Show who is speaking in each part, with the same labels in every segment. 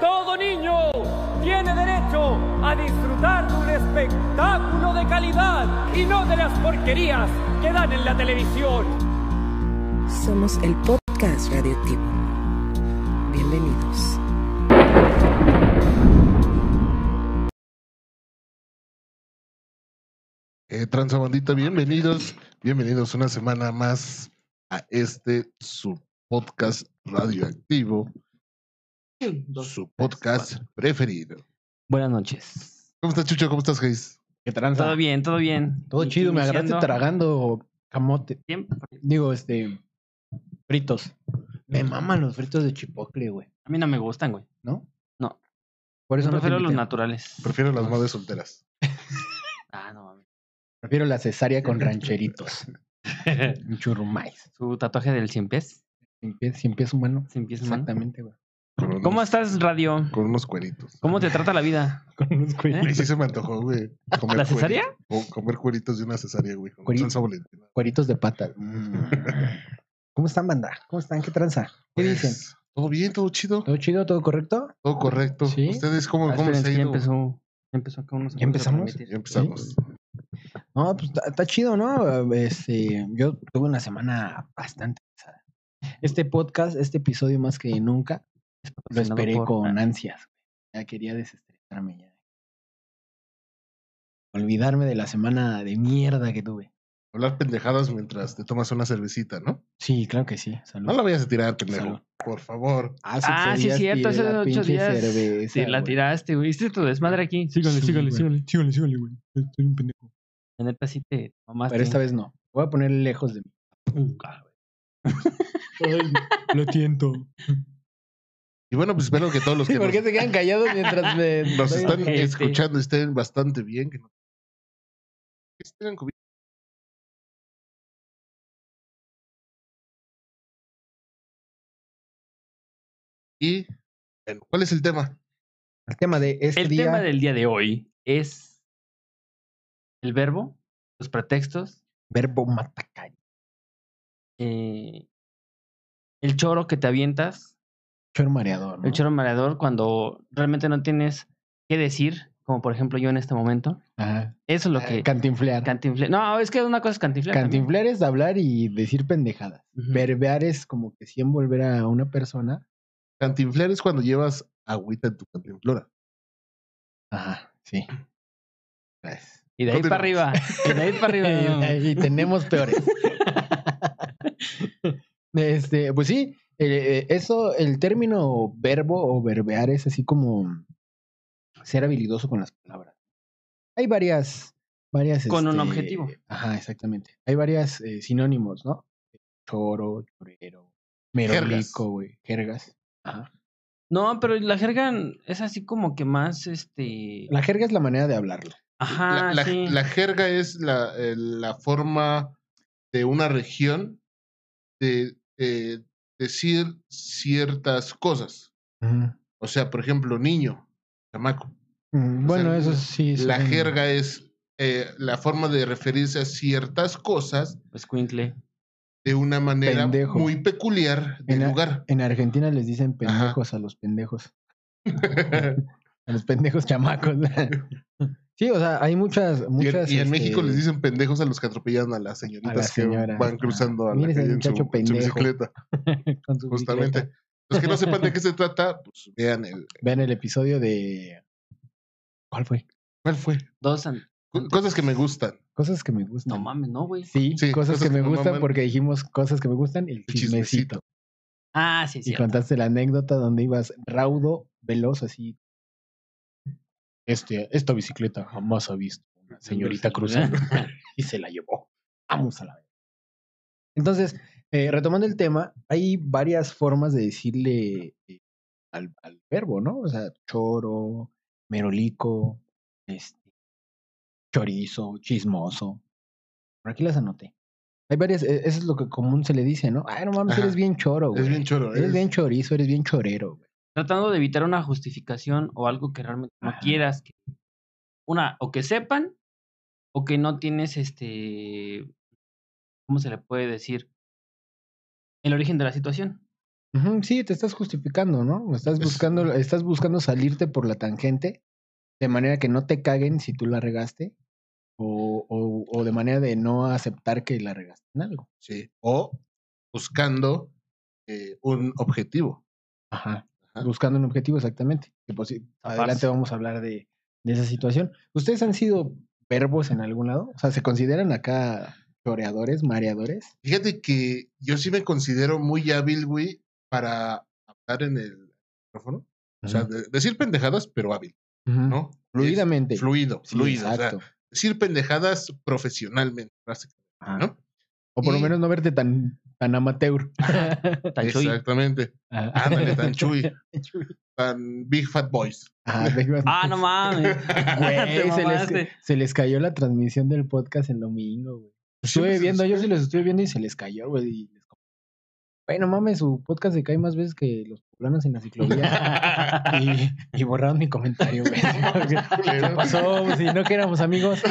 Speaker 1: Todo niño tiene derecho a disfrutar de un espectáculo de calidad y no de las porquerías que dan en la televisión.
Speaker 2: Somos el podcast radioactivo. Bienvenidos.
Speaker 3: Eh, Transabandita, bienvenidos, bienvenidos una semana más a este su podcast radioactivo, su podcast preferido.
Speaker 4: Buenas noches.
Speaker 3: ¿Cómo estás, Chucho? ¿Cómo estás, Geis?
Speaker 5: ¿Qué tranza?
Speaker 4: Todo bien, todo bien.
Speaker 5: Todo
Speaker 4: Aquí
Speaker 5: chido, me agarraste
Speaker 4: iniciando
Speaker 5: tragando camote.
Speaker 4: tiempo.
Speaker 5: Digo, este. Fritos. Me maman los fritos de chipocle, güey.
Speaker 4: A mí no me gustan, güey.
Speaker 5: ¿No?
Speaker 4: No.
Speaker 5: Por eso
Speaker 4: Yo
Speaker 5: no te
Speaker 4: prefiero los
Speaker 5: invité.
Speaker 4: naturales.
Speaker 3: Prefiero las madres solteras.
Speaker 4: Ah, no mames.
Speaker 5: Prefiero la cesárea con rancheritos. Un churrumais.
Speaker 4: Su tatuaje del cien pies.
Speaker 5: Sin pies, sin pies humano.
Speaker 4: Cien pies humano.
Speaker 5: Exactamente, güey.
Speaker 3: con unos-
Speaker 4: ¿Cómo estás, Radio?
Speaker 3: Con unos cueritos.
Speaker 4: ¿Cómo te trata la vida? ¿Eh?
Speaker 5: Con unos cueritos.
Speaker 3: Y sí se me antojó, güey. comer
Speaker 4: ¿La
Speaker 3: cueri-
Speaker 4: cesárea?
Speaker 3: o comer cueritos de una cesárea, güey. Con
Speaker 5: Cueri-
Speaker 3: salsa valentina.
Speaker 5: Cueritos de pata. Mm. ¿Cómo están, banda? ¿Cómo están? ¿Qué tranza? ¿Qué
Speaker 3: Pues,
Speaker 5: dicen?
Speaker 3: Todo bien, todo chido,
Speaker 5: ¿Todo chido? ¿Todo correcto?
Speaker 3: todo correcto.
Speaker 5: ¿Sí?
Speaker 3: ¿Ustedes cómo,
Speaker 4: Ah,
Speaker 3: cómo
Speaker 4: espérense,
Speaker 3: se ha
Speaker 4: ya
Speaker 3: ido?
Speaker 4: empezó. Ya empezó acá unos
Speaker 5: ¿Ya empezamos?
Speaker 3: Ya empezamos.
Speaker 5: No, pues está- está chido, ¿no? Este, yo tuve una semana bastante pesada. Este podcast, este episodio más que nunca, lo esperé con ansias. Ya quería desestresarme ya. Olvidarme de la semana de mierda que tuve.
Speaker 3: Hablar pendejadas mientras te tomas una cervecita, ¿no?
Speaker 5: Sí, claro que sí. Salud.
Speaker 3: No la vayas a tirar, pendejo.
Speaker 5: Salud.
Speaker 3: Por favor.
Speaker 4: Ah, sí,
Speaker 5: querías
Speaker 4: cierto.
Speaker 5: tirar
Speaker 4: Hace
Speaker 5: la
Speaker 4: ocho
Speaker 5: pinche
Speaker 4: días.
Speaker 5: cerveza,
Speaker 4: sí, la
Speaker 5: güey.
Speaker 4: tiraste, güey. Hiciste tu desmadre aquí. Síganle,
Speaker 5: Sí,
Speaker 4: síganle,
Speaker 5: güey.
Speaker 4: síganle.
Speaker 5: Síganle, síganle, güey. Estoy un pendejo.
Speaker 4: La neta sí te mamaste.
Speaker 5: Pero esta vez no. Voy a poner lejos de mí. lo tiento.
Speaker 3: Y bueno, pues espero que todos los que
Speaker 5: ¿Por
Speaker 3: nos,
Speaker 5: qué se quedan callados mientras me...
Speaker 3: nos están
Speaker 4: Ojete.
Speaker 3: escuchando estén bastante bien. Que, no- que tengan COVID. Y bueno, ¿cuál es el tema?
Speaker 5: El tema de este
Speaker 4: El
Speaker 5: día...
Speaker 4: tema del día de hoy es el verbo, los pretextos,
Speaker 5: Verbo matacaño.
Speaker 4: eh, el choro que te avientas,
Speaker 5: Choro mareador, ¿no?
Speaker 4: el choro mareador cuando realmente no tienes qué decir, como por ejemplo yo en este momento.
Speaker 5: Ajá.
Speaker 4: Eso es lo
Speaker 5: Ah,
Speaker 4: que
Speaker 5: Cantinflear.
Speaker 4: cantinfle. No, es que una cosa es cantinflear. también.
Speaker 5: Cantinflear es hablar y decir pendejadas.
Speaker 4: Ujú.
Speaker 5: Verbear es como que si envolver a una persona.
Speaker 3: Cantinflar es cuando llevas agüita en tu cantinflora.
Speaker 5: Ajá, sí. Pues, Gracias.
Speaker 4: Y de ahí para
Speaker 3: Continuamos.
Speaker 4: arriba. Y de ahí para arriba. no, no.
Speaker 5: Y, y tenemos peores. este, pues sí, eh, eh, eso, el término verbo o verbear es así como ser habilidoso con las palabras. Hay varias, varias. este,
Speaker 4: Con un objetivo.
Speaker 5: Ajá, exactamente. Hay varias eh, sinónimos, ¿no? Choro, chorero, merolico, güey, jergas.
Speaker 4: No, pero la jerga es así como que más este.
Speaker 5: La jerga es la manera de hablarlo.
Speaker 4: Ajá,
Speaker 3: la,
Speaker 5: Ah,
Speaker 3: la-
Speaker 4: sí.
Speaker 3: la jerga es la, eh, la forma de una región de eh, decir ciertas cosas. O sea, por ejemplo, niño, chamaco.
Speaker 5: Mm, Bueno,
Speaker 3: sea,
Speaker 5: eso sí. es
Speaker 3: la
Speaker 5: un-
Speaker 3: jerga es eh, la forma de referirse a ciertas cosas
Speaker 4: pues Escuincle.
Speaker 3: de una manera
Speaker 5: Pendejo.
Speaker 3: muy peculiar del
Speaker 5: En a-
Speaker 3: lugar.
Speaker 5: En Argentina les dicen pendejos a los pendejos. A los pendejos chamacos. sí, o sea, hay muchas,
Speaker 3: Y, en-
Speaker 5: muchas.
Speaker 3: y en
Speaker 5: este,
Speaker 3: México les dicen pendejos a los que atropellan a las
Speaker 5: a la
Speaker 3: señoritas
Speaker 5: señora,
Speaker 3: que van
Speaker 5: ajá.
Speaker 3: cruzando a la
Speaker 5: Mira ese
Speaker 3: calle en su,
Speaker 5: muchacho
Speaker 3: en su
Speaker 5: pendejo.
Speaker 3: bicicleta.
Speaker 5: con su
Speaker 3: Justamente.
Speaker 5: bicicleta.
Speaker 3: Los que no sepan de qué se trata, pues vean el.
Speaker 5: Vean el episodio de. ¿Cuál fue?
Speaker 3: ¿Cuál fue?
Speaker 4: Dos. an-
Speaker 3: Co- Cosas que me gustan.
Speaker 5: Cosas que me
Speaker 4: No
Speaker 5: gustan.
Speaker 4: mames, no, güey.
Speaker 5: sí,
Speaker 3: Sí,
Speaker 5: cosas, que me gustan
Speaker 3: maman.
Speaker 5: porque dijimos cosas que me gustan y el
Speaker 3: El chismecito.
Speaker 5: chismecito.
Speaker 4: Ah, sí, sí.
Speaker 5: Y contaste la anécdota donde ibas raudo, veloz, así. Este, esta bicicleta jamás ha visto una señorita cruzando. y se la llevó. Vamos a la vez. Entonces, eh, retomando el tema, hay varias formas de decirle eh, al, al verbo, ¿no? O sea, choro, merolico, este, chorizo, chismoso. Por aquí las anoté. Hay varias, eh, eso es lo que común se le dice, ¿no? Ay, no mames,
Speaker 3: Ajá.
Speaker 5: eres bien choro, güey.
Speaker 3: Es bien choro. ¿eh?
Speaker 5: Eres
Speaker 3: es-
Speaker 5: bien chorizo, eres bien chorero, güey.
Speaker 4: tratando de evitar una justificación o algo que realmente no
Speaker 5: Ajá.
Speaker 4: quieras que una o que sepan o que no tienes este cómo se le puede decir el origen de la situación
Speaker 5: Ujú, Sí, te estás justificando, ¿no? Estás
Speaker 3: Es-
Speaker 5: buscando, estás buscando salirte por la tangente de manera que no te caguen si tú la regaste o, o- o de manera de no aceptar que la regaste en algo.
Speaker 3: ¿sí? O buscando eh, un objetivo.
Speaker 5: Ajá.
Speaker 3: Ajá.
Speaker 5: Buscando un objetivo, exactamente. Que, pues, sí, adelante vamos a hablar de, de esa situación. ¿Ustedes han sido verbos en algún lado? O sea, ¿se consideran acá choreadores, mareadores?
Speaker 3: Fíjate que yo sí me considero muy hábil, güey, para hablar en el micrófono. O sea, de- decir pendejadas, pero hábil, ¿no?
Speaker 5: Fluidamente.
Speaker 3: Es Fluido,
Speaker 5: Sí,
Speaker 3: fluido. o sea,
Speaker 5: exacto.
Speaker 3: decir pendejadas profesionalmente, básicamente,
Speaker 5: Ajá.
Speaker 3: ¿no?
Speaker 5: O por lo
Speaker 3: Y-
Speaker 5: menos no verte tan, tan amateur.
Speaker 4: Tan choy.
Speaker 3: Exactamente.
Speaker 4: Ajá.
Speaker 3: Ándale, tan chuy. tan Big Fat Boys.
Speaker 5: Ajá, te ibas-
Speaker 4: Ah, no mames. Te
Speaker 5: Güey, se, les,
Speaker 4: mamaste.
Speaker 5: se les cayó la transmisión del podcast el domingo, güey.
Speaker 3: Siempre
Speaker 5: Estuve
Speaker 3: se
Speaker 5: viendo,
Speaker 3: les
Speaker 5: yo sí los estuve viendo y se les cayó, güey. y les com- Güey, no mames, su podcast se cae más veces que los poblanos en la ciclovía. y, y borraron mi comentario, güey. ¿Qué pasó? Si no que éramos amigos.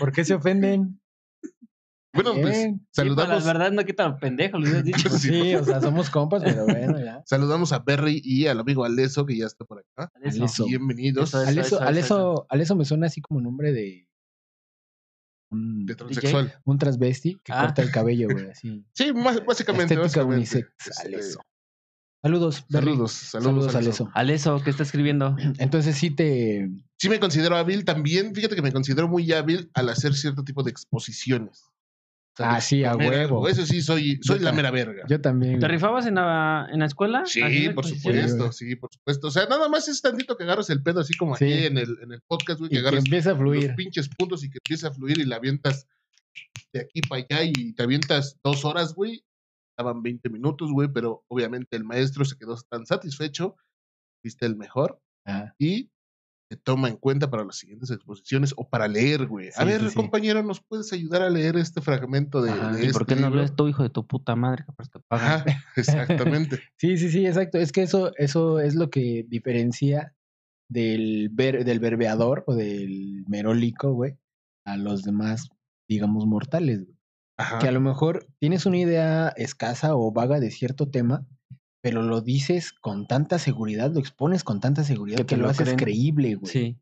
Speaker 5: ¿Por qué se ofenden? Eh,
Speaker 3: Bueno, pues
Speaker 5: Bien.
Speaker 3: saludamos,
Speaker 4: la verdad no quita pendejo, lo hubieras dicho.
Speaker 3: sí.
Speaker 5: pues Sí, o sea, somos compas, pero bueno, ya.
Speaker 3: saludamos a Berry y al amigo Aleso, que ya está por acá.
Speaker 4: Eso.
Speaker 5: Eso.
Speaker 3: Bienvenidos.
Speaker 4: Eso es.
Speaker 5: Aleso,
Speaker 4: eso,
Speaker 5: Aleso, Aleso me suena así como nombre de un,
Speaker 3: De transexual.
Speaker 5: un transvesti que
Speaker 4: Ah.
Speaker 5: corta el cabello, güey, así.
Speaker 3: Sí, más- básicamente.
Speaker 5: Eh, Estética
Speaker 3: básicamente.
Speaker 5: unisex,
Speaker 3: Este,
Speaker 5: Aleso. Saludos, Berry.
Speaker 3: Saludos, saludos,
Speaker 5: Saludos,
Speaker 3: Aleso.
Speaker 5: Aleso.
Speaker 4: Aleso, ¿qué está escribiendo?
Speaker 5: Entonces sí te...
Speaker 3: Sí me considero hábil también. Fíjate que me considero muy hábil al hacer cierto tipo de exposiciones. O sea, de
Speaker 5: Ah, sí, a
Speaker 3: exponer
Speaker 5: huevo.
Speaker 3: algo. Eso sí, soy, soy
Speaker 5: Yo
Speaker 3: la
Speaker 5: ta-
Speaker 3: mera verga.
Speaker 5: Yo pues, también.
Speaker 4: ¿Te
Speaker 5: güey.
Speaker 4: rifabas en la, en la escuela?
Speaker 3: Sí,
Speaker 4: ¿Haciendo
Speaker 3: por
Speaker 4: exposiciones?
Speaker 3: supuesto, sí, por supuesto. O sea, nada más es tantito que agarras el pedo así como
Speaker 5: Sí.
Speaker 3: aquí en el, en el podcast, güey, que
Speaker 5: Y que
Speaker 3: agarras
Speaker 5: empieza a
Speaker 3: los
Speaker 5: fluir.
Speaker 3: pinches puntos y que empieza a fluir y la avientas de aquí para allá y te avientas dos horas, güey. Estaban 20 minutos, güey, pero obviamente el maestro se quedó tan satisfecho, viste el mejor
Speaker 5: Ajá.
Speaker 3: y se toma en cuenta para las siguientes exposiciones o para leer, güey. a
Speaker 5: Sí,
Speaker 3: ver,
Speaker 5: sí, sí.
Speaker 3: compañero, ¿nos puedes ayudar a leer este fragmento de,
Speaker 5: Ajá.
Speaker 3: de
Speaker 4: ¿Y por
Speaker 3: este
Speaker 4: qué no
Speaker 3: libro?
Speaker 4: lees tú, hijo de tu puta madre? Capaz te pagan.
Speaker 3: Ajá, exactamente.
Speaker 5: Sí, sí, sí, exacto. Es que eso, eso es lo que diferencia del, ver, del verbeador o del merólico, güey, a los demás, digamos, mortales, güey.
Speaker 3: Ajá.
Speaker 5: que a lo mejor tienes una idea escasa o vaga de cierto tema, pero lo dices con tanta seguridad, lo expones con tanta seguridad
Speaker 4: Que
Speaker 5: que,
Speaker 4: te
Speaker 5: lo,
Speaker 4: lo
Speaker 5: haces
Speaker 4: creen.
Speaker 5: creíble, güey.
Speaker 4: Sí.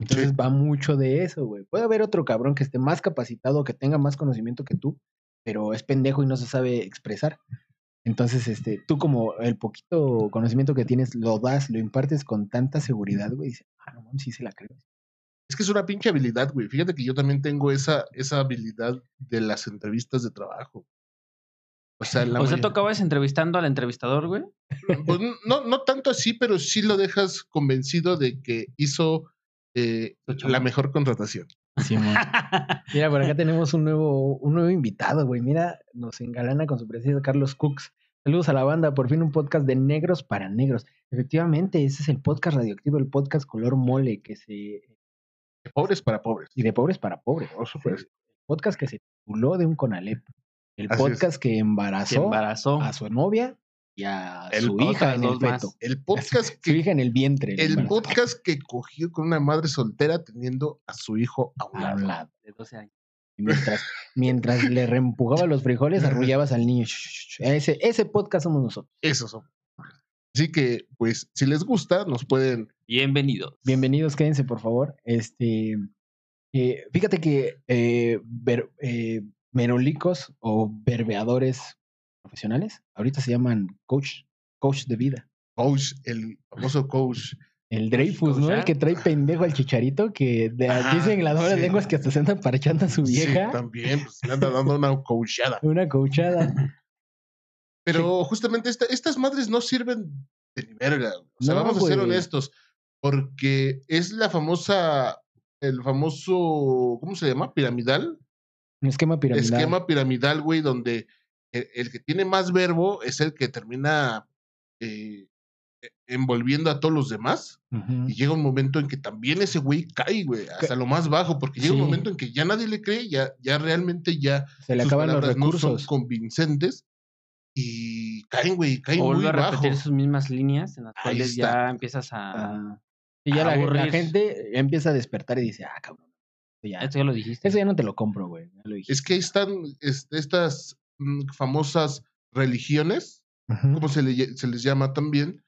Speaker 5: Entonces va mucho de eso, güey. Puede haber otro cabrón que esté más capacitado, que tenga más conocimiento que tú, pero es pendejo y no se sabe expresar. Entonces, este, tú como el poquito conocimiento que tienes, lo das, lo impartes con tanta seguridad, güey, y dices, ah, no mames, sí se la creo.
Speaker 3: Es que es una pinche habilidad, güey. Fíjate que yo también tengo esa, esa habilidad de las entrevistas de trabajo. O sea, la
Speaker 4: O sea,
Speaker 3: mayor-
Speaker 4: tú acabas entrevistando al entrevistador, güey.
Speaker 3: pues, no, no tanto así, pero sí lo dejas convencido de que hizo eh,
Speaker 4: Tu chamba.
Speaker 3: la mejor contratación.
Speaker 5: Mira, por acá tenemos un nuevo, un nuevo invitado, güey. Mira, nos engalana con su presencia Carlos Cooks. Saludos a la banda, por fin un podcast de negros para negros. Efectivamente, ese es el podcast radioactivo, el podcast color mole, que se. y
Speaker 3: De pobres para pobres.
Speaker 5: de pobres para pobres.
Speaker 3: Por supuesto.
Speaker 5: El podcast que se tituló de un Conalep. El
Speaker 3: Así es.
Speaker 5: podcast que
Speaker 4: Se
Speaker 5: embarazó
Speaker 4: embarazó.
Speaker 5: a su novia y a
Speaker 3: El-
Speaker 5: su
Speaker 4: otras
Speaker 5: hija en el
Speaker 4: dos más.
Speaker 5: feto.
Speaker 3: El podcast
Speaker 5: Su
Speaker 3: que
Speaker 5: hija en el vientre. la
Speaker 3: el
Speaker 5: embarazó.
Speaker 3: podcast que cogió con una madre soltera teniendo a su hijo a un
Speaker 5: A
Speaker 3: lado.
Speaker 5: un lado.
Speaker 4: De 12 años.
Speaker 5: Y Mientras, mientras le reempujaba los frijoles, arrullabas al niño. Sh- sh- sh. Ese, ese podcast somos nosotros.
Speaker 3: Esos son. Así que, pues, si les gusta, nos pueden.
Speaker 4: Bienvenidos.
Speaker 5: Bienvenidos, quédense, por favor. Este, eh, fíjate que eh, ver- eh, merolicos o verbeadores profesionales, ahorita se llaman coach, coach de vida.
Speaker 3: Coach, el famoso coach.
Speaker 5: El Dreyfus, ¿no? El
Speaker 4: Coachar.
Speaker 5: que trae pendejo al chicharito, que de-
Speaker 3: Ah,
Speaker 5: dicen las malas
Speaker 3: sí.
Speaker 5: lenguas que hasta se anda parchando a su
Speaker 3: Sí,
Speaker 5: vieja.
Speaker 3: también, pues, le anda dando una coachada.
Speaker 5: una coachada.
Speaker 3: Pero justamente esta- estas madres no sirven de ni verga. güey. O sea,
Speaker 5: No,
Speaker 3: vamos a ser
Speaker 5: güey.
Speaker 3: honestos. Porque es la famosa, el famoso, ¿cómo se llama? Piramidal.
Speaker 5: Un esquema piramidal.
Speaker 3: Esquema piramidal, güey, donde el, el que tiene más verbo es el que termina eh, e- envolviendo a todos los demás.
Speaker 5: Ujú.
Speaker 3: Y llega un momento en que también ese güey cae, güey, hasta
Speaker 5: Ca-
Speaker 3: lo más bajo, porque llega un
Speaker 5: Sí.
Speaker 3: momento en que ya nadie le cree, ya, ya realmente ya
Speaker 5: Se le
Speaker 3: sus
Speaker 5: acaban los
Speaker 3: palabras no
Speaker 5: recursos.
Speaker 3: son convincentes y caen, güey, caen
Speaker 4: O
Speaker 3: muy
Speaker 4: vuelve a
Speaker 3: bajo.
Speaker 4: repetir sus mismas líneas en las
Speaker 3: Ahí
Speaker 4: cuales
Speaker 3: está.
Speaker 4: ya empiezas a.
Speaker 5: Ah. Y ya la, la
Speaker 4: Aburrir.
Speaker 5: gente empieza a despertar y dice, ah, cabrón. ya-
Speaker 4: Esto ya lo dijiste.
Speaker 5: Eso ya no te lo compro, güey. ya lo dije.
Speaker 3: Es que ahí están este, estas mm, famosas religiones
Speaker 5: Ujú.
Speaker 3: como se, le lle- se les llama también,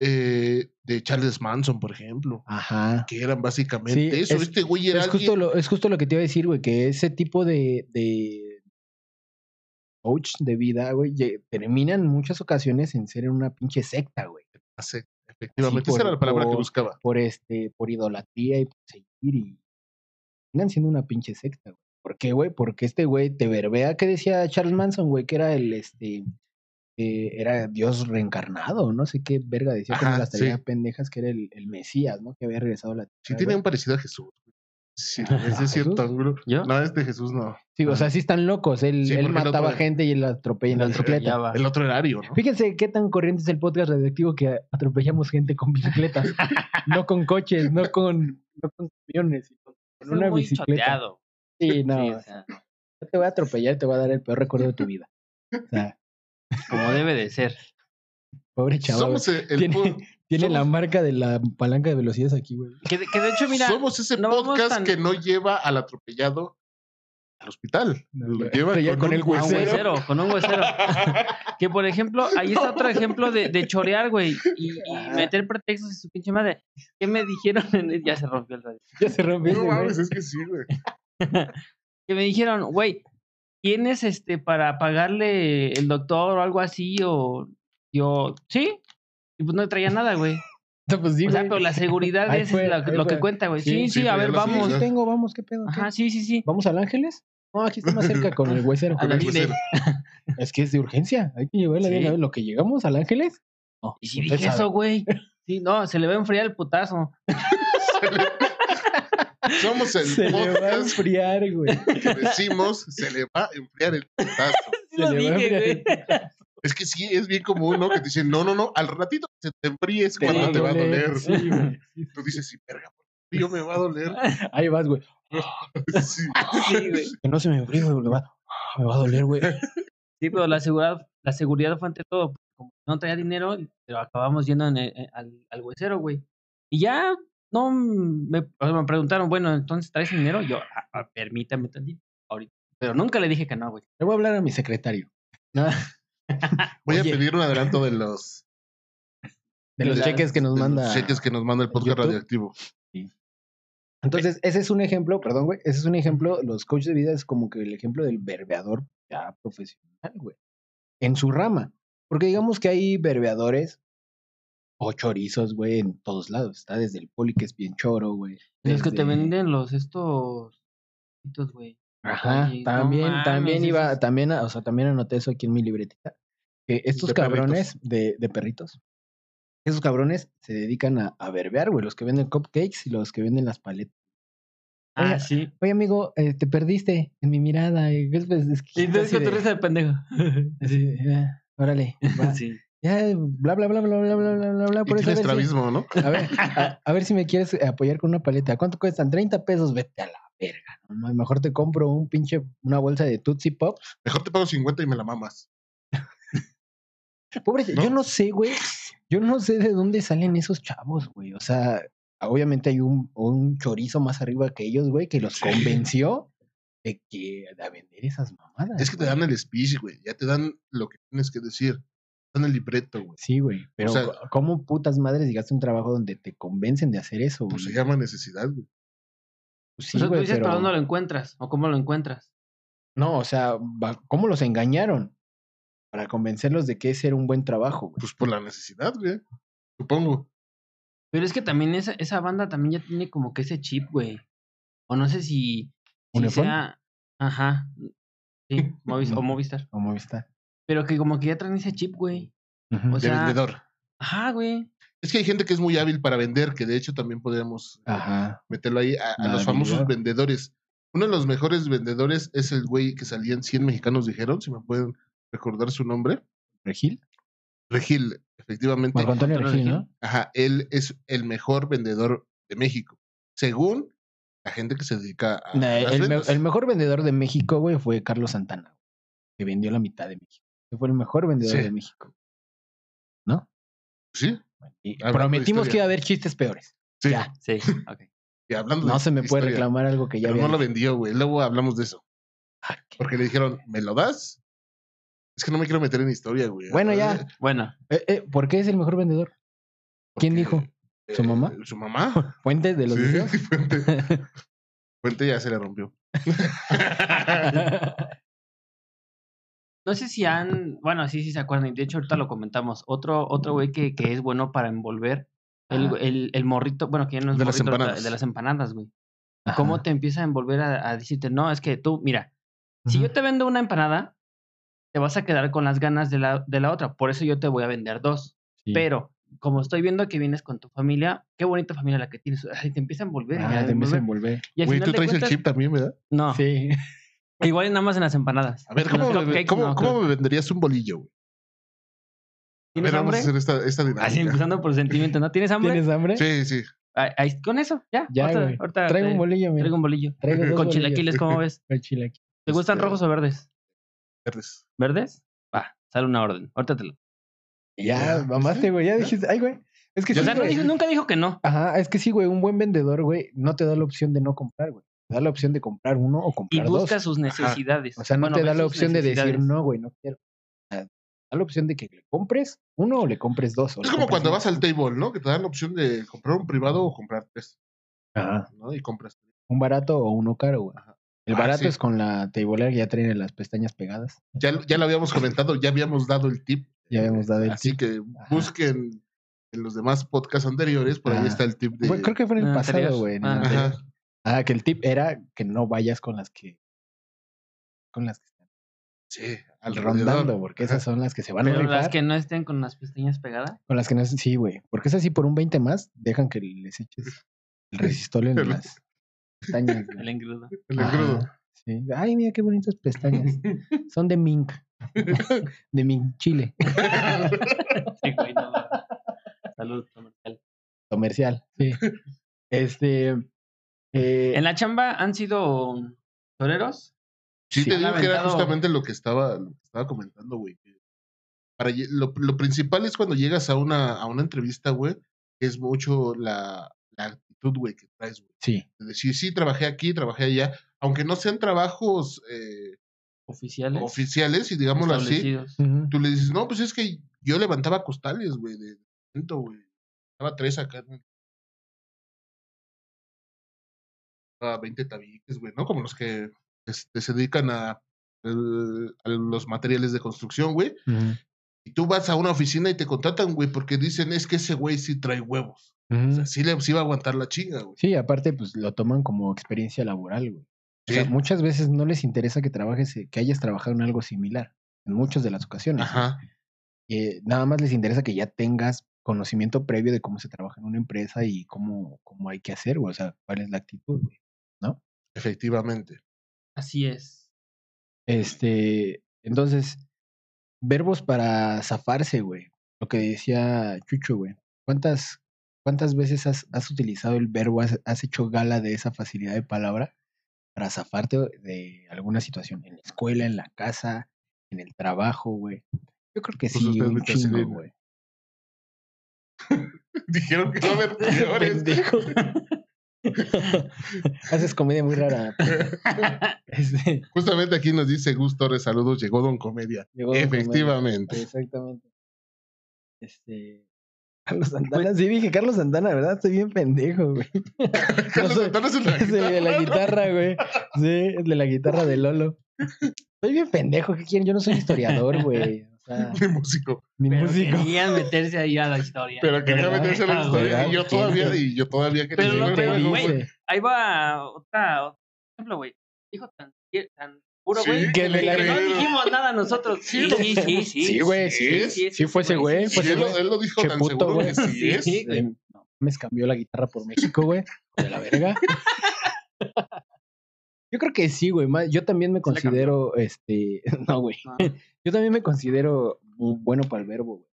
Speaker 3: eh, de Charles Manson, por ejemplo,
Speaker 5: Ajá.
Speaker 3: que eran básicamente
Speaker 5: Sí,
Speaker 3: eso.
Speaker 5: es-
Speaker 3: este güey era
Speaker 5: Es justo,
Speaker 3: alguien-
Speaker 5: lo, es justo lo que te iba a decir, güey, que ese tipo de, de coach de vida, güey, ye- termina en muchas ocasiones en ser una pinche secta, güey.
Speaker 3: Hace- efectivamente,
Speaker 5: Sí, por-
Speaker 3: esa era la palabra que
Speaker 5: por-
Speaker 3: buscaba.
Speaker 5: Por este, por idolatría y por seguir y terminan siendo una pinche secta, güey. ¿Por qué, güey? Porque este güey te verbea que decía Charles Manson, güey, que era el este eh, era Dios reencarnado, no sé qué verga decía con
Speaker 3: Ajá,
Speaker 5: las
Speaker 3: sí.
Speaker 5: tareas pendejas que era el, el Mesías, ¿no? Que había regresado a la tierra.
Speaker 3: Sí, tiene
Speaker 5: güey.
Speaker 3: un parecido a Jesús. Sí,
Speaker 4: ¿A
Speaker 3: desde cierto
Speaker 5: Jesús?
Speaker 3: ángulo.
Speaker 4: ¿Yo?
Speaker 3: No, este Jesús no.
Speaker 5: Sí, o sea, sí están locos. Él,
Speaker 3: Sí,
Speaker 5: él
Speaker 3: porque el
Speaker 5: mataba
Speaker 3: otro-
Speaker 5: gente y él atropella en la
Speaker 4: Lo
Speaker 5: bicicleta.
Speaker 4: atropellaba.
Speaker 3: El otro erario, ¿no?
Speaker 5: Fíjense qué tan corriente es el podcast radioactivo que atropellamos gente con bicicletas. no con coches, no con, no con camiones, sino con
Speaker 4: Estoy
Speaker 5: una
Speaker 4: muy
Speaker 5: bicicleta.
Speaker 4: choteado.
Speaker 5: Sí, no.
Speaker 4: Sí, o
Speaker 5: o sea,
Speaker 4: sea,
Speaker 5: yo te voy a atropellar, te voy a dar el peor recuerdo de tu vida. O sea,
Speaker 4: como debe de ser.
Speaker 5: pobre chaval.
Speaker 3: Somos el, el
Speaker 5: tiene-
Speaker 3: po-
Speaker 5: Tiene
Speaker 3: somos-
Speaker 5: la marca de la palanca de velocidades aquí, güey.
Speaker 4: Que, de- que de hecho, mira,
Speaker 3: somos ese
Speaker 4: no vamos
Speaker 3: podcast
Speaker 4: tan-
Speaker 3: que no lleva al atropellado al hospital. Lo
Speaker 5: güey.
Speaker 3: lleva
Speaker 5: Pero ya
Speaker 3: con,
Speaker 5: con
Speaker 3: un
Speaker 5: el
Speaker 4: a un
Speaker 3: huesero.
Speaker 4: huesero, con un huesero. que por ejemplo, ahí está otro ejemplo de, de chorear, güey, y, y
Speaker 5: Ah.
Speaker 4: meter pretextos en su pinche madre. ¿Qué me dijeron? en el- Ya se rompió el radio.
Speaker 5: Ya se rompió.
Speaker 3: No
Speaker 5: ese, güey.
Speaker 3: mames, es que sí, güey.
Speaker 4: que me dijeron, güey, ¿tienes este para pagarle el doctor o algo así? O yo, sí. Y pues no traía nada, güey.
Speaker 5: No, pues sí,
Speaker 4: o sea,
Speaker 5: güey.
Speaker 4: pero la seguridad
Speaker 5: Ahí
Speaker 4: es
Speaker 5: fue,
Speaker 4: la-
Speaker 5: ahí
Speaker 4: lo que
Speaker 5: fue.
Speaker 4: cuenta, güey.
Speaker 5: Sí,
Speaker 4: Sí, sí,
Speaker 3: sí,
Speaker 4: a
Speaker 3: traía
Speaker 4: ver,
Speaker 3: la
Speaker 4: vamos.
Speaker 5: Vamos,
Speaker 3: seguridad.
Speaker 5: tengo, vamos, qué pedo. qué?
Speaker 4: Ajá, sí, sí, sí.
Speaker 5: ¿Vamos al Ángeles? No, aquí está más cerca con el huesero.
Speaker 4: A la
Speaker 5: güey.
Speaker 3: Pues
Speaker 4: línea.
Speaker 3: era-
Speaker 5: Es que es de urgencia. Hay que llevarla de
Speaker 4: Sí.
Speaker 5: una vez. Lo que llegamos al Ángeles. No,
Speaker 4: Y si
Speaker 5: usted
Speaker 4: dije
Speaker 5: sabe.
Speaker 4: eso, güey. Sí, no, se le va a enfriar el putazo.
Speaker 3: Somos el
Speaker 5: Se le va a
Speaker 3: podcast
Speaker 5: enfriar, güey.
Speaker 3: que decimos se le va a enfriar el putazo.
Speaker 4: Sí
Speaker 5: Se
Speaker 4: lo
Speaker 5: le va a
Speaker 4: dije,
Speaker 5: enfriar el
Speaker 4: güey.
Speaker 3: Es que sí, es bien común, ¿no? Que te dicen, no, no, no, al ratito que se te enfríe es
Speaker 5: Te
Speaker 3: cuando te va a doler.
Speaker 5: Sí, güey.
Speaker 3: Tú dices, sí, verga, por frío me va a doler. Pues
Speaker 5: Ahí vas, güey.
Speaker 3: Sí.
Speaker 4: Sí, güey.
Speaker 5: Que no se me enfríe, güey. Me va, me va a doler, güey.
Speaker 4: Sí, pero la seguridad, la seguridad fue ante todo. porque Como no traía dinero, pero acabamos yendo en el- en- al, al huesero, güey. Y ya no mm, me, o sea, me preguntaron, bueno, entonces traes dinero. Yo, "Ah, ah, permítame tantito, ahorita. Pero nunca le dije que no, güey.
Speaker 5: Le voy a hablar a mi secretario.
Speaker 3: Voy
Speaker 5: Oye.
Speaker 3: a pedir un adelanto de los,
Speaker 5: De los
Speaker 4: Ya,
Speaker 5: cheques que nos
Speaker 3: de los
Speaker 5: manda.
Speaker 3: cheques que nos manda el podcast
Speaker 5: YouTube.
Speaker 3: radioactivo.
Speaker 5: Entonces, ese es un ejemplo, perdón, güey. Ese es un ejemplo. Los coaches de vida es como que el ejemplo del verbeador ya profesional, güey. En su rama. Porque digamos que hay verbeadores o chorizos, güey, en todos lados. Está desde el poli, que es bien choro, güey.
Speaker 4: Los que te
Speaker 5: desde-
Speaker 4: venden los estos. estos, güey.
Speaker 5: Ajá,
Speaker 4: Oye, no
Speaker 5: también, también
Speaker 4: mames,
Speaker 5: iba,
Speaker 4: esos-
Speaker 5: también, o sea, también anoté eso aquí en mi libretita. Que estos
Speaker 3: De perritos.
Speaker 5: cabrones de, de perritos, esos cabrones se dedican a, a verbear, güey, los que venden cupcakes y los que venden las paletas.
Speaker 4: Ah,
Speaker 5: Oye,
Speaker 4: sí.
Speaker 5: Oye, amigo, eh, te perdiste en mi mirada. eh, es- pues, es que
Speaker 4: Y entonces
Speaker 5: así
Speaker 4: con tu
Speaker 5: de-
Speaker 4: risa de pendejo.
Speaker 5: así de, ah, órale, va.
Speaker 4: Sí.
Speaker 5: ya, bla, bla, bla, bla, bla, bla, bla, bla, bla,
Speaker 3: Y
Speaker 5: por eso a
Speaker 3: tienes
Speaker 5: ver, si,
Speaker 3: estrabismo, ¿no?
Speaker 5: a, ver, a- a ver si me quieres apoyar con una paleta. ¿Cuánto cuestan? 30 pesos, vete a la verga. ¿no? Mejor te compro un pinche, una bolsa de Tootsie Pop
Speaker 3: Mejor te pago 50 y me la mamas.
Speaker 5: Pobre, yo
Speaker 3: ¿no?
Speaker 5: no sé, güey. Yo no sé de dónde salen esos chavos, güey. O sea, obviamente hay un, un chorizo más arriba que ellos, güey, que los
Speaker 3: Sí.
Speaker 5: convenció de que de a vender esas mamadas.
Speaker 3: Es que te dan el speech, güey. Ya te dan lo que tienes que decir. Te dan el libreto, güey.
Speaker 5: Sí, güey. Pero
Speaker 3: sea-
Speaker 5: co- ¿cómo putas madres llegaste a un trabajo donde te convencen de hacer eso, güey?
Speaker 3: Pues se llama necesidad, güey.
Speaker 5: Pues
Speaker 4: o
Speaker 5: sí,
Speaker 4: sea, tú
Speaker 5: güey,
Speaker 4: dices,
Speaker 5: pero...
Speaker 4: ¿para dónde lo encuentras? ¿O cómo lo encuentras?
Speaker 5: No, o sea, va- ¿cómo los engañaron? Para convencerlos de que ese era un buen trabajo, güey.
Speaker 3: Pues por la necesidad, güey. Supongo.
Speaker 4: Pero es que también esa, esa banda también ya tiene como que ese chip, güey. O no sé si, si
Speaker 5: ¿Unifón?
Speaker 4: sea. Ajá. Sí, Movis- o Movistar.
Speaker 5: O Movistar.
Speaker 4: Pero que como que ya traen ese chip, güey.
Speaker 5: Ujú.
Speaker 4: O
Speaker 3: de
Speaker 4: sea-
Speaker 3: vendedor.
Speaker 4: Ajá, güey.
Speaker 3: Es que hay gente que es muy hábil para vender, que de hecho también podríamos
Speaker 5: Ajá.
Speaker 3: meterlo ahí a, a
Speaker 5: La
Speaker 3: los famosos
Speaker 5: habilidad.
Speaker 3: vendedores. Uno de los mejores vendedores es el güey que salían 100 mexicanos, dijeron, si me pueden recordar su nombre.
Speaker 5: ¿Regil?
Speaker 3: Regil, efectivamente.
Speaker 5: Marco Antonio
Speaker 4: Antonio
Speaker 5: Regil,
Speaker 4: Regil.
Speaker 5: ¿no?
Speaker 3: Ajá, él es el mejor vendedor de México, según la gente que se dedica a.
Speaker 5: Nah,
Speaker 3: las
Speaker 5: el, me-
Speaker 3: ventas.
Speaker 5: el mejor vendedor de México, güey, fue Carlos Santana, güey, que vendió la mitad de México. Que fue el mejor vendedor
Speaker 3: Sí.
Speaker 5: de México.
Speaker 3: Sí,
Speaker 5: Y
Speaker 3: Hablando de
Speaker 5: prometimos que
Speaker 3: historia.
Speaker 5: iba a haber chistes peores.
Speaker 3: sí.
Speaker 5: Ya,
Speaker 4: Sí, ok.
Speaker 3: y hablando
Speaker 5: no
Speaker 3: de
Speaker 5: se me puede
Speaker 3: historia,
Speaker 5: reclamar algo que ya
Speaker 3: Pero
Speaker 5: había
Speaker 3: no lo
Speaker 5: dicho.
Speaker 3: vendió, güey. Luego hablamos de eso.
Speaker 5: Ah, qué-
Speaker 3: Porque le dijeron, ¿me lo das? Es que no me quiero meter en historia, güey.
Speaker 5: Bueno, ya.
Speaker 3: Porque,
Speaker 4: Bueno,
Speaker 5: Eh, eh, ¿Por qué es el mejor vendedor? ¿Quién dijo? ¿Su
Speaker 3: eh,
Speaker 5: mamá?
Speaker 3: Su mamá.
Speaker 5: ¿Fuentes de los
Speaker 3: Sí,
Speaker 5: deseos?
Speaker 3: Fuente. Fuente ya se le rompió.
Speaker 4: no sé si han, bueno, sí, sí se acuerdan, y de hecho ahorita lo comentamos. Otro, otro güey que, que es bueno para envolver, el,
Speaker 5: Ajá.
Speaker 4: el, el morrito, bueno, que ya no es
Speaker 3: De las
Speaker 4: morrito ahorita,
Speaker 3: empanadas.
Speaker 4: de las empanadas, güey. ¿Cómo te empieza a envolver a, a decirte, no, es que tú, mira, si yo te vendo una empanada, te vas a quedar con las ganas de la, de la otra. Por eso yo te voy a vender dos.
Speaker 5: Sí.
Speaker 4: Pero como estoy viendo que vienes con tu familia, qué bonita familia la que tienes. Ay, te empieza a envolver. y
Speaker 5: Ah,
Speaker 4: a
Speaker 5: te empieza a
Speaker 4: envolver.
Speaker 5: envolver.
Speaker 4: Y al
Speaker 3: Güey,
Speaker 4: final
Speaker 3: tú
Speaker 4: de
Speaker 3: traes
Speaker 4: cuentas-
Speaker 3: el chip también, ¿verdad?
Speaker 4: No,
Speaker 5: Sí.
Speaker 4: igual y nada más en las empanadas.
Speaker 3: A ver,
Speaker 4: En
Speaker 3: ¿cómo,
Speaker 4: los
Speaker 3: me-
Speaker 4: cupcakes,
Speaker 3: cómo-
Speaker 4: no,
Speaker 3: cómo
Speaker 4: creo.
Speaker 3: me venderías un bolillo, güey? A
Speaker 4: ¿Tienes
Speaker 3: ver, vamos
Speaker 4: hambre?
Speaker 3: a hacer esta, esta dinámica.
Speaker 4: Así empezando por sentimiento, ¿no? ¿Tienes hambre?
Speaker 5: ¿Tienes hambre?
Speaker 3: Sí, sí.
Speaker 4: Ahí- ahí- con eso, ya.
Speaker 5: Ya,
Speaker 4: ahorita-
Speaker 5: güey.
Speaker 4: ahorita
Speaker 5: Traigo
Speaker 4: te-
Speaker 5: un bolillo, mira.
Speaker 4: traigo un bolillo.
Speaker 5: Traigo dos
Speaker 4: Con
Speaker 5: bolillos.
Speaker 4: chilaquiles, ¿cómo ves?
Speaker 5: Con chilaquiles.
Speaker 4: ¿Te gustan
Speaker 3: Este-
Speaker 4: rojos o verdes?
Speaker 3: verdes.
Speaker 4: ¿Verdes? Va, sale una orden. Ahorita te lo.
Speaker 5: Ya,
Speaker 3: Ya,
Speaker 5: mamaste,
Speaker 3: ¿viste?
Speaker 5: güey. Ya dijiste, ay, güey. Es que
Speaker 3: Ya
Speaker 5: sí,
Speaker 4: O sea, no
Speaker 5: güey.
Speaker 4: dijo- nunca dijo que no.
Speaker 5: Ajá, es que sí, güey. Un buen vendedor, güey, no te da la opción de no comprar, güey. Te da la opción de comprar uno o
Speaker 4: Y
Speaker 5: comprar dos.
Speaker 4: busca sus necesidades.
Speaker 5: O sea, no
Speaker 4: Bueno,
Speaker 5: te
Speaker 4: ve
Speaker 5: da la
Speaker 4: sus
Speaker 5: opción de decir,
Speaker 4: necesidades.
Speaker 5: no, güey, no quiero. O sea, te da la opción de que le compres uno o le compres dos. o
Speaker 3: Es
Speaker 5: le
Speaker 3: como
Speaker 5: compres
Speaker 3: cuando
Speaker 5: uno.
Speaker 3: vas al table, ¿no? Que te dan la opción de comprar un privado o comprar tres,
Speaker 5: Ajá,
Speaker 3: ¿no? Y compras tres.
Speaker 5: un barato o uno caro, güey.
Speaker 3: Ajá.
Speaker 5: El
Speaker 3: Ah,
Speaker 5: barato
Speaker 3: sí.
Speaker 5: es con la teibolera que ya traen las pestañas pegadas.
Speaker 3: Ya, lo- ya lo habíamos comentado, ya habíamos dado el tip.
Speaker 5: Ya habíamos dado el
Speaker 3: Así
Speaker 5: tip.
Speaker 3: que
Speaker 5: Ajá.
Speaker 3: busquen en los demás podcasts anteriores, por ahí
Speaker 5: Ajá.
Speaker 3: está el tip de...
Speaker 5: Fue- creo que fue en el
Speaker 4: Ah,
Speaker 5: pasado,
Speaker 4: anterior.
Speaker 5: güey. en el
Speaker 4: Ah,
Speaker 5: anterior.
Speaker 3: Ajá.
Speaker 5: Ah, que el tip era que no vayas con las que con las que están
Speaker 3: Sí, alrededor.
Speaker 5: rondando, porque esas son las que se van a
Speaker 4: Pero
Speaker 5: rifar.
Speaker 4: las que no estén con las pestañas pegadas.
Speaker 5: Con las que no sí, güey, porque esas sí por un 20 más dejan que les eches el resistol en
Speaker 3: El-
Speaker 5: las pestañas. güey.
Speaker 4: El engrudo.
Speaker 3: El engrudo.
Speaker 5: Ajá, sí. Ay, mira qué bonitas pestañas. Son de mink, de mink chile,
Speaker 4: Sí, güey, no. Salud, comercial.
Speaker 5: comercial. Sí. Este eh,
Speaker 4: En la chamba han sido toreros.
Speaker 3: Sí,
Speaker 5: Sí,
Speaker 3: te
Speaker 4: han
Speaker 3: digo que era
Speaker 4: aventado-
Speaker 3: justamente lo que estaba, lo que estaba comentando, güey. que Para, lle- lo, lo principal es cuando llegas a una, a una entrevista, güey, que es mucho la, la actitud, güey, que traes, güey.
Speaker 5: sí.
Speaker 3: De decir, sí, trabajé aquí, trabajé allá, aunque no sean trabajos eh,
Speaker 4: Oficiales.
Speaker 3: oficiales, y digámoslo así,
Speaker 4: establecidos.
Speaker 5: Ujú.
Speaker 3: tú le dices, no, pues es que yo levantaba costales, güey, de cemento, güey. Estaba tres acá. güey. Estaba 20 tabiques, güey, ¿no? Como los que este, se dedican a, el- a los materiales de construcción, güey.
Speaker 5: Ujú.
Speaker 3: Y tú vas a una oficina y te contratan, güey, porque dicen, es que ese güey sí trae huevos.
Speaker 5: Ujú.
Speaker 3: O sea, sí, le, sí va a aguantar la chinga, güey.
Speaker 5: Sí, aparte, pues lo toman como experiencia laboral, güey. O sea,
Speaker 3: Sí.
Speaker 5: muchas veces no les interesa que trabajes, eh, que hayas trabajado en algo similar, en muchas de las ocasiones.
Speaker 3: Ajá.
Speaker 5: Eh, nada más les interesa que ya tengas conocimiento previo de cómo se trabaja en una empresa y cómo, cómo hay que hacer, güey. O sea, cuál es la actitud, güey.
Speaker 3: Efectivamente.
Speaker 4: Así es.
Speaker 5: Este, entonces, verbos para zafarse, güey. Lo que decía Chucho, güey. ¿Cuántas, cuántas veces has, has utilizado el verbo, has, has hecho gala de esa facilidad de palabra para zafarte de alguna situación? En la escuela, en la casa, en el trabajo, güey. Yo creo que
Speaker 3: Pues
Speaker 5: sí,
Speaker 3: usted
Speaker 5: un
Speaker 3: ahorita sí
Speaker 5: chingo,
Speaker 3: le-
Speaker 5: güey.
Speaker 3: Dijeron que no haber peores.
Speaker 5: Pendejo. Haces comedia muy rara. Este,
Speaker 3: Justamente aquí nos dice Gus Torres, saludos, llegó Don Comedia.
Speaker 5: llegó Don Comedia.
Speaker 3: Efectivamente.
Speaker 5: Exactamente. Este. Carlos Santana, sí dije Carlos Santana, ¿verdad? Estoy bien pendejo, güey.
Speaker 3: Carlos
Speaker 5: soy-
Speaker 3: Santana es el
Speaker 5: Es el de la
Speaker 3: ¿no?
Speaker 5: guitarra, güey. Sí, el de la guitarra de Lolo. Estoy bien pendejo, ¿qué quieren? Yo no soy historiador, güey. O sea,
Speaker 3: de músico.
Speaker 5: ni
Speaker 4: Pero
Speaker 5: músico.
Speaker 4: querían meterse ahí a la historia.
Speaker 3: Pero quería
Speaker 5: ¿Verdad?
Speaker 3: meterse en la
Speaker 4: Ah,
Speaker 3: historia.
Speaker 5: ¿verdad?
Speaker 3: Y yo
Speaker 5: Sí,
Speaker 3: todavía,
Speaker 5: sí.
Speaker 3: y yo todavía quería
Speaker 4: Pero
Speaker 3: decir,
Speaker 4: no
Speaker 3: bueno,
Speaker 4: te
Speaker 3: bueno,
Speaker 4: digo,
Speaker 3: bueno,
Speaker 4: güey. Ahí va otra, otro ejemplo, güey. Dijo tan, tan puro,
Speaker 3: Sí,
Speaker 4: güey.
Speaker 3: que le
Speaker 5: que le
Speaker 4: que no
Speaker 3: creyeron.
Speaker 4: dijimos nada nosotros.
Speaker 3: Sí,
Speaker 4: Sí,
Speaker 3: lo-
Speaker 4: sí, sí. Sí,
Speaker 5: Sí, güey,
Speaker 3: sí,
Speaker 5: sí.
Speaker 4: sí,
Speaker 5: Sí, fue ese güey.
Speaker 4: sí,
Speaker 5: Fue
Speaker 3: Y
Speaker 5: ese
Speaker 3: él,
Speaker 5: güey.
Speaker 3: lo- él lo dijo
Speaker 5: Che
Speaker 3: tan
Speaker 5: puto,
Speaker 3: seguro
Speaker 5: güey.
Speaker 3: que sí es.
Speaker 4: Sí. güey.
Speaker 5: Eh, No, mames, cambió la guitarra por México, güey. hijo De la verga. Yo creo que sí, güey. más- Yo también me
Speaker 4: cambió.
Speaker 5: considero, este, no, güey.
Speaker 4: No.
Speaker 5: Yo también me considero bu- bueno para el verbo, güey.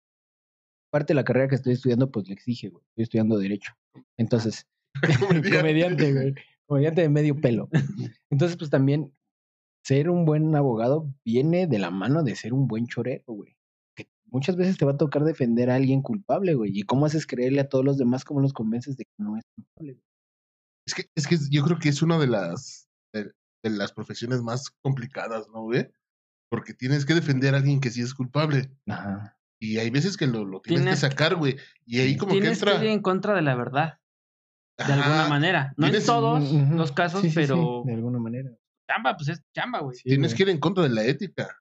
Speaker 5: Parte de la carrera que estoy estudiando, pues le exige, güey. Estoy estudiando Derecho. Entonces, comediante, güey. Comediante de medio pelo. Entonces, pues también ser un buen abogado viene de la mano de ser un buen chorero, güey. Que muchas veces te va a tocar defender a alguien culpable, güey. ¿Y cómo haces creerle a todos los demás? ¿Cómo los convences de que no es culpable? güey?
Speaker 3: Es que, es que yo creo que es una de las, de, de las profesiones más complicadas, ¿no, güey? Porque tienes que defender a alguien que sí es culpable.
Speaker 5: Ajá.
Speaker 3: Y hay veces que lo, lo tienes,
Speaker 4: Tienes-
Speaker 3: que sacar, güey. Y ahí como que
Speaker 4: Tienes que
Speaker 3: entra.
Speaker 4: ir en contra de la verdad, de
Speaker 3: Ajá,
Speaker 4: alguna manera. No en
Speaker 3: Tienes-
Speaker 4: todos
Speaker 5: Ujú.
Speaker 4: los casos,
Speaker 5: Sí, sí,
Speaker 4: pero
Speaker 5: sí, de alguna manera.
Speaker 4: chamba, pues es chamba, güey.
Speaker 5: Sí,
Speaker 3: Tienes
Speaker 5: güey.
Speaker 3: que ir en contra de la ética.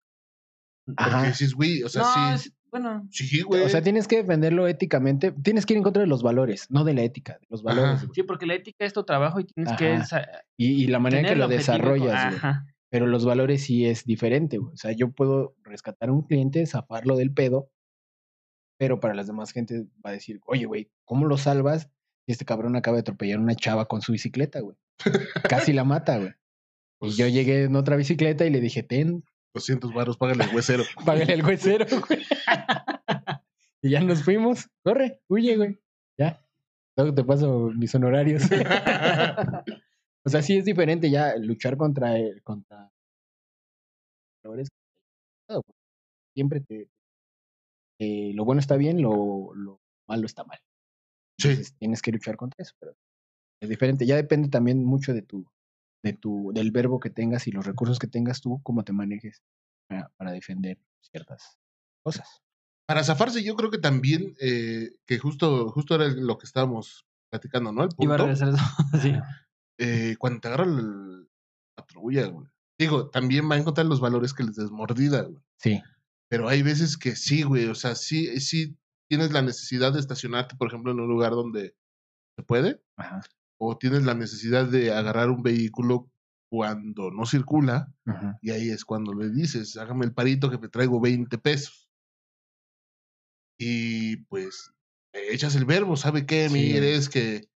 Speaker 3: Porque
Speaker 5: Ajá.
Speaker 3: dices, güey, o sea,
Speaker 4: no,
Speaker 3: sí.
Speaker 4: es- bueno,
Speaker 3: Sí, güey.
Speaker 4: Pues
Speaker 5: O sea, tienes que defenderlo éticamente. Tienes que ir en contra de los valores, no de la ética, de los
Speaker 3: Ajá.
Speaker 5: valores. güey.
Speaker 4: sí, porque la ética es tu trabajo y tienes
Speaker 5: Ajá.
Speaker 4: que sa-
Speaker 5: Y, y la manera en
Speaker 4: tener
Speaker 5: que
Speaker 4: el
Speaker 5: lo
Speaker 4: objetivo.
Speaker 5: desarrollas, güey.
Speaker 4: Ajá.
Speaker 5: Pero los valores sí es diferente, güey. O sea, yo puedo rescatar a un cliente, zafarlo del pedo, pero para las demás gente va a decir, oye, güey, ¿cómo lo salvas si este cabrón acaba de atropellar a una chava con su bicicleta, güey? Casi la mata, güey. Y
Speaker 3: pues,
Speaker 4: Pues
Speaker 5: yo llegué en otra bicicleta y le dije, ten,
Speaker 3: 200 baros, págale al huesero.
Speaker 5: págale al huesero, güey. y ya nos fuimos. Corre, huye, güey. Ya. Luego te paso mis honorarios. o sea, sí es diferente ya luchar contra el, contra valores. Siempre te, eh, lo bueno está bien, lo, lo malo está mal.
Speaker 3: sí,
Speaker 5: Entonces, tienes que luchar contra eso, pero es diferente. Ya depende también mucho de tu, de tu, del verbo que tengas y los recursos que tengas tú, cómo te manejes para, para defender ciertas cosas.
Speaker 3: para zafarse, yo creo que también, eh, que justo, justo era lo que estábamos platicando, ¿no? El
Speaker 4: Iba a
Speaker 3: punto,
Speaker 4: regresar eso. sí.
Speaker 3: eh, cuando te agarra el- la patrulla, güey. Digo, también va a encontrar los valores que les des mordida, güey.
Speaker 5: Sí.
Speaker 3: Pero hay veces que sí, güey. O sea, sí, sí tienes la necesidad de estacionarte, por ejemplo, en un lugar donde se puede,
Speaker 5: Ajá.
Speaker 3: o tienes la necesidad de agarrar un vehículo cuando no circula,
Speaker 5: Ajá.
Speaker 3: y ahí es cuando le dices, hágame el parito que te traigo 20 pesos. Y pues eh, echas el verbo, ¿sabe qué?
Speaker 5: Sí. eh.
Speaker 3: Mire, es que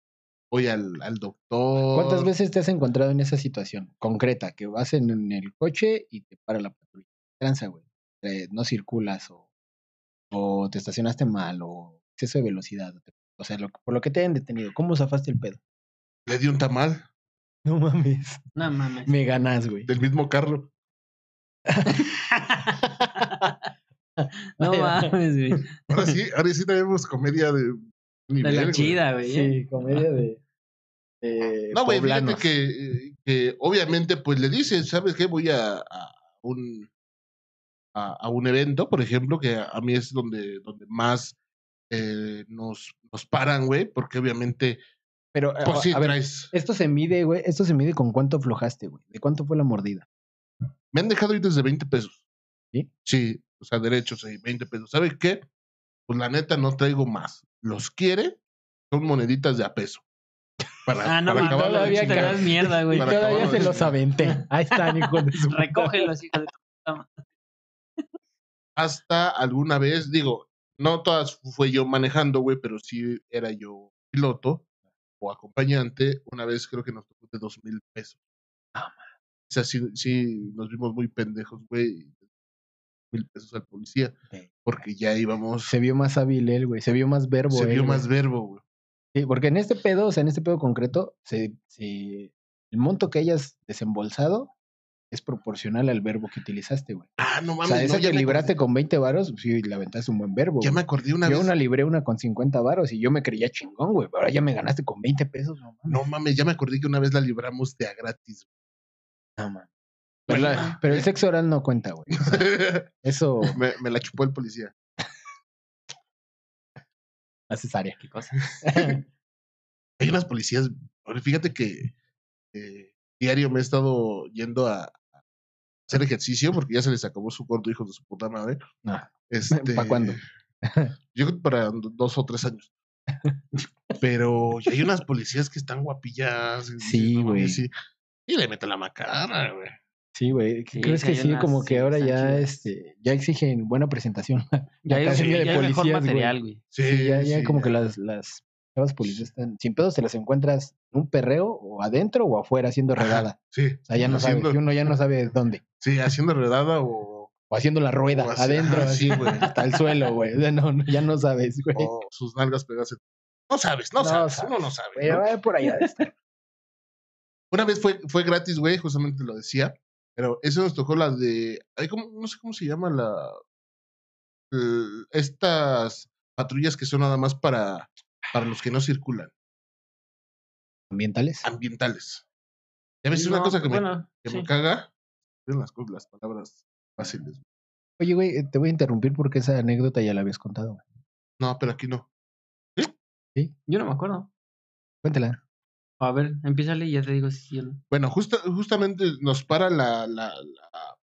Speaker 3: voy al, al doctor.
Speaker 5: ¿Cuántas veces te has encontrado en esa situación concreta? Que vas en, en el coche y te para la patrulla. Tranza, güey. Eh, no circulas o, o te estacionaste mal o exceso de velocidad. o te- O sea, lo, que- por lo que te hayan detenido. ¿Cómo zafaste el pedo?
Speaker 3: Le di un tamal
Speaker 5: No mames.
Speaker 4: No mames.
Speaker 5: Me ganas, güey.
Speaker 3: del mismo carro.
Speaker 4: No
Speaker 5: Vaya.
Speaker 4: mames, güey.
Speaker 3: Ahora sí, ahora sí tenemos comedia de
Speaker 4: De
Speaker 3: nivel,
Speaker 4: la
Speaker 3: güey.
Speaker 4: chida, güey. ¿eh?
Speaker 5: Sí, comedia de. de
Speaker 3: No, güey, fíjate
Speaker 5: eh, poblanos.
Speaker 3: que, eh, que obviamente pues le dices, ¿sabes qué? Voy a, a un a, a un evento, por ejemplo, que a, a mí es donde, donde más eh, nos, nos paran, güey, porque obviamente
Speaker 5: Pero, eh, a-
Speaker 3: pues sí
Speaker 5: a ver,
Speaker 3: traes-
Speaker 5: esto se mide, güey. Esto se mide con cuánto aflojaste, güey. ¿De cuánto fue la mordida?
Speaker 3: Me han dejado ir desde 20 pesos.
Speaker 5: ¿Sí?
Speaker 3: Sí, o sea, derechos ahí, 20 pesos. ¿Sabes qué? Pues la neta no traigo más. Los quiere, son moneditas de a peso. Para,
Speaker 4: Ah, no
Speaker 3: para
Speaker 4: mames.
Speaker 3: acabarla de
Speaker 5: todavía
Speaker 4: Todavía te
Speaker 3: chingar.
Speaker 4: das mierda, güey.
Speaker 3: Para acabarla de chingar.
Speaker 5: aventé. Ahí están, hijo de su puta.
Speaker 4: Recógelos, hijo de tu
Speaker 3: hasta alguna vez, digo, no todas fue yo manejando, güey, pero sí era yo piloto o acompañante. Una vez creo que nos tocó de dos mil pesos.
Speaker 5: Ah,
Speaker 3: O sea, sí, sí nos vimos muy pendejos, güey. Mil pesos al policía,
Speaker 5: Sí.
Speaker 3: porque ya íbamos.
Speaker 5: Se vio más hábil él, güey. Se vio más verbo. eh.
Speaker 3: se
Speaker 5: él,
Speaker 3: vio
Speaker 5: güey.
Speaker 3: más verbo, güey.
Speaker 5: Sí, porque en este pedo, o sea, en este pedo concreto, se, se- el monto que hayas desembolsado es proporcional al verbo que utilizaste, güey.
Speaker 3: Ah, no
Speaker 5: O
Speaker 3: mames.
Speaker 5: sea, esa
Speaker 3: no, ya
Speaker 5: que
Speaker 3: me
Speaker 5: libraste
Speaker 3: acordé.
Speaker 5: con 20 varos, pues, sí, le aventaste un buen verbo.
Speaker 3: Ya
Speaker 5: güey.
Speaker 3: me acordé una
Speaker 5: yo
Speaker 3: vez.
Speaker 5: una libré una con 50 varos y yo me creía chingón, güey. Ahora ya me ganaste con 20 pesos, no mames.
Speaker 3: No mames, ya me acordé que una vez la libramos de a gratis.
Speaker 5: No mames. Pero, la-
Speaker 4: Ah,
Speaker 5: pero el sexo oral no cuenta, güey. Eso
Speaker 3: me, me la chupó el policía.
Speaker 5: es cesárea.
Speaker 4: qué cosa.
Speaker 3: Hay unas policías. ahora Fíjate que eh, diario me he estado yendo a a hacer ejercicio porque ya se les acabó su corto, hijo de su puta madre.
Speaker 5: Ah.
Speaker 3: Este,
Speaker 5: ¿Para cuándo?
Speaker 3: Yo creo que para do- dos o tres años. Pero ya hay unas policías que están guapillas. y dices,
Speaker 5: Sí,
Speaker 3: "No mames,
Speaker 5: güey.
Speaker 3: sí". Y le meten la macana, güey.
Speaker 5: Sí, güey. ¿qué
Speaker 4: Sí,
Speaker 5: ¿Crees
Speaker 4: sí
Speaker 5: que
Speaker 4: hay
Speaker 5: sí?
Speaker 4: unas,
Speaker 5: Como
Speaker 4: sí,
Speaker 5: que ahora
Speaker 4: están
Speaker 5: ya,
Speaker 4: chidas.
Speaker 5: este, ya exigen buena presentación.
Speaker 4: Ya hay,
Speaker 5: Academia de
Speaker 4: ya hay mejor
Speaker 5: policías, güey.
Speaker 4: material, güey.
Speaker 3: Sí,
Speaker 5: Sí, ya, ya
Speaker 3: sí,
Speaker 5: como que las, las chavas policías están sin pedo, se las encuentras en un perreo o adentro o afuera haciendo
Speaker 3: Ajá.
Speaker 5: redada.
Speaker 3: Sí,
Speaker 5: O sea, ya no sabe,
Speaker 3: Haciendo-
Speaker 5: y uno ya no sabe dónde.
Speaker 3: sí, haciendo redada o
Speaker 5: O haciendo la rueda
Speaker 3: O hacia-
Speaker 5: adentro,
Speaker 4: ah,
Speaker 3: ajá,
Speaker 5: así,
Speaker 3: sí, güey.
Speaker 5: hasta el suelo, güey. O sea, no, no, ya no sabes, güey.
Speaker 3: o sus nalgas pegadas. en- No sabes, no,
Speaker 5: No
Speaker 3: sabes,
Speaker 5: sabes,
Speaker 3: uno no sabe. ¿no?
Speaker 5: Pero eh, por allá de estar.
Speaker 3: Una vez fue, fue gratis, güey, justamente lo decía, pero eso nos tocó la de, ay, ¿cómo- no sé cómo se llama la, eh, estas patrullas que son nada más para, para los que no circulan, Ah,
Speaker 5: ¿Ambientales?
Speaker 3: ambientales. Ya ves, es una
Speaker 4: No,
Speaker 3: cosa que, me,
Speaker 4: bueno,
Speaker 3: que
Speaker 4: sí.
Speaker 3: me caga, ven las, cosas- las palabras fáciles.
Speaker 5: Oye, güey, eh, te voy a interrumpir porque esa anécdota ya la habías contado. güey.
Speaker 3: No, pero aquí no.
Speaker 4: Yo no me acuerdo.
Speaker 5: Cuéntela.
Speaker 4: A ver, empiézale y ya te digo si sí o no.
Speaker 3: Bueno, justa- justamente nos para la, la, la,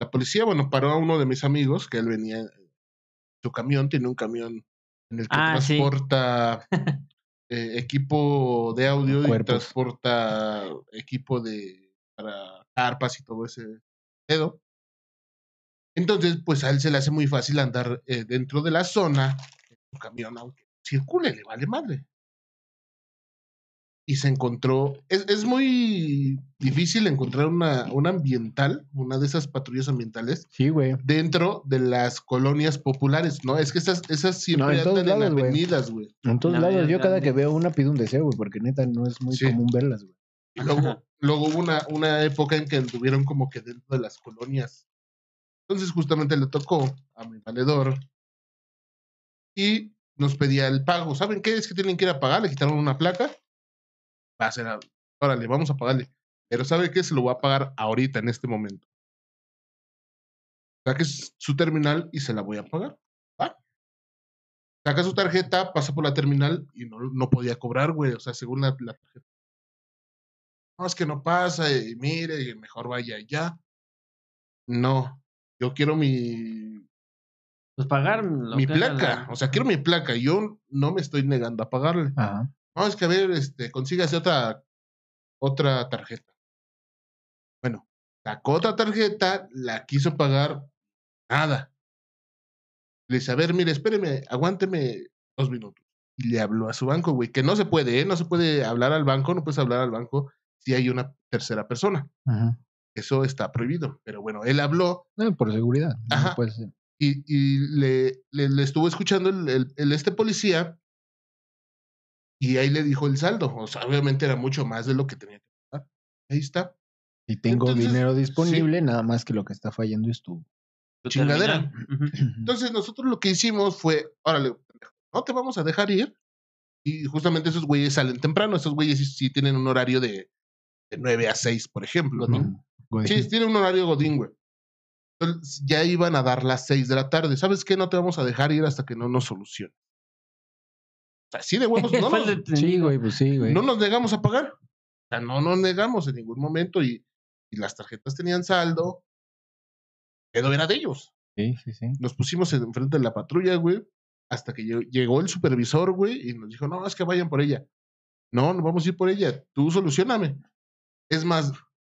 Speaker 3: la policía. Bueno, paró a uno de mis amigos que él venía en su camión, tiene un camión en el que
Speaker 4: Ah, sí.
Speaker 3: transporta eh, equipo de audio y
Speaker 5: Cuerpos.
Speaker 3: transporta equipo de para carpas y todo ese pedo. Entonces, pues a él se le hace muy fácil andar eh, dentro de la zona en su camión, aunque circule, le vale madre. Y se encontró, es, es muy difícil encontrar una, una ambiental, una de esas patrullas ambientales,
Speaker 5: Sí, güey.
Speaker 3: dentro de las colonias populares, ¿no? Es que esas, esas siempre
Speaker 5: en todos
Speaker 3: andan en
Speaker 5: lados, güey.
Speaker 3: avenidas, güey.
Speaker 5: En todos
Speaker 4: La vida
Speaker 5: lados, yo cada
Speaker 4: grande.
Speaker 5: que veo una pido un deseo, güey, porque neta no es muy
Speaker 3: Sí.
Speaker 5: común verlas, güey.
Speaker 3: Y Luego, luego hubo una, una época en que anduvieron como que dentro de las colonias. Entonces justamente le tocó a mi valedor y nos pedía el pago. ¿Saben qué? Es que tienen que ir a pagar, le quitaron una placa. Va a ser, a- órale, vamos a pagarle. Pero ¿sabe qué? Se lo va a pagar ahorita, en este momento. Saque s- su terminal y se la voy a pagar. ¿va? Saca su tarjeta, pasa por la terminal y no, no podía cobrar, güey. O sea, según la, la tarjeta. No, es que no pasa, y mire, y mejor vaya allá. No, yo quiero mi,
Speaker 4: Pues pagar. lo
Speaker 3: mi
Speaker 4: que era
Speaker 3: placa.
Speaker 4: la-
Speaker 3: O sea, quiero mi placa. Yo no me estoy negando a pagarle.
Speaker 5: Ajá.
Speaker 3: No, es que a ver, este, consígase otra, otra tarjeta. Bueno, sacó otra tarjeta, la quiso pagar, nada. Le dice, a ver, mire, espéreme, aguánteme dos minutos. Y le habló a su banco, güey, que no se puede, ¿eh? No se puede hablar al banco, no puedes hablar al banco si hay una tercera persona.
Speaker 5: Ajá.
Speaker 3: Eso está prohibido. Pero bueno, él habló
Speaker 5: No, Ah, por seguridad. no Pues, eh,
Speaker 3: Ajá.
Speaker 5: puede ser.
Speaker 3: y, y le, le- le estuvo escuchando el, el- el- este policía y ahí le dijo el saldo. O sea, obviamente era mucho más de lo que tenía que pagar. Ahí está.
Speaker 5: Si tengo
Speaker 3: Entonces,
Speaker 5: dinero
Speaker 3: sí.
Speaker 5: disponible, nada más que lo que está fallando es tú.
Speaker 4: tu
Speaker 3: chingadera.
Speaker 4: terminal. Ujú.
Speaker 3: Entonces nosotros lo que hicimos fue, órale, pendejo, no te vamos a dejar ir. Y justamente esos güeyes salen temprano. Esos güeyes sí, sí tienen un horario de, de 9 a 6, por ejemplo. ¿no?
Speaker 5: Ujú. Güey.
Speaker 3: Sí, tiene un horario godín, güey. Entonces, ya iban a dar las 6 de la tarde. ¿Sabes qué? No te vamos a dejar ir hasta que no nos soluciones. O sea, sí de huevos. No,
Speaker 4: Fue
Speaker 3: nos-
Speaker 4: el
Speaker 5: Sí,
Speaker 4: enemigo.
Speaker 5: güey, pues sí, güey.
Speaker 3: no nos negamos a pagar. O sea, no nos negamos en ningún momento y, y las tarjetas tenían saldo. Pero era de ellos.
Speaker 5: Sí, sí, sí.
Speaker 3: Nos pusimos enfrente de la patrulla, güey, hasta que lle- llegó el supervisor, güey, y nos dijo, no, es que vayan por ella. No, no vamos a ir por ella. Tú solucioname. Es más,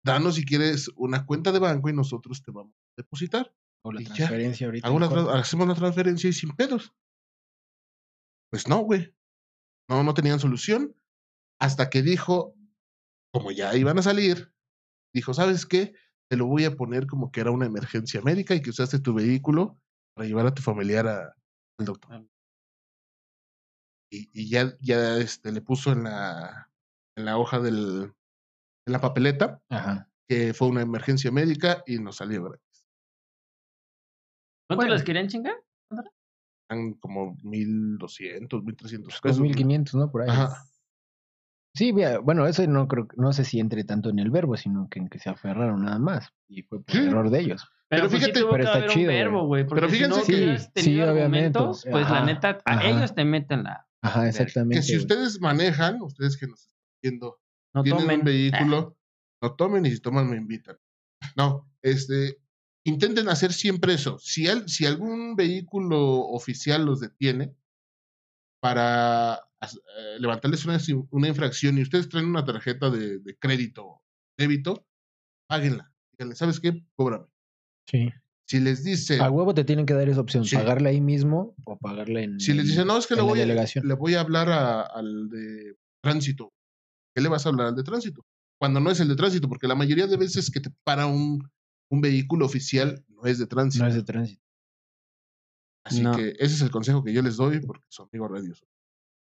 Speaker 3: danos si quieres una cuenta de banco y nosotros te vamos a depositar.
Speaker 5: Hago la
Speaker 3: Y ya.
Speaker 5: transferencia ahorita.
Speaker 3: Hago
Speaker 5: en
Speaker 3: la tran-
Speaker 5: corto.
Speaker 3: hacemos la transferencia y sin pedos. Pues no, güey. No, no tenían solución. Hasta que dijo, como ya iban a salir, dijo, ¿sabes qué? Te lo voy a poner como que era una emergencia médica y que usaste tu vehículo para llevar a tu familiar a- al doctor. Y, y ya, ya este, le puso en la, en la hoja del, en la papeleta
Speaker 5: Ajá.
Speaker 3: que fue una emergencia médica y nos salió gratis.
Speaker 4: ¿No te
Speaker 5: Bueno.
Speaker 4: las querían chingar?
Speaker 3: eran como 1200, 1300
Speaker 4: Pues,
Speaker 3: pesos. güey.
Speaker 5: 2500, ¿no? Por ahí.
Speaker 3: Ajá.
Speaker 5: Sí, vea, bueno, eso no creo, que- no sé si entre tanto en el verbo, sino que en que se aferraron nada más. Y fue por
Speaker 3: Sí.
Speaker 5: error de ellos.
Speaker 4: Pero,
Speaker 3: Pero
Speaker 4: pues, sí
Speaker 3: fíjate-
Speaker 4: tuvo
Speaker 5: Pero
Speaker 4: que
Speaker 5: está
Speaker 4: haber
Speaker 5: chido,
Speaker 4: un verbo, güey. Porque
Speaker 3: Pero
Speaker 4: si no
Speaker 3: fíjense que-
Speaker 4: hubieras
Speaker 5: Sí,
Speaker 4: tenido
Speaker 5: sí, obviamente.
Speaker 4: argumentos, pues la
Speaker 5: Ajá,
Speaker 4: neta, a
Speaker 5: ajá.
Speaker 4: ellos te meten la.
Speaker 5: Ajá, exactamente.
Speaker 3: Que si
Speaker 5: güey.
Speaker 3: ustedes manejan, ustedes que nos están viendo,
Speaker 4: No
Speaker 3: tienen
Speaker 4: tomen.
Speaker 3: un vehículo, no tomen y si toman me invitan. No, este, intenten hacer siempre eso. Si, al- si algún vehículo oficial los detiene para as- eh, levantarles una, si- una infracción y ustedes traen una tarjeta de, de crédito o débito, páguenla. Díganle, ¿sabes qué? Cóbrame.
Speaker 5: Sí.
Speaker 3: Si les
Speaker 4: Eh,
Speaker 3: dice...
Speaker 5: A huevo te tienen que dar esa opción,
Speaker 3: Sí.
Speaker 5: pagarla ahí mismo o pagarla en.
Speaker 3: Si les
Speaker 5: el-
Speaker 3: dicen, no, es que
Speaker 5: en
Speaker 3: le
Speaker 5: la
Speaker 3: voy, a,
Speaker 5: delegación.
Speaker 3: le voy a hablar a- al de tránsito. ¿Qué le vas a hablar al de tránsito? Cuando no es el de tránsito, porque la mayoría de veces que te para un, un vehículo oficial no es de tránsito.
Speaker 5: No es de tránsito.
Speaker 3: Así
Speaker 4: No.
Speaker 3: que ese es el consejo que yo les doy, porque su amigo radioso.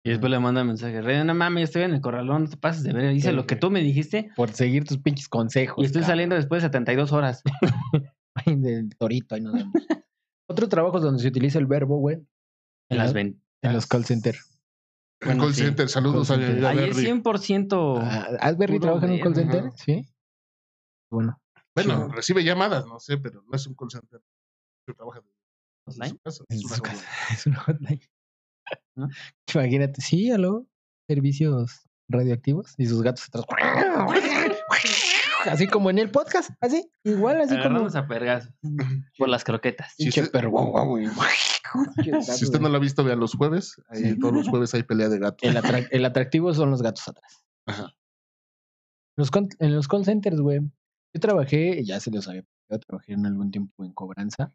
Speaker 4: Y después le manda mensaje. Rey, no mames, estoy en el corralón, no te pases de ver. Hice
Speaker 5: Sí,
Speaker 4: lo que
Speaker 5: güey.
Speaker 4: tú me dijiste
Speaker 5: Por seguir tus pinches consejos.
Speaker 4: y estoy
Speaker 5: cabrón.
Speaker 4: saliendo después de 72 horas.
Speaker 5: Ay, del torito, ahí nos vemos. Otro trabajo donde se utiliza el verbo, güey.
Speaker 4: En las ven-
Speaker 5: En los call center.
Speaker 3: En
Speaker 4: Bueno,
Speaker 3: call
Speaker 4: sí.
Speaker 3: center, saludos
Speaker 5: Call
Speaker 3: a mi
Speaker 5: center.
Speaker 3: amiga
Speaker 4: Ahí es
Speaker 3: Berry.
Speaker 4: 100%.
Speaker 5: Ah, ¿Asbury
Speaker 4: Oh. puro
Speaker 5: trabaja en un call
Speaker 4: verbo,
Speaker 5: center?
Speaker 4: ajá.
Speaker 5: Sí. Bueno,
Speaker 3: Bueno,
Speaker 5: Sí.
Speaker 3: recibe llamadas, no sé, pero no es un call center. Pero Trabaja
Speaker 5: Pues,
Speaker 3: en
Speaker 4: ¿Online?
Speaker 3: su casa.
Speaker 5: En
Speaker 3: es una
Speaker 5: su
Speaker 3: hotline.
Speaker 5: casa. Es una hotline.
Speaker 3: ¿Ah?
Speaker 5: Imagínate, sí, aló, servicios radioactivos y sus gatos atrás. Así como en el podcast, así, igual, así como.
Speaker 4: Agarramos a pergas por las croquetas.
Speaker 3: Si
Speaker 5: Pinche
Speaker 3: usted-
Speaker 5: perro, guau, güey.
Speaker 3: Si usted no lo ha visto, vean los jueves. Ahí
Speaker 5: Sí.
Speaker 3: todos los jueves hay pelea de gatos.
Speaker 5: el, atrac- el atractivo son los gatos atrás.
Speaker 3: Ajá.
Speaker 5: Los con- en los call centers, güey. Yo trabajé, ya se los había yo trabajé en algún tiempo en cobranza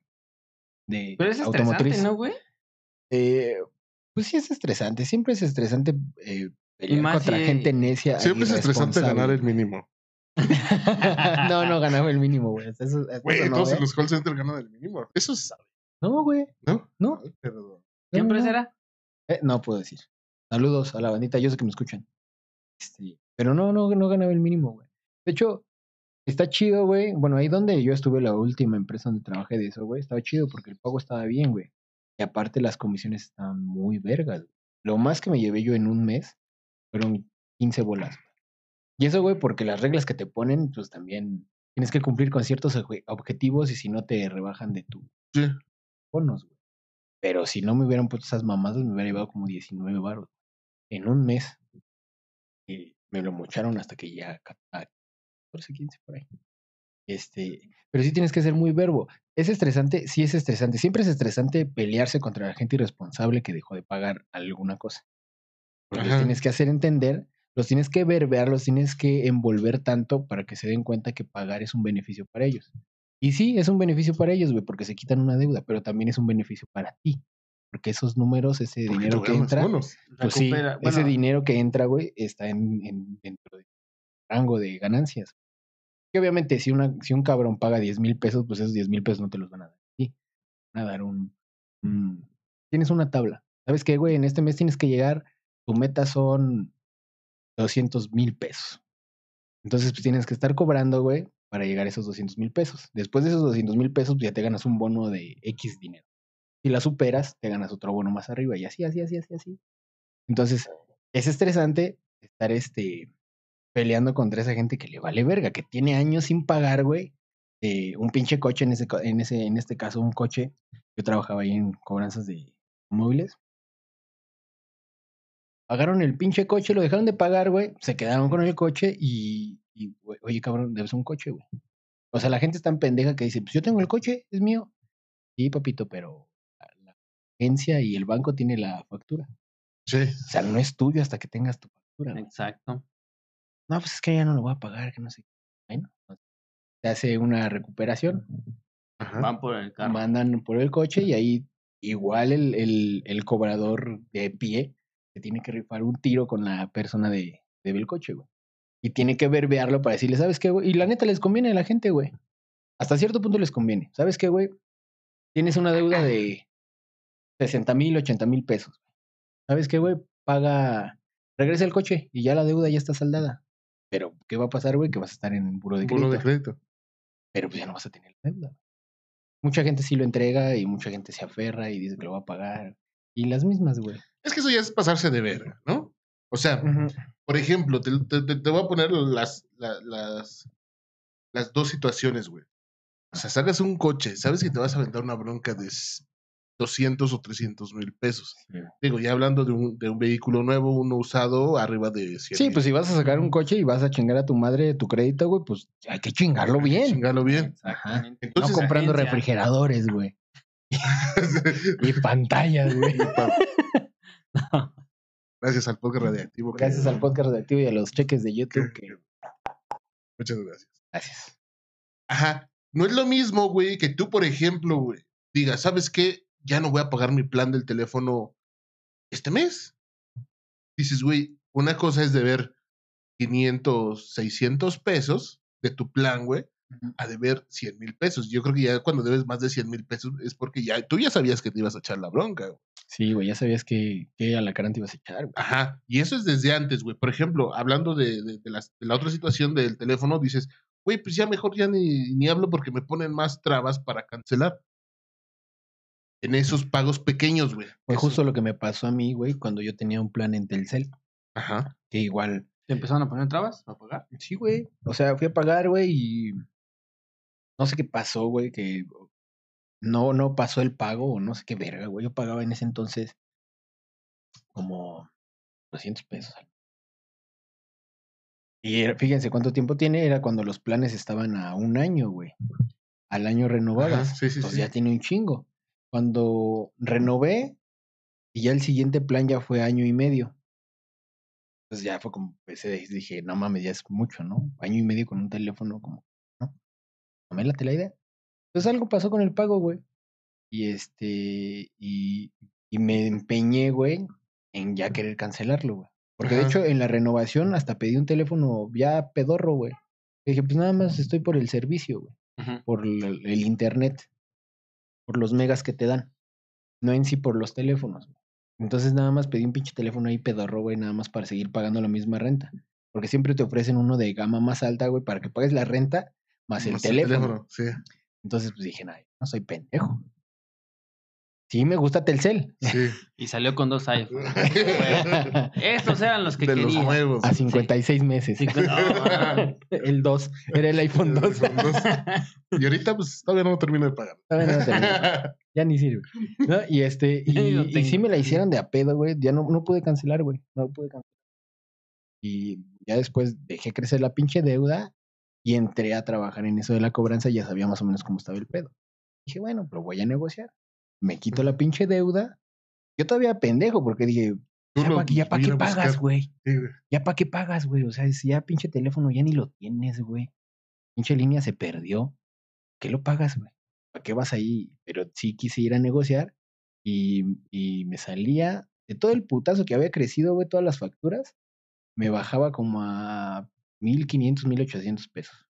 Speaker 5: de
Speaker 4: Pero es
Speaker 5: automotriz.
Speaker 4: estresante, ¿no, güey?
Speaker 5: Eh, pues sí es estresante, siempre es estresante eh, pelear
Speaker 4: más
Speaker 5: contra
Speaker 4: si-
Speaker 5: gente necia. e
Speaker 3: Siempre es estresante
Speaker 5: irresponsable.
Speaker 3: ganar el mínimo.
Speaker 5: no, no ganaba el mínimo, güey. Hasta eso- hasta
Speaker 3: Güey,
Speaker 5: eso no,
Speaker 3: todos
Speaker 5: güey.
Speaker 3: en los call centers ganan el mínimo. Eso se sabe,
Speaker 5: No, güey.
Speaker 3: ¿no?
Speaker 5: No.
Speaker 3: Pero
Speaker 5: No,
Speaker 4: ¿Qué
Speaker 5: no, no.
Speaker 4: empresa era?
Speaker 5: Eh, no puedo decir. Saludos a la bandita, yo sé que me escuchan. Este, pero no, no, no ganaba el mínimo, güey. De hecho, está chido, güey. Bueno, ahí donde yo estuve la última empresa donde trabajé de eso, güey, estaba chido porque el pago estaba bien, güey. Y aparte las comisiones estaban muy vergas. güey. Lo más que me llevé yo en un mes fueron 15 bolas. güey. Y eso, güey, porque las reglas que te ponen, pues también tienes que cumplir con ciertos obje- objetivos y si no te rebajan de tu
Speaker 3: Sí.
Speaker 5: bonos, güey. Pero si no me hubieran puesto esas mamadas, me hubiera llevado como 19 baros en un mes. Y me lo mocharon hasta que ya ca- a 14, 15 por ahí. Este, pero sí tienes que ser muy verbo. ¿Es estresante? Sí es estresante. Siempre es estresante pelearse contra la gente irresponsable que dejó de pagar alguna cosa. Porque los
Speaker 3: Ajá.
Speaker 5: Pues tienes que hacer entender, los tienes que verbear, los tienes que envolver tanto para que se den cuenta que pagar es un beneficio para ellos. Y sí, es un beneficio para ellos, güey, porque se quitan una deuda, pero también es un beneficio para ti. Porque esos números, ese
Speaker 3: porque
Speaker 5: dinero
Speaker 3: tú
Speaker 5: que
Speaker 3: ganas
Speaker 5: entra,
Speaker 3: bonos.
Speaker 5: pues sí,
Speaker 4: Recupera-
Speaker 5: ese
Speaker 4: bueno,
Speaker 5: dinero que entra, güey, está en, en- dentro del rango de ganancias. Que obviamente, si, una, si un cabrón paga 10 mil pesos, pues esos 10 mil pesos no te los van a dar. Sí, van a dar un, un- Tienes una tabla. ¿Sabes qué, güey? En este mes tienes que llegar, tu meta son 200 mil pesos. Entonces, pues tienes que estar cobrando, güey, para llegar a esos 200 mil pesos. Después de esos 200 mil pesos, pues, ya te ganas un bono de X dinero. Si la superas, te ganas otro bono más arriba y así, así, así, así, así. Entonces, es estresante estar este peleando contra esa gente que le vale verga, que tiene años sin pagar, güey. eh, un pinche coche, en ese, co- en ese, en este caso, un coche. Yo trabajaba ahí en cobranzas de móviles. Pagaron el pinche coche, lo dejaron de pagar, güey. Se quedaron con el coche y, y, güey, oye, cabrón, debes un coche, güey. O sea, la gente es tan pendeja que dice, pues yo tengo el coche, es mío. Sí, papito, pero la- la agencia y el banco tiene la factura.
Speaker 3: Sí.
Speaker 5: O sea, no es tuyo hasta que tengas tu factura. güey.
Speaker 4: Exacto.
Speaker 5: No, pues es que ya no lo voy a pagar, que no sé. qué. Bueno, pues, se hace una recuperación,
Speaker 3: Ajá.
Speaker 4: Van por el carro.
Speaker 5: mandan por el coche y ahí igual el, el- el cobrador de pie se tiene que rifar un tiro con la persona de, de el coche, güey. Y tiene que verbearlo para decirle, ¿sabes qué, güey? Y la neta les conviene a la gente, güey. Hasta cierto punto les conviene. ¿Sabes qué, güey? Tienes una deuda de 60 mil, 80 mil pesos. ¿Sabes qué, güey? Paga, regresa el coche y ya la deuda ya está saldada. Pero, ¿qué va a pasar, güey? Que vas a estar en un buro de crédito
Speaker 3: Buro de crédito.
Speaker 5: pero pues ya no vas a tener la deuda. Mucha gente sí lo entrega y mucha gente se aferra y dice que lo va a pagar. Y las mismas, güey.
Speaker 3: Es que eso ya es pasarse de verga, ¿no? O sea, por ejemplo, te, te- te- te voy a poner las, la- las, las dos situaciones, güey. O sea, sacas un coche, sabes que te vas a aventar una bronca de s- 200 o 300 mil pesos. Digo, ya hablando de un, de un vehículo nuevo, uno usado, arriba de 100
Speaker 5: Sí, pues si vas a sacar un coche y vas a chingar a tu madre tu crédito, güey, pues hay que chingarlo bien.
Speaker 3: Chingalo bien.
Speaker 4: Exactamente.
Speaker 5: No
Speaker 3: Entonces,
Speaker 5: comprando
Speaker 4: agencia.
Speaker 5: refrigeradores, güey. Y pantallas, güey.
Speaker 3: gracias al podcast radiactivo. que-
Speaker 5: Gracias al podcast de Activo y a los cheques de YouTube. Que...
Speaker 3: Muchas gracias.
Speaker 5: Gracias.
Speaker 3: Ajá. No es lo mismo, güey, que tú, por ejemplo, güey, digas, ¿sabes qué? Ya no voy a pagar mi plan del teléfono este mes. Dices, güey, una cosa es de ver 500, 600 pesos de tu plan, güey,
Speaker 5: Ujú.
Speaker 3: a deber 100 mil pesos. Yo creo que ya cuando debes más de 100 mil pesos es porque ya tú ya sabías que te ibas a echar la bronca, güey.
Speaker 5: Sí, güey, ya sabías que, que a la cara te ibas a echar, güey.
Speaker 3: Ajá, y eso es desde antes, güey. Por ejemplo, hablando de, de- de las- de la otra situación del teléfono, dices, güey, pues ya mejor ya ni, ni hablo porque me ponen más trabas para cancelar. En esos pagos pequeños, güey.
Speaker 5: Fue
Speaker 3: Eso-
Speaker 5: justo lo que me pasó a mí, güey, cuando yo tenía un plan en Telcel,
Speaker 3: Ajá.
Speaker 5: que igual
Speaker 4: ¿Te empezaron a poner trabas para pagar?
Speaker 5: Sí, güey. O sea, fui a pagar, güey, y No sé qué pasó, güey, que no, no pasó el pago o no sé qué verga, güey. Yo pagaba en ese entonces como 200 pesos. Y era- fíjense cuánto tiempo tiene, era cuando los planes estaban a un año, güey. Al año renovabas.
Speaker 3: Ajá, sí, sí,
Speaker 5: pues
Speaker 3: sí.
Speaker 5: ya tiene un chingo. Cuando renové, y ya el siguiente plan ya fue año y medio. Entonces ya fue como, empecé, dije, no mames, ya es mucho, ¿no? Año y medio con un teléfono, como, ¿no? No me late la idea. Entonces algo pasó con el pago, güey. Y este, y, y me empeñé, güey, en ya querer cancelarlo, güey. Porque de
Speaker 3: Ajá.
Speaker 5: hecho en la renovación hasta pedí un teléfono ya pedorro, güey. Y Dije, pues nada más estoy por el servicio, güey.
Speaker 4: Ujú.
Speaker 5: Por el, el internet. Por los megas que te dan. No en sí por los teléfonos, güey. Entonces nada más pedí un pinche teléfono ahí pedorro, güey, nada más para seguir pagando la misma renta. Porque siempre te ofrecen uno de gama más alta, güey, para que pagues la renta más el
Speaker 3: Más
Speaker 5: teléfono.
Speaker 3: Sí.
Speaker 5: Entonces, pues dije, "Ay, no soy pendejo. Sí, me gusta Telcel.
Speaker 3: sí.
Speaker 4: Y salió con dos iPhones.
Speaker 5: a
Speaker 4: Estos eran los que
Speaker 3: de los
Speaker 4: quería.
Speaker 3: nuevos.
Speaker 5: 56 meses.
Speaker 4: Sí, claro.
Speaker 5: el 2. Era el iPhone 2.
Speaker 3: Con dos. Y ahorita, pues, todavía no termino de pagar.
Speaker 5: Todavía no lo tenía. ya ni sirve. ¿no? Y este, y,
Speaker 4: Ya ni lo
Speaker 5: y sí
Speaker 4: tengo.
Speaker 5: me la hicieron de a pedo, güey. Ya no, no pude cancelar, güey. No pude cancelar. Y ya después dejé crecer la pinche deuda y entré a trabajar en eso de la cobranza. Ya sabía más o menos cómo estaba el pedo. Dije, bueno, lo voy a negociar. Me quito la pinche deuda. Yo todavía pendejo porque dije,
Speaker 3: Tú
Speaker 5: ya
Speaker 3: lo
Speaker 5: para ya pa'
Speaker 3: voy a ir
Speaker 5: qué
Speaker 3: a buscar.
Speaker 5: pagas, güey.
Speaker 3: Sí, güey.
Speaker 5: Ya para qué pagas, güey. O sea, es- ya pinche teléfono ya ni lo tienes, güey. Pinche línea se perdió. ¿Qué lo pagas, güey? ¿Para qué vas ahí? Pero sí quise ir a negociar y, y me salía de todo el putazo que había crecido, güey, todas las facturas, me bajaba como a 1500, 1800 pesos.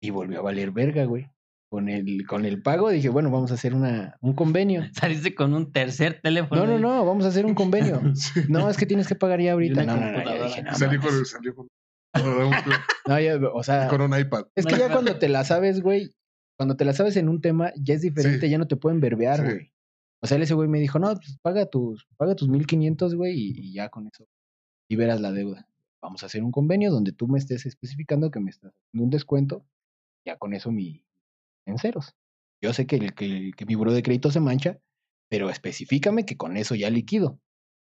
Speaker 5: Y volvió a valer verga, güey. Con el, con el pago dije, bueno, vamos a hacer una, un convenio.
Speaker 4: Saliste con un tercer teléfono.
Speaker 5: No, no, no, vamos a hacer un convenio.
Speaker 3: Sí.
Speaker 5: No, es que tienes que pagar ya ahorita.
Speaker 4: una
Speaker 5: No, no, no, ya
Speaker 4: computadora.
Speaker 5: dije, no,
Speaker 3: Salió
Speaker 5: mames.
Speaker 3: con, salió con, con
Speaker 5: No, ya, o sea,
Speaker 3: un iPad.
Speaker 5: es que ya cuando te la sabes, güey, cuando te la sabes en un tema, ya es diferente,
Speaker 3: Sí.
Speaker 5: ya no te pueden verbear,
Speaker 3: Sí.
Speaker 5: güey. O sea, él ese güey me dijo, no, pues paga tus, paga tus 1500, güey, y, y ya con eso liberas la deuda. Vamos a hacer un convenio donde tú me estés especificando que me estás haciendo un descuento, ya con eso mi en ceros. Yo sé que, el, que, que mi buro de crédito se mancha, pero especificame que con eso ya liquido.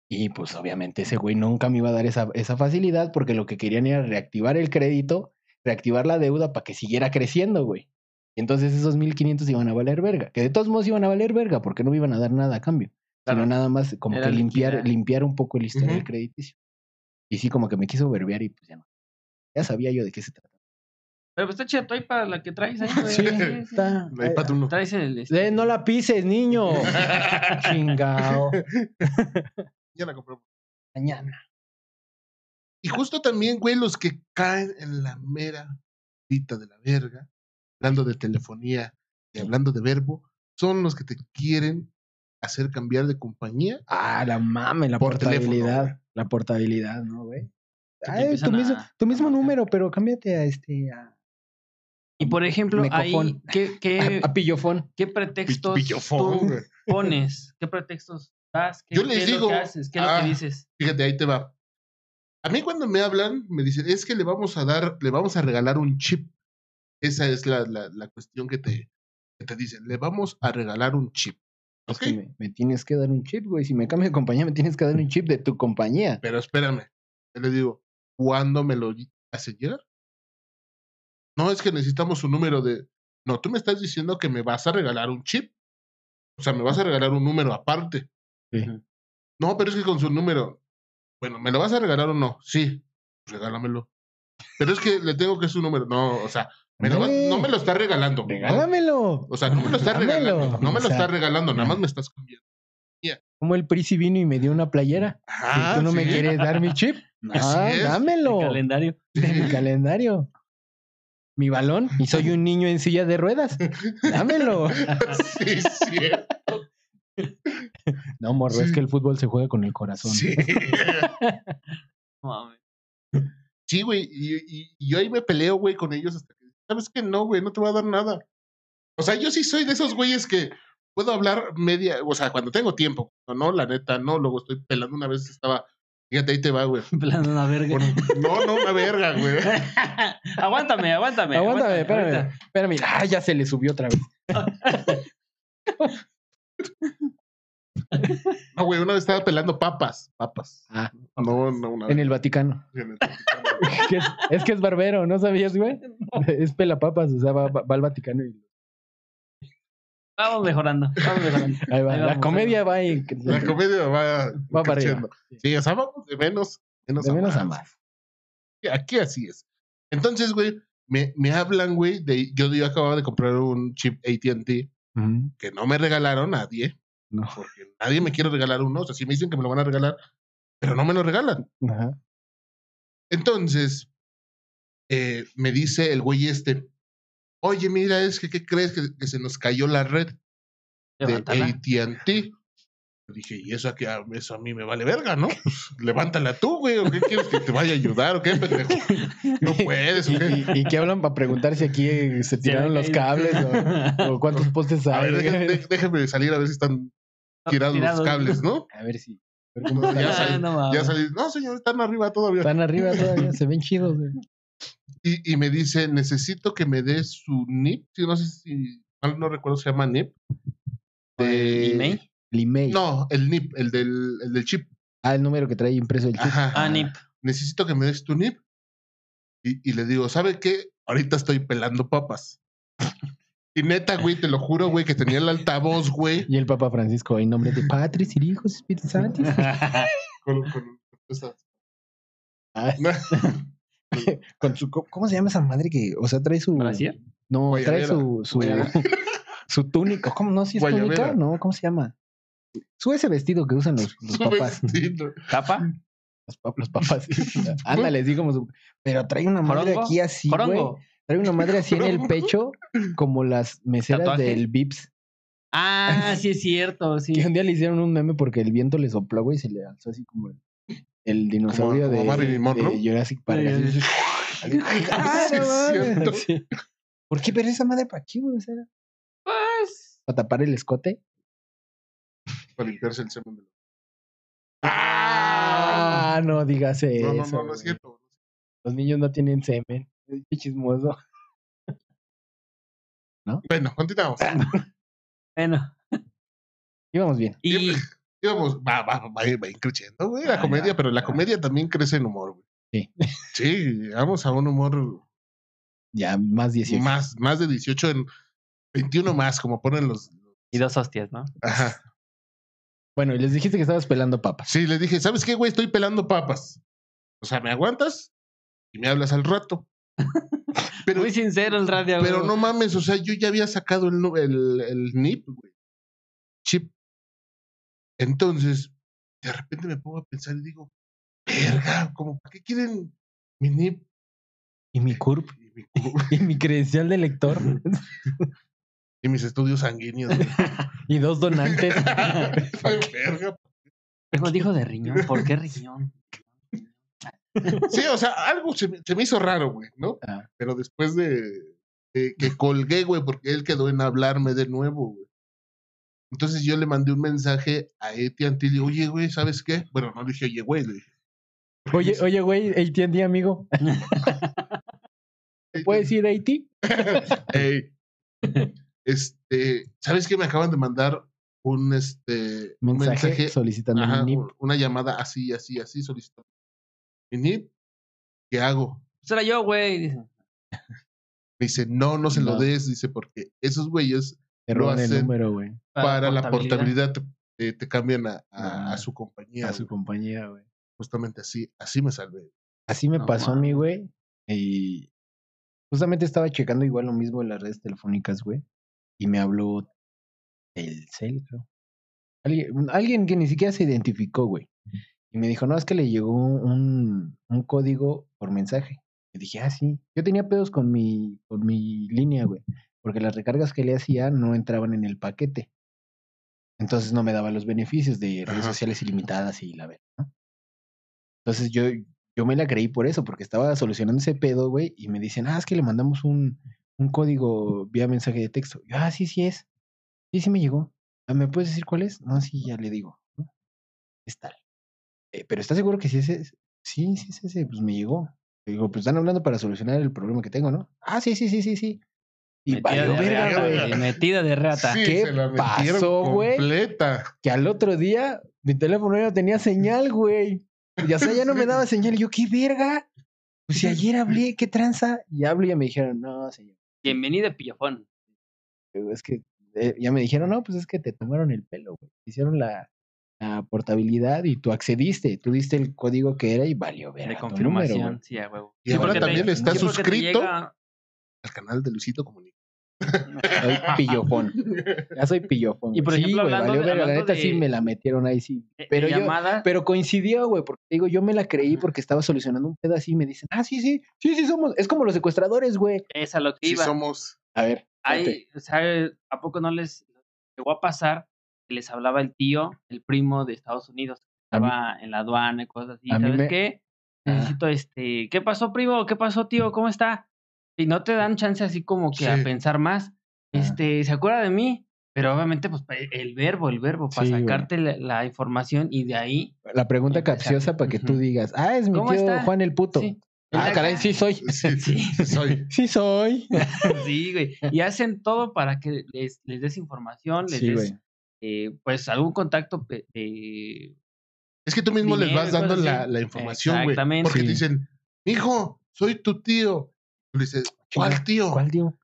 Speaker 5: Y pues obviamente ese güey nunca me iba a dar esa, esa facilidad porque lo que querían era reactivar el crédito, reactivar la deuda para que siguiera creciendo, güey. Y Entonces esos 1500 iban a valer verga, que de todos modos iban a valer verga porque no me iban a dar nada a cambio,
Speaker 4: Claro.
Speaker 5: sino nada más como
Speaker 4: Era
Speaker 5: que limpiar,
Speaker 4: liquidar.
Speaker 5: limpiar un poco el historial
Speaker 3: Ujú.
Speaker 5: crediticio. Y sí, como que me quiso verbear y pues ya no. Ya sabía yo de qué se trataba.
Speaker 4: Pero pues está chida tu iPad, la que traes ahí. güey.
Speaker 5: Sí,
Speaker 4: sí, sí.
Speaker 5: está-
Speaker 3: El iPad uno.
Speaker 4: Traes el. este,
Speaker 5: Eh, no la pises, niño. Chingao.
Speaker 3: Ya la compramos.
Speaker 5: Mañana.
Speaker 3: Y justo también, güey, los que caen en la mera pita de la verga, hablando de telefonía y hablando de verbo, son los que te quieren hacer cambiar de compañía.
Speaker 5: Ah, la mame, la
Speaker 3: Por teléfono,
Speaker 5: portabilidad.
Speaker 3: güey.
Speaker 5: la portabilidad, ¿no, güey?
Speaker 4: Que te
Speaker 5: Ah, es tu
Speaker 4: empiezan
Speaker 5: mismo,
Speaker 4: a-
Speaker 5: tu
Speaker 4: a
Speaker 5: mismo
Speaker 4: marcar.
Speaker 5: número, pero cámbiate a este a,
Speaker 4: Y por ejemplo, ahí,
Speaker 5: Mecofón.
Speaker 4: ¿qué,
Speaker 3: Eh,
Speaker 4: qué,
Speaker 5: a pillofón.
Speaker 4: qué
Speaker 3: Pi-
Speaker 4: pretextos
Speaker 3: Pillofón,
Speaker 4: tú
Speaker 3: güey.
Speaker 4: pones? ¿Qué pretextos das? ¿Qué,
Speaker 3: Yo les
Speaker 4: qué es lo
Speaker 3: digo,
Speaker 4: que haces? ¿Qué es lo
Speaker 3: ah,
Speaker 4: que dices?
Speaker 3: Fíjate, ahí te va. A mí cuando me hablan, me dicen, es que le vamos a dar, le vamos a regalar un chip. Esa es la, la, la cuestión que te, que te dicen, le vamos a regalar un chip.
Speaker 5: Es
Speaker 3: ¿Ok?
Speaker 5: que me, me tienes que dar un chip, güey. Si me cambio de compañía, me tienes que dar un chip de tu compañía.
Speaker 3: Pero espérame, yo le digo, ¿cuándo me lo ll- hace llegar? No es que necesitamos un número de... No, tú me estás diciendo que me vas a regalar un chip. O sea, me vas a regalar un número aparte.
Speaker 5: Sí.
Speaker 3: No, pero es que con su número... Bueno, ¿me lo vas a regalar o no? Sí, pues regálamelo. Pero es que le tengo que su número. No, o sea, me lo vas-
Speaker 5: Ándale.
Speaker 3: no me lo estás regalando. ¿no?
Speaker 5: Regálamelo.
Speaker 3: O sea, no me lo estás
Speaker 5: Dámelo.
Speaker 3: regalando. No me lo
Speaker 5: O sea,
Speaker 3: estás regalando, nada más me estás cambiando.
Speaker 5: Como el Prisi vino y me dio una playera.
Speaker 3: Ah,
Speaker 5: y tú no me
Speaker 3: sí,
Speaker 5: quieres dar mi chip.
Speaker 3: Así
Speaker 5: ah,
Speaker 3: es.
Speaker 5: dámelo.
Speaker 4: calendario.
Speaker 5: de mi calendario. Mi balón. Y soy un niño en silla de ruedas. Dámelo.
Speaker 3: Sí, es cierto,
Speaker 5: No, morro, es
Speaker 3: Sí.
Speaker 5: que el fútbol se juega con el corazón.
Speaker 3: sí.
Speaker 4: No mames.
Speaker 3: Sí, güey, y, y- y yo ahí me peleo, güey, con ellos hasta que, ¿sabes qué? No, güey, no te voy a dar nada. O sea, yo sí soy de esos güeyes que puedo hablar media, o sea, cuando tengo tiempo, no, no, la neta, no, luego estoy pelando, una vez estaba Fíjate, ahí te va, güey.
Speaker 4: Pelando una verga.
Speaker 3: Bueno, no, no, una verga, güey.
Speaker 4: aguántame, aguántame.
Speaker 5: Aguántame, espérame.
Speaker 4: ahorita.
Speaker 5: Espérame. Ah, ya se le subió otra vez.
Speaker 3: No, güey, una vez estaba pelando papas. Papas.
Speaker 5: Ah.
Speaker 3: No, no, una
Speaker 5: En el Vaticano.
Speaker 3: vez.
Speaker 5: Que es, es que es barbero, ¿no sabías, güey? Es pelapapas, o sea, va, va- va al Vaticano y
Speaker 4: Vamos mejorando, vamos mejorando.
Speaker 5: ahí va.
Speaker 4: Ahí
Speaker 5: la
Speaker 4: vamos,
Speaker 5: comedia va en...
Speaker 3: La comedia va,
Speaker 5: Va para arriba.
Speaker 3: creciendo. Sí, o sea, vamos de menos, menos
Speaker 5: De
Speaker 3: a
Speaker 5: menos
Speaker 3: más.
Speaker 5: a más.
Speaker 3: Aquí así es. Entonces, güey, me, me hablan, güey, de yo, yo acababa de comprar un chip AT&T
Speaker 5: Ujú.
Speaker 3: que no me regalaron nadie,
Speaker 5: No.
Speaker 3: porque nadie me quiere regalar uno, o sea, sí me dicen que me lo van a regalar, pero no me lo regalan.
Speaker 5: Ajá.
Speaker 3: Entonces, eh, me dice el güey este, oye, mira, es que, ¿qué crees? Que, que se nos cayó la red de
Speaker 4: Levántala.
Speaker 3: AT&T. Dije, y eso a, qué- a- eso a mí me vale verga, ¿no? Pues, Levántala tú, güey, ¿o qué quieres que te vaya a ayudar o qué, pendejo? No puedes,
Speaker 5: ¿Y,
Speaker 3: ¿o qué?
Speaker 5: y- y qué hablan para preguntar si aquí eh, se tiraron los cables o, o cuántos postes
Speaker 3: A
Speaker 5: hay?
Speaker 3: ver, déjenme, dé- déjenme salir a ver si están tirados los cables, ¿no?
Speaker 5: A ver si... a ver cómo
Speaker 3: No, ya
Speaker 5: están.
Speaker 3: salí.
Speaker 4: Ah, no mames.
Speaker 3: Ya salí, no, señor, están arriba todavía.
Speaker 5: Están arriba todavía, se ven chidos, güey.
Speaker 3: Y, y me dice, necesito que me dé su NIP, si no sé si, mal no recuerdo, se llama NIP. De-
Speaker 4: ¿Y May?
Speaker 5: El email.
Speaker 3: No, el NIP, el del, el del chip.
Speaker 5: Ah, el número que trae impreso el chip.
Speaker 3: Ajá.
Speaker 4: Ah, Nip.
Speaker 3: necesito que me des tu NIP. Y, y le digo, ¿sabe qué? Ahorita estoy pelando papas. Y neta, güey, te lo juro, güey, que tenía el altavoz, güey.
Speaker 5: Y el Papa Francisco, en nombre de Patris y Hijos Espíritu Santo.
Speaker 3: Con, con esas-
Speaker 5: Ah, con su, co- ¿Cómo se llama esa madre que, o sea, trae su...
Speaker 4: ¿Brasier?
Speaker 5: No,
Speaker 3: Guayabera.
Speaker 5: trae su, su,
Speaker 4: Guayabera.
Speaker 5: su túnica. ¿Cómo no? ¿Si es túnica?
Speaker 3: Guayabera.
Speaker 5: No, ¿cómo se llama? Su ese vestido que usan los, los
Speaker 3: su
Speaker 5: papás.
Speaker 3: vestido.
Speaker 4: ¿Tapa?
Speaker 5: Los, pap- los papás. Ándale, sí, como su... Pero trae una madre
Speaker 4: ¿Jorongo?
Speaker 5: aquí así, güey.
Speaker 4: ¿Corongo?
Speaker 5: Trae una madre así en el pecho, como las meseras
Speaker 4: ¿Tatuaje?
Speaker 5: del Vips.
Speaker 4: Ah, sí es cierto, sí.
Speaker 5: Que un día le hicieron un meme porque el viento le sopló, güey, y se le alzó así como el, el dinosaurio
Speaker 3: como
Speaker 5: de,
Speaker 3: Marilyn Monroe.
Speaker 5: de Jurassic Park. así. Ah,
Speaker 3: Sí,
Speaker 5: no
Speaker 3: es
Speaker 5: mames.
Speaker 3: cierto.
Speaker 5: Sí. ¿Por qué pero esa madre para aquí, güey? O sea,
Speaker 4: Pues,
Speaker 5: ¿Para tapar el escote?
Speaker 3: Para limpiarse el semen. del-
Speaker 5: Ah, no digas eso.
Speaker 3: No, no, no, no es
Speaker 5: güey.
Speaker 3: cierto.
Speaker 5: Los niños no tienen semen. Es bien chismoso.
Speaker 3: Bueno, continuamos.
Speaker 5: Ah,
Speaker 4: bueno.
Speaker 5: Íbamos bien.
Speaker 4: Y
Speaker 3: Íbamos, va, va, va, va ir creciendo, güey, la comedia, pero la comedia también crece en humor, güey.
Speaker 5: Ah, Sí.
Speaker 3: Sí, llegamos a un humor
Speaker 5: Ya, más 18.
Speaker 3: más, más de 18 en 21 más, como ponen los.
Speaker 4: Y dos hostias, ¿no?
Speaker 3: Ajá.
Speaker 5: Bueno, y les dijiste que estabas pelando papas.
Speaker 3: Sí, le dije, ¿sabes qué, güey? Estoy pelando papas. O sea, ¿me aguantas? Y me hablas al rato. Pero,
Speaker 4: Muy sincero el radio.
Speaker 3: pero
Speaker 4: güey.
Speaker 3: no mames, o sea, yo ya había sacado el, nu- el, el NIP, güey. Chip. Entonces, de repente me pongo a pensar y digo, verga, como, ¿para qué quieren mi NIP?
Speaker 5: Y mi curp.
Speaker 3: Y, mi cu-
Speaker 5: Y mi credencial de lector.
Speaker 3: y mis estudios sanguíneos. güey?"
Speaker 5: Y dos donantes.
Speaker 3: Verga.
Speaker 4: Luego dijo de riñón. ¿Por qué riñón?
Speaker 3: Sí, o sea, algo se, me- se me hizo raro, güey, ¿no?
Speaker 5: Ah.
Speaker 3: Pero después de, de que colgué, güey, porque él quedó en hablarme de nuevo, güey. Entonces yo le mandé un mensaje a AT&T y le dije, oye, güey, ¿sabes qué? Bueno, no le dije, oye, güey, le dije,
Speaker 5: Oye, oye, güey, AT&T, amigo.
Speaker 3: Eh,
Speaker 5: ¿Puedes ir a Haití?
Speaker 3: "Ey, eh, este, ¿sabes qué? Me acaban de mandar un, este, un
Speaker 5: Mensaje, solicitando
Speaker 3: Ajá,
Speaker 5: un NIP.
Speaker 3: un- una llamada así, así, así, solicitando. mi NIP, ¿qué hago?
Speaker 4: Pues era yo, güey. dice.
Speaker 3: Me dice, no, no se
Speaker 5: No.
Speaker 3: lo des, dice, porque esos güeyes
Speaker 5: Te
Speaker 3: lo
Speaker 5: roban el
Speaker 3: hacen
Speaker 5: número, güey.
Speaker 3: para la portabilidad te, te- eh, te cambian a, a-
Speaker 5: Ah,
Speaker 3: a su compañía.
Speaker 5: A su
Speaker 3: güey.
Speaker 5: compañía, güey.
Speaker 3: Justamente así, así me salvé.
Speaker 5: Así me
Speaker 4: No
Speaker 5: pasó a mí, güey. Y justamente estaba checando igual lo mismo en las redes telefónicas, güey. Y me habló el cel, creo. Alguien, alguien que ni siquiera se identificó, güey. Y me dijo, no, es que le llegó un, un código por mensaje. Y dije, ah, sí. Yo tenía pedos con mi, con mi línea, güey. Porque las recargas que le hacía no entraban en el paquete. Entonces no me daba los beneficios de redes
Speaker 3: Ajá.
Speaker 5: sociales ilimitadas y la verdad. ¿no? Entonces yo, yo me la creí por eso, porque estaba solucionando ese pedo, güey, y me dicen, ah, es que le mandamos un, un código vía mensaje de texto. Yo, ah, sí, sí es. Sí, sí me llegó. "Ah, ¿Me puedes decir cuál es? No, sí, ya le digo. ¿no? Es tal. Eh, Eh, pero ¿estás seguro que sí es ese? Sí, sí es ese. Pues me llegó. Le digo, pues están hablando para solucionar el problema que tengo, ¿no? Ah, sí, sí, sí, sí, sí. Y
Speaker 4: Metida
Speaker 5: valió
Speaker 4: de
Speaker 5: verga,
Speaker 4: rata,
Speaker 5: güey.
Speaker 4: güey, Metida de rata.
Speaker 3: Sí,
Speaker 5: ¿Qué
Speaker 3: se la metieron
Speaker 5: pasó, güey?
Speaker 3: Completa.
Speaker 5: que al otro día mi teléfono ya no tenía señal, güey. Ya sea, ya no me daba señal. Y yo, ¿qué verga? Pues si ayer hablé, ¿qué tranza? Y hablo y ya me dijeron, no, señor.
Speaker 4: Bienvenida, Pillafón.
Speaker 5: Es que eh, ya me dijeron, no, pues es que te tomaron el pelo, güey. Te Hicieron la, la portabilidad y tú accediste. Tú diste el código que era y valió
Speaker 4: De
Speaker 5: verga. tu número,
Speaker 4: confirmación.
Speaker 5: güey.
Speaker 4: sí, a huevo.
Speaker 3: Y
Speaker 5: Sí,
Speaker 3: ahora
Speaker 5: porque te-
Speaker 3: también está
Speaker 4: sí, porque te
Speaker 3: suscrito
Speaker 4: llega-
Speaker 3: al canal de Luisito Comunica.
Speaker 5: Soy pillofón. Ya soy pillofón.
Speaker 4: Y,
Speaker 5: güey.
Speaker 4: por ejemplo,
Speaker 5: güey,
Speaker 4: hablando
Speaker 5: valió
Speaker 4: de-
Speaker 5: verga. La
Speaker 4: hablando
Speaker 5: neta sí
Speaker 4: de-
Speaker 5: me la metieron ahí, sí.
Speaker 4: eh,
Speaker 5: Pero yo,
Speaker 4: llamada,
Speaker 5: Pero coincidió, güey, porque te digo, yo me la creí porque estaba solucionando un pedo así y me dicen, ah, sí, sí, sí, sí somos. Es como los secuestradores, güey.
Speaker 4: es a lo que
Speaker 3: Si
Speaker 4: iba.
Speaker 3: somos.
Speaker 5: A ver. espérate.
Speaker 4: Ay, o sea, ¿a poco no les llegó a pasar que les hablaba el tío, el primo de Estados Unidos, que
Speaker 5: A mí-
Speaker 4: estaba en la aduana y cosas así?
Speaker 5: a mí
Speaker 4: ¿Sabes
Speaker 5: me-
Speaker 4: qué?
Speaker 5: Ah.
Speaker 4: Necesito este, ¿qué pasó, primo? ¿Qué pasó, tío? ¿Cómo está? Y no te dan chance así como que a
Speaker 3: Sí.
Speaker 4: pensar más.
Speaker 5: Ah.
Speaker 4: Este, ¿se acuerda de mí? Pero obviamente, pues, pa- el verbo, el verbo, para
Speaker 5: Sí, güey.
Speaker 4: sacarte la, la información y de ahí.
Speaker 5: La pregunta
Speaker 4: Empezar.
Speaker 5: capciosa para que tú
Speaker 4: Ujú.
Speaker 5: digas, ah, es mi
Speaker 4: ¿Cómo
Speaker 5: tío
Speaker 4: está?
Speaker 5: Juan el puto.
Speaker 4: Sí.
Speaker 5: Ah, caray, sí soy.
Speaker 3: Sí, sí, soy.
Speaker 5: Sí soy.
Speaker 4: Sí, güey. Y hacen todo para que les, les des información, les
Speaker 5: Sí,
Speaker 4: des,
Speaker 5: güey.
Speaker 4: eh, pues, algún contacto pe- de,
Speaker 3: Es que tú mismo les
Speaker 4: Dinero y
Speaker 3: vas dando
Speaker 4: cosas
Speaker 3: la,
Speaker 4: así.
Speaker 3: la información, güey.
Speaker 4: Exactamente.
Speaker 3: Porque
Speaker 5: Sí.
Speaker 3: dicen, hijo, soy tu tío. Tú le dices, ¿cuál tío?
Speaker 5: ¿Cuál tío?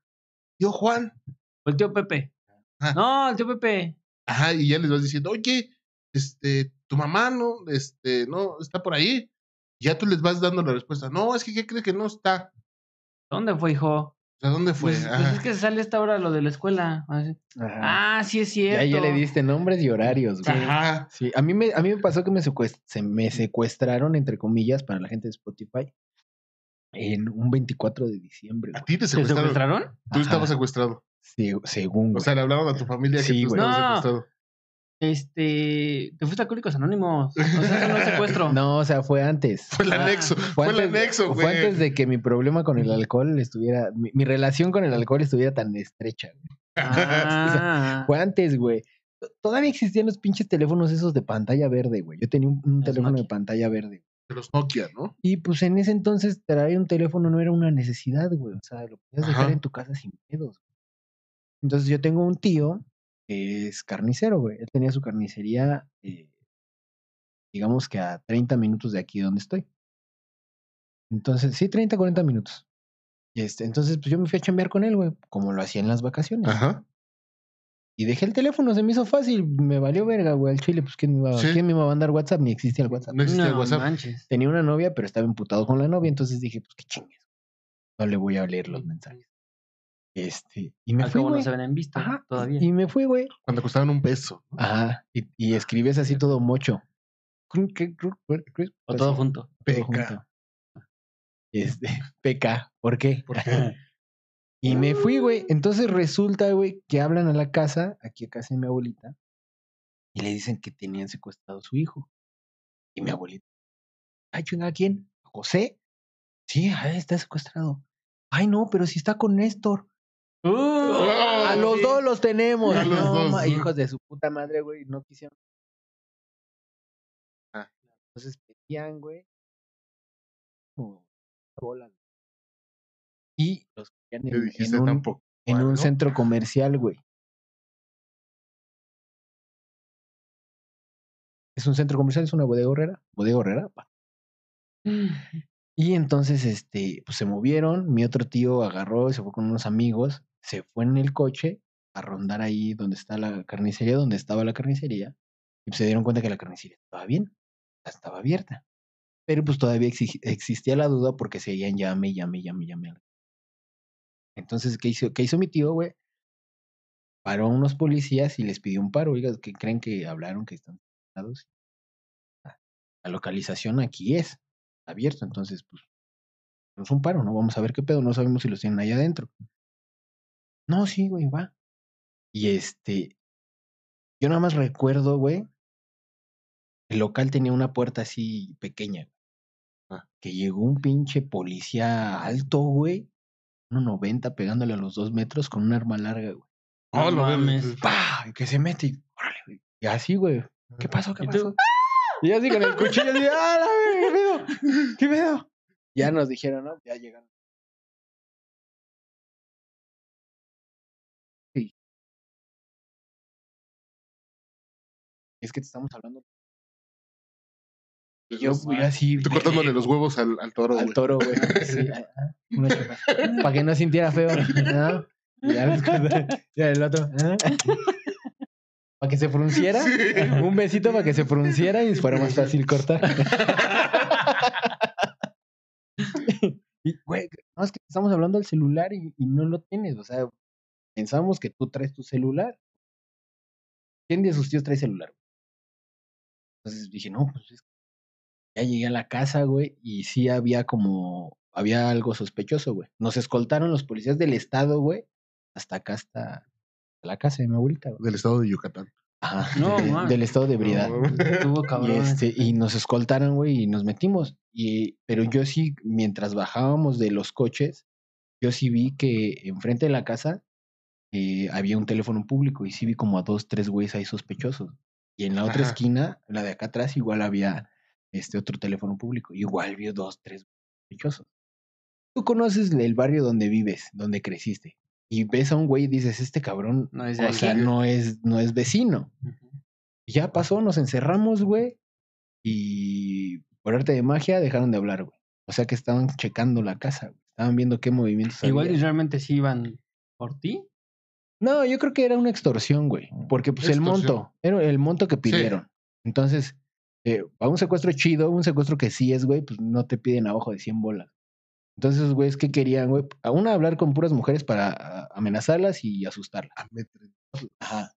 Speaker 3: Yo, Juan.
Speaker 4: O el tío Pepe.
Speaker 5: Ah.
Speaker 3: Ajá.
Speaker 4: No, el tío Pepe.
Speaker 3: Ajá, y ya les vas diciendo, oye, este, tu mamá no, este, no, está por ahí. Ya tú les vas dando la respuesta. No, es que ¿qué crees que no está?
Speaker 4: ¿Dónde fue, hijo?
Speaker 3: O sea, ¿dónde fue?
Speaker 4: Pues, pues
Speaker 3: Ajá.
Speaker 4: es que se sale a esta hora lo de la escuela. Así.
Speaker 5: Ajá.
Speaker 4: Ah, sí es cierto.
Speaker 5: ya, ya le diste nombres y horarios, güey.
Speaker 3: Ajá.
Speaker 5: Sí, a mí me, a mí me pasó que me, secuest- se me secuestraron, entre comillas, para la gente de Spotify, en un 24 de diciembre.
Speaker 3: A
Speaker 5: güey.
Speaker 3: ti te
Speaker 4: ¿Te
Speaker 3: secuestraron.
Speaker 4: secuestraron?
Speaker 3: Tú estabas
Speaker 5: Ajá.
Speaker 3: secuestrado.
Speaker 5: Se- según.
Speaker 3: O
Speaker 5: güey.
Speaker 3: sea, le hablaron a tu familia
Speaker 5: Sí,
Speaker 3: que tú
Speaker 5: güey.
Speaker 3: estabas
Speaker 4: No.
Speaker 3: secuestrado.
Speaker 4: Este. Te fuiste a Cúricos Anónimos. O sea, eso no es secuestro.
Speaker 5: no, o sea, fue antes.
Speaker 3: Fue el
Speaker 4: Ah,
Speaker 3: anexo. Fue, el anexo,
Speaker 5: fue
Speaker 3: güey.
Speaker 5: antes de que mi problema con el alcohol estuviera, mi, mi relación con el alcohol estuviera tan estrecha. güey.
Speaker 4: Ah,
Speaker 5: Fue antes, güey. T- Todavía existían los pinches teléfonos esos de pantalla verde, güey. Yo tenía un, un
Speaker 4: Los
Speaker 5: teléfono de
Speaker 4: Nokia.
Speaker 5: pantalla verde.
Speaker 3: De los Nokia, ¿no?
Speaker 5: Y pues en ese entonces traer un teléfono no era una necesidad, güey. O sea, lo podías dejar
Speaker 3: Ajá.
Speaker 5: en tu casa sin pedos. güey. Entonces yo tengo un tío que es carnicero, güey. Él tenía su carnicería, eh, digamos que a 30 minutos de aquí donde estoy. Entonces, sí, 30, 40 minutos. Este, entonces, pues yo me fui a chambear con él, güey, como lo hacía en las vacaciones.
Speaker 3: Ajá.
Speaker 5: Y dejé el teléfono, se me hizo fácil, me valió verga, güey, al chile, pues ¿quién me, iba,
Speaker 3: Sí.
Speaker 5: ¿quién me iba a mandar WhatsApp? Ni existía el WhatsApp.
Speaker 3: No existía
Speaker 4: no
Speaker 3: WhatsApp.
Speaker 4: manches.
Speaker 5: Tenía una novia, pero estaba emputado con la novia, entonces dije, pues qué chingues. No le voy a leer los mensajes. Este, y me
Speaker 4: Al
Speaker 5: fui,
Speaker 4: cabo
Speaker 5: güey.
Speaker 4: no se ven en vista
Speaker 5: Ajá,
Speaker 4: todavía. Ah,
Speaker 5: Y me fui, güey.
Speaker 3: Cuando costaban un peso.
Speaker 5: Ajá, y, y escribes así todo mocho. Crun, cri, cru, cru, cru,
Speaker 4: o
Speaker 5: así,
Speaker 4: todo junto.
Speaker 5: todo
Speaker 3: PK.
Speaker 5: junto. Este, PK, ¿por qué?
Speaker 3: ¿Por qué?
Speaker 5: Y me fui,
Speaker 3: Ah.
Speaker 5: güey. Entonces resulta, güey, que hablan a la casa, aquí a casa de mi abuelita, y le dicen que tenían secuestrado a su hijo. Y mi abuelita, ay, chinga, ¿a quién? ¿A José? Sí, a ver, está secuestrado. Ay, no, pero si está con Néstor.
Speaker 4: Uh,
Speaker 5: A los
Speaker 4: sí.
Speaker 5: dos los tenemos.
Speaker 3: Ah, A los
Speaker 5: No,
Speaker 3: dos,
Speaker 5: ma-
Speaker 3: ¿no?
Speaker 5: hijos de su puta madre, güey, no quisieron.
Speaker 3: Ah.
Speaker 5: Entonces pedían, güey. como bola. Y los querían
Speaker 3: Te
Speaker 5: en,
Speaker 3: dijiste
Speaker 5: en un,
Speaker 3: tampoco.
Speaker 5: en un
Speaker 3: ¿no?
Speaker 5: centro comercial, güey. Es un centro comercial, es una bodega horrera. Bodega horrera, pa. Y entonces, este, pues se movieron. Mi otro tío agarró y se fue con unos amigos. Se fue en el coche a rondar ahí donde está la carnicería, donde estaba la carnicería. Y pues se dieron cuenta que la carnicería estaba bien, o sea, estaba abierta. Pero pues todavía exi- existía la duda porque seguían llame, llame, llame, llame. Entonces, ¿qué hizo, qué hizo mi tío, güey? Paró a unos policías y les pidió un paro. Oiga, ¿qué creen que hablaron que están cerrados? La localización aquí es abierto, entonces, pues, es un paro, ¿no? Vamos a ver qué pedo, no sabemos si los tienen ahí adentro. No, sí, güey, va. Y este, yo nada más recuerdo, güey, el local tenía una puerta así pequeña,
Speaker 3: Ah.
Speaker 5: que llegó un pinche policía alto, güey, 1.90 pegándole a los dos metros con un arma larga, güey.
Speaker 3: Oh,
Speaker 4: No
Speaker 3: lo
Speaker 4: mames.
Speaker 3: ves.
Speaker 5: ¡Pah! Y que se mete y, órale, güey. Y así, güey. ¿Qué pasó? ¿Qué
Speaker 4: ¿Y tú?
Speaker 5: pasó? Y yo así con el cuchillo, así, ¡ah, la verga, qué pedo! ¿Qué pedo? Ya nos dijeron, ¿no? Ya llegaron. Sí. Es que te estamos hablando.
Speaker 3: Pues
Speaker 5: Y yo, yo así.
Speaker 3: Tú cortándole los huevos al, al toro,
Speaker 5: al
Speaker 3: güey.
Speaker 5: toro, güey. Sí, ah, Para que no sintiera feo. ¿no? Y ya ves cuando- ya el otro. ¿eh? Para que se frunciera. Un besito para que se frunciera y fuera más fácil cortar. Y, güey, no, es que estamos hablando del celular y, y no lo tienes. O sea, pensamos que tú traes tu celular. ¿Quién de sus tíos trae celular? Entonces dije, no, pues es ya llegué a la casa, güey, y sí había como, había algo sospechoso, güey. Nos escoltaron los policías del estado, güey, hasta acá, hasta la casa de mi abuelita, güey.
Speaker 3: Del estado de Yucatán.
Speaker 5: Ajá,
Speaker 4: No,
Speaker 5: de-
Speaker 4: man.
Speaker 5: del estado de ebriedad.
Speaker 3: No, mames.
Speaker 4: Estuvo
Speaker 5: y,
Speaker 4: cabrón.
Speaker 5: este, y nos escoltaron, güey, y nos metimos. Y, pero yo sí, mientras bajábamos de los coches, yo sí vi que enfrente de la casa eh, había un teléfono público y sí vi como a dos, tres güeyes ahí sospechosos. Y en la otra
Speaker 3: Ajá.
Speaker 5: esquina, la de acá atrás, igual había este otro teléfono público. Igual vi dos, tres sospechosos. Tú conoces el barrio donde vives, donde creciste. Y ves a un güey y dices, este cabrón,
Speaker 4: No es de
Speaker 5: o sea,
Speaker 4: aquí".
Speaker 5: no es, no es vecino ya pasó, nos encerramos, güey. Y por arte de magia dejaron de hablar, güey. O sea que estaban checando la casa, güey. Estaban viendo qué movimientos
Speaker 4: Igual y
Speaker 5: había.
Speaker 4: realmente sí iban por ti.
Speaker 5: No, yo creo que era una extorsión, güey. Porque pues el
Speaker 3: Mm, Extorsión.
Speaker 5: monto, era el monto que pidieron. Entonces, eh, a un secuestro chido, un secuestro que sí es, güey, pues no te piden abajo de 100 bolas. Entonces, esos güeyes, ¿qué querían, güey? A una hablar con puras mujeres para a- amenazarlas y asustarlas. Ajá.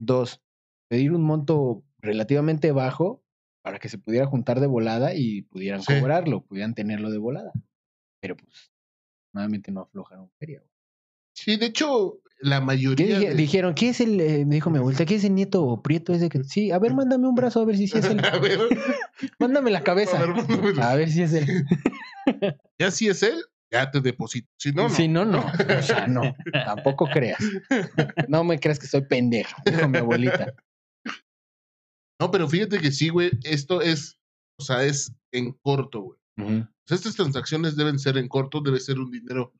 Speaker 5: Dos, pedir un monto relativamente bajo para que se pudiera juntar de volada y pudieran
Speaker 3: Sí.
Speaker 5: cobrarlo, pudieran tenerlo de volada. Pero pues, nuevamente no aflojaron feria. güey.
Speaker 3: Sí, de hecho, la
Speaker 5: ¿Qué
Speaker 3: mayoría.
Speaker 5: dije-
Speaker 3: de-
Speaker 5: Dijeron, ¿qué es el, eh, me dijo mi abuelita, ¿qué es el nieto prieto ese que... Sí, a ver, mándame un brazo a ver si sí es él.
Speaker 3: A ver,
Speaker 5: Mándame la cabeza.
Speaker 3: a ver, mándamelo.
Speaker 5: A ver si es él.
Speaker 3: ya si es él, ya te deposito. Si no, no.
Speaker 5: Si no, no. O sea, no. Tampoco creas. No me creas que soy pendejo, dijo mi abuelita.
Speaker 3: No, pero fíjate que sí, güey. Esto es, o sea, es en corto, güey. O sea, estas transacciones deben ser en corto, debe ser un dinero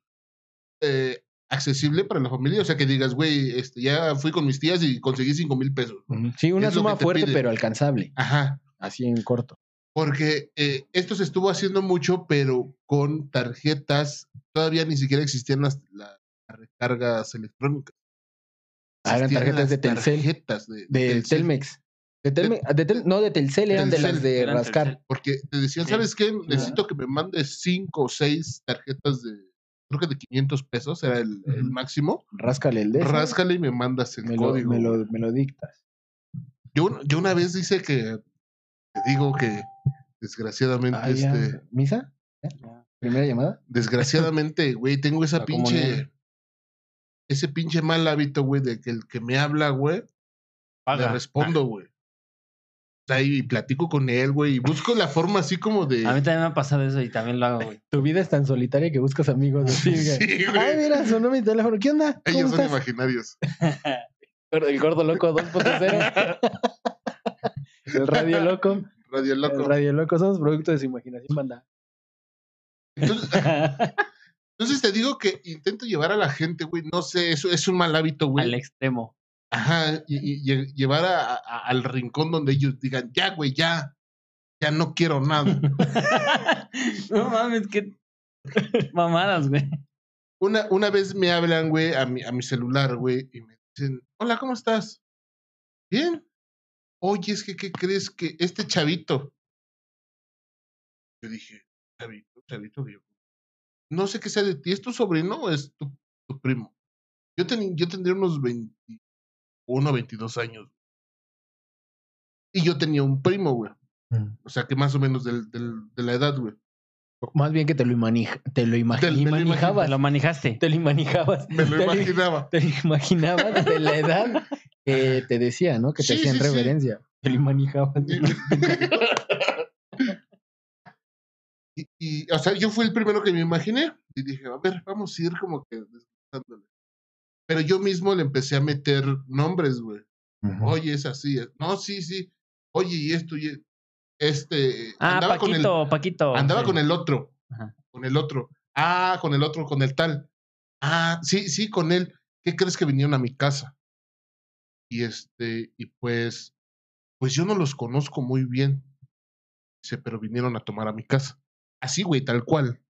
Speaker 3: eh, accesible para la familia. O sea, que digas, güey, este, ya fui con mis tías y conseguí cinco mil pesos. ¿no?
Speaker 5: Ujú. Sí, una
Speaker 3: Es lo
Speaker 5: suma
Speaker 3: que te
Speaker 5: fuerte,
Speaker 3: pide.
Speaker 5: pero alcanzable.
Speaker 3: Ajá.
Speaker 5: Así en corto.
Speaker 3: Porque eh, esto se estuvo haciendo mucho, pero con tarjetas. Todavía ni siquiera existían las, las recargas electrónicas.
Speaker 5: Ah, eran
Speaker 3: Existían
Speaker 5: tarjetas
Speaker 3: las
Speaker 5: de Telcel.
Speaker 3: Tarjetas de, de
Speaker 5: De
Speaker 3: Telcel.
Speaker 5: Telmex. De Telmex. de Tel- no, de Telcel eran de las
Speaker 3: Telcel,
Speaker 5: de
Speaker 4: Eran
Speaker 5: rascar.
Speaker 3: Porque te decían,
Speaker 4: Sí.
Speaker 3: ¿sabes qué? Necesito que me mandes cinco o seis tarjetas de, creo que de 500 pesos, era el, el
Speaker 5: Ujú.
Speaker 3: máximo.
Speaker 5: Ráscale el de ese.
Speaker 3: Ráscale y me mandas el
Speaker 5: Me lo,
Speaker 3: código.
Speaker 5: me lo- me lo dictas.
Speaker 3: Yo, un- yo una vez dice que, te digo que desgraciadamente,
Speaker 5: Ah, ya.
Speaker 3: este,
Speaker 5: ¿Misa? ¿Eh? ¿Primera llamada?
Speaker 3: desgraciadamente, güey, tengo esa
Speaker 5: La
Speaker 3: pinche,
Speaker 5: comunión.
Speaker 3: ese pinche mal hábito, güey, de que el que me habla, güey, le respondo, güey. O sea, y platico con él, güey, y busco la forma así como de...
Speaker 4: A mí también me ha pasado eso y también lo hago, güey.
Speaker 5: Tu vida es tan solitaria que buscas amigos. así, güey.
Speaker 3: Sí, güey.
Speaker 5: Ay, mira, sonó mi teléfono. ¿Qué onda? ¿Cómo
Speaker 3: Ellos son
Speaker 5: estás?
Speaker 3: imaginarios.
Speaker 5: El gordo loco 2.0. el radio loco.
Speaker 3: Radio Loco.
Speaker 5: El radio loco. Somos producto de su imaginación, banda.
Speaker 3: Entonces, entonces te digo que intento llevar a la gente, güey, no sé, eso es un mal hábito,
Speaker 4: Al
Speaker 3: güey.
Speaker 4: extremo.
Speaker 3: Ajá, y, y- y llevar a- a- al rincón donde ellos digan, ya, güey, ya, ya no quiero nada.
Speaker 4: no mames, qué mamadas, güey.
Speaker 3: Una, una vez me hablan, güey, a mi, a mi celular, güey, y me dicen, hola, ¿cómo estás? Bien. Oye, es que, ¿qué crees que este chavito? Yo dije, chavito, chavito, digo, no sé qué sea de ti, ¿es tu sobrino o es tu, tu primo? Yo, ten- yo tendría unos 21, 22 años. Y yo tenía un primo, güey.
Speaker 5: Mm.
Speaker 3: O sea, que más o menos del, del- de la edad, güey.
Speaker 5: Más bien que te lo, imanija- te lo imagi-
Speaker 3: Te- me lo
Speaker 5: manejabas.
Speaker 4: Te lo manejaste.
Speaker 5: Te lo manejabas.
Speaker 3: Me lo
Speaker 5: Te lo-
Speaker 3: imaginaba.
Speaker 5: te imaginabas de la edad que te decía, ¿no? Que te
Speaker 3: Sí,
Speaker 5: hacían
Speaker 3: sí, sí.
Speaker 5: reverencia. Te lo imaginabas.
Speaker 3: y, y, o sea, yo fui el primero que me imaginé y dije, a ver, vamos a ir como que desgustándole. Pero yo mismo le empecé a meter nombres, güey. Oye, es así. es- No, sí, sí. oye, y esto, y e-". este.
Speaker 4: Ah,
Speaker 3: andaba con el-
Speaker 4: Paquito, Paquito.
Speaker 3: Andaba
Speaker 4: Sí.
Speaker 3: con el otro.
Speaker 4: Ajá.
Speaker 3: Con el otro. Ah, con el otro, con el tal. Ah, sí, sí, con él. ¿Qué crees que vinieron a mi casa? Y este, y pues, pues yo no los conozco muy bien. Dice, pero vinieron a tomar a mi casa. Así, güey, tal cual.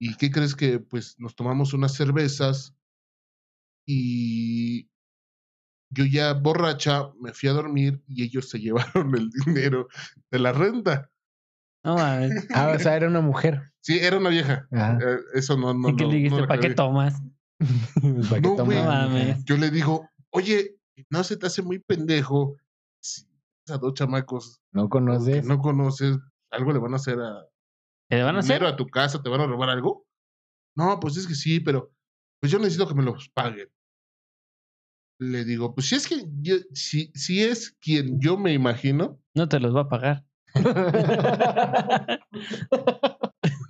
Speaker 3: ¿Y qué crees que, pues, nos tomamos unas cervezas y yo ya borracha me fui a dormir y ellos se llevaron el dinero de la renta.
Speaker 4: No, mames.
Speaker 5: Ah, o sea, era una mujer. Ah,
Speaker 3: Sí, era una vieja.
Speaker 5: Ajá.
Speaker 3: Eh, Eso no, no.
Speaker 4: ¿Y qué
Speaker 3: no-
Speaker 4: le dijiste?
Speaker 3: no la
Speaker 4: ¿Para qué
Speaker 3: aclaré.
Speaker 4: tomas?
Speaker 5: Para que
Speaker 3: No,
Speaker 5: tome
Speaker 3: güey.
Speaker 4: No
Speaker 5: la
Speaker 4: mames.
Speaker 5: mujer.
Speaker 3: Yo le digo, oye, no se te hace muy pendejo si a dos chamacos
Speaker 5: No
Speaker 3: que
Speaker 5: conoces.
Speaker 3: no conoces, algo le van a hacer a
Speaker 4: ¿Te van a hacer?
Speaker 3: primero a tu casa, te van a robar algo. No, pues es que sí, pero pues yo necesito que me los paguen. Le digo, pues si es que yo, si, si es quien yo me imagino,
Speaker 4: No te los va a pagar.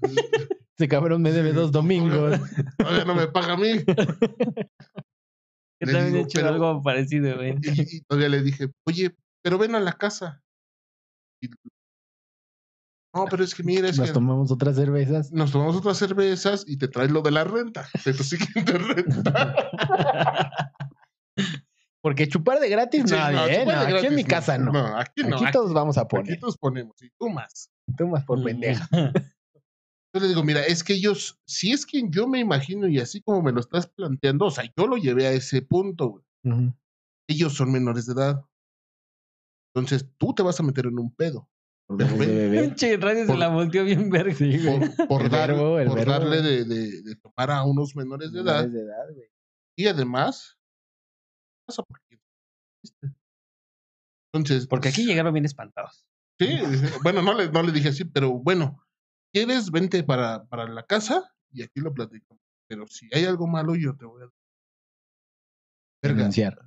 Speaker 5: Este cabrón me debe dos domingos.
Speaker 3: todavía no me paga a mí.
Speaker 4: Yo
Speaker 3: Le
Speaker 4: también he
Speaker 3: digo,
Speaker 4: hecho
Speaker 3: pero-
Speaker 4: algo parecido, güey.
Speaker 3: Y, y todavía le dije, oye, pero ven a la casa. Y- no, pero es que mira, es
Speaker 5: Nos
Speaker 3: que
Speaker 5: tomamos otras cervezas.
Speaker 3: nos tomamos otras cervezas y te traes lo de la renta, de tu siguiente renta.
Speaker 5: Porque chupar de gratis
Speaker 3: Sí,
Speaker 5: nadie,
Speaker 3: no,
Speaker 5: ¿eh?
Speaker 3: se puede
Speaker 5: No, aquí en
Speaker 3: gratis,
Speaker 5: mi casa no.
Speaker 3: aquí no.
Speaker 5: aquí
Speaker 3: Aquí,
Speaker 5: todos vamos a poner.
Speaker 3: aquí todos ponemos, y tú más.
Speaker 5: Tú más por
Speaker 4: Mm.
Speaker 5: pendeja.
Speaker 3: Yo le digo, mira, es que ellos, si es quien yo me imagino y así como me lo estás planteando, o sea, yo lo llevé a ese punto, güey.
Speaker 5: Ujú.
Speaker 3: Ellos son menores de edad. Entonces tú te vas a meter en un pedo.
Speaker 5: Por besos de bebé.
Speaker 4: Pinche radio se
Speaker 3: Por-
Speaker 4: la volteó bien verde.
Speaker 3: Por, por
Speaker 5: El
Speaker 3: dar-
Speaker 5: verbo, el
Speaker 3: por
Speaker 5: verbo.
Speaker 3: darle de, de- de tomar a unos menores de edad.
Speaker 5: Menores de edad, güey.
Speaker 3: Y además, pasa porque. Entonces,
Speaker 4: Porque aquí llegaron bien espantados.
Speaker 3: Sí, bueno, no le, no le dije así, pero bueno, ¿quieres? Vente para, para la casa y aquí lo platicamos. Pero si hay algo malo, yo te voy a. Verga.
Speaker 5: Denunciar.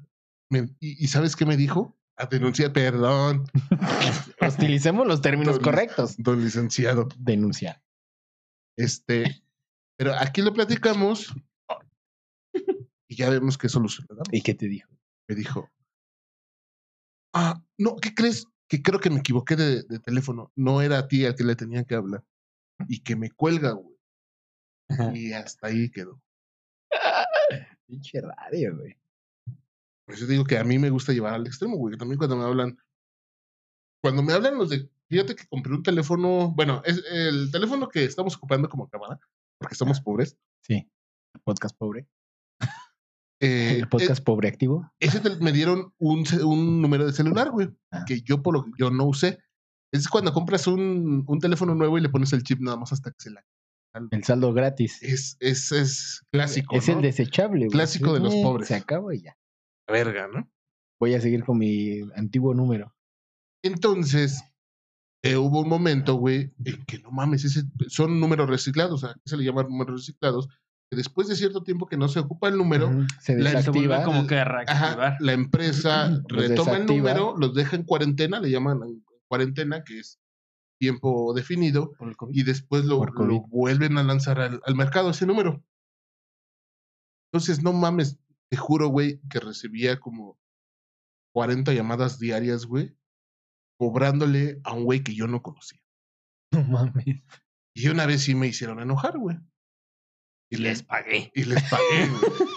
Speaker 3: me- ¿Y, y sabes qué me dijo? A denunciar, perdón,
Speaker 5: Hostilicemos los términos
Speaker 3: Don-
Speaker 5: correctos.
Speaker 3: don licenciado.
Speaker 5: Denunciar.
Speaker 3: Este, pero aquí lo platicamos y ya vemos qué solución le damos.
Speaker 5: ¿Y qué te dijo?
Speaker 3: Me dijo, ah, no, ¿qué crees? Que creo que me equivoqué de, de teléfono. No era a ti al que le tenía que hablar. Y que me cuelga, güey.
Speaker 4: Ajá.
Speaker 3: Y hasta ahí quedó.
Speaker 5: Pinche radio, güey.
Speaker 3: Por eso digo que a mí me gusta llevar al extremo, güey. También cuando me hablan. Cuando me hablan los de. Fíjate que compré un teléfono. Bueno, es el teléfono que estamos ocupando como cámara, porque somos pobres.
Speaker 5: Sí. Podcast pobre.
Speaker 3: eh,
Speaker 5: El podcast pobre activo.
Speaker 3: eh, ese tel- me dieron un, ce- un número de celular, güey,
Speaker 5: Ah.
Speaker 3: que yo por lo que yo no usé. Es cuando compras un, un teléfono nuevo y le pones el chip nada más hasta que se la.
Speaker 5: El saldo gratis.
Speaker 3: Es, es, es clásico.
Speaker 5: es el
Speaker 3: ¿no?
Speaker 5: desechable, güey.
Speaker 3: Clásico de los
Speaker 5: Eh,
Speaker 3: pobres.
Speaker 5: Se acaba y ya.
Speaker 3: verga, ¿no?
Speaker 5: Voy a seguir con mi antiguo número.
Speaker 3: Entonces, eh, hubo un momento, güey, en que no mames, ese, son números reciclados, ¿a qué se le llaman números reciclados? Que después de cierto tiempo que no se ocupa el número,
Speaker 5: Ujú. se
Speaker 3: la-
Speaker 4: Se volvió
Speaker 5: desactiva.
Speaker 3: activa.
Speaker 4: como que a
Speaker 3: ajá,
Speaker 4: reactivar.
Speaker 3: la empresa
Speaker 5: Los
Speaker 3: retoma el
Speaker 5: desactiva.
Speaker 3: número, los deja en cuarentena, le llaman cuarentena, que es tiempo definido,
Speaker 4: Por el COVID.
Speaker 3: y después lo,
Speaker 5: Por COVID.
Speaker 3: lo vuelven a lanzar al, al mercado ese número. Entonces, no mames, te juro, güey, que recibía como 40 llamadas diarias, güey, cobrándole a un güey que yo no conocía.
Speaker 5: No mames.
Speaker 3: Y una vez sí me hicieron enojar, güey. Y les,
Speaker 4: pagué.
Speaker 3: y les pagué, güey.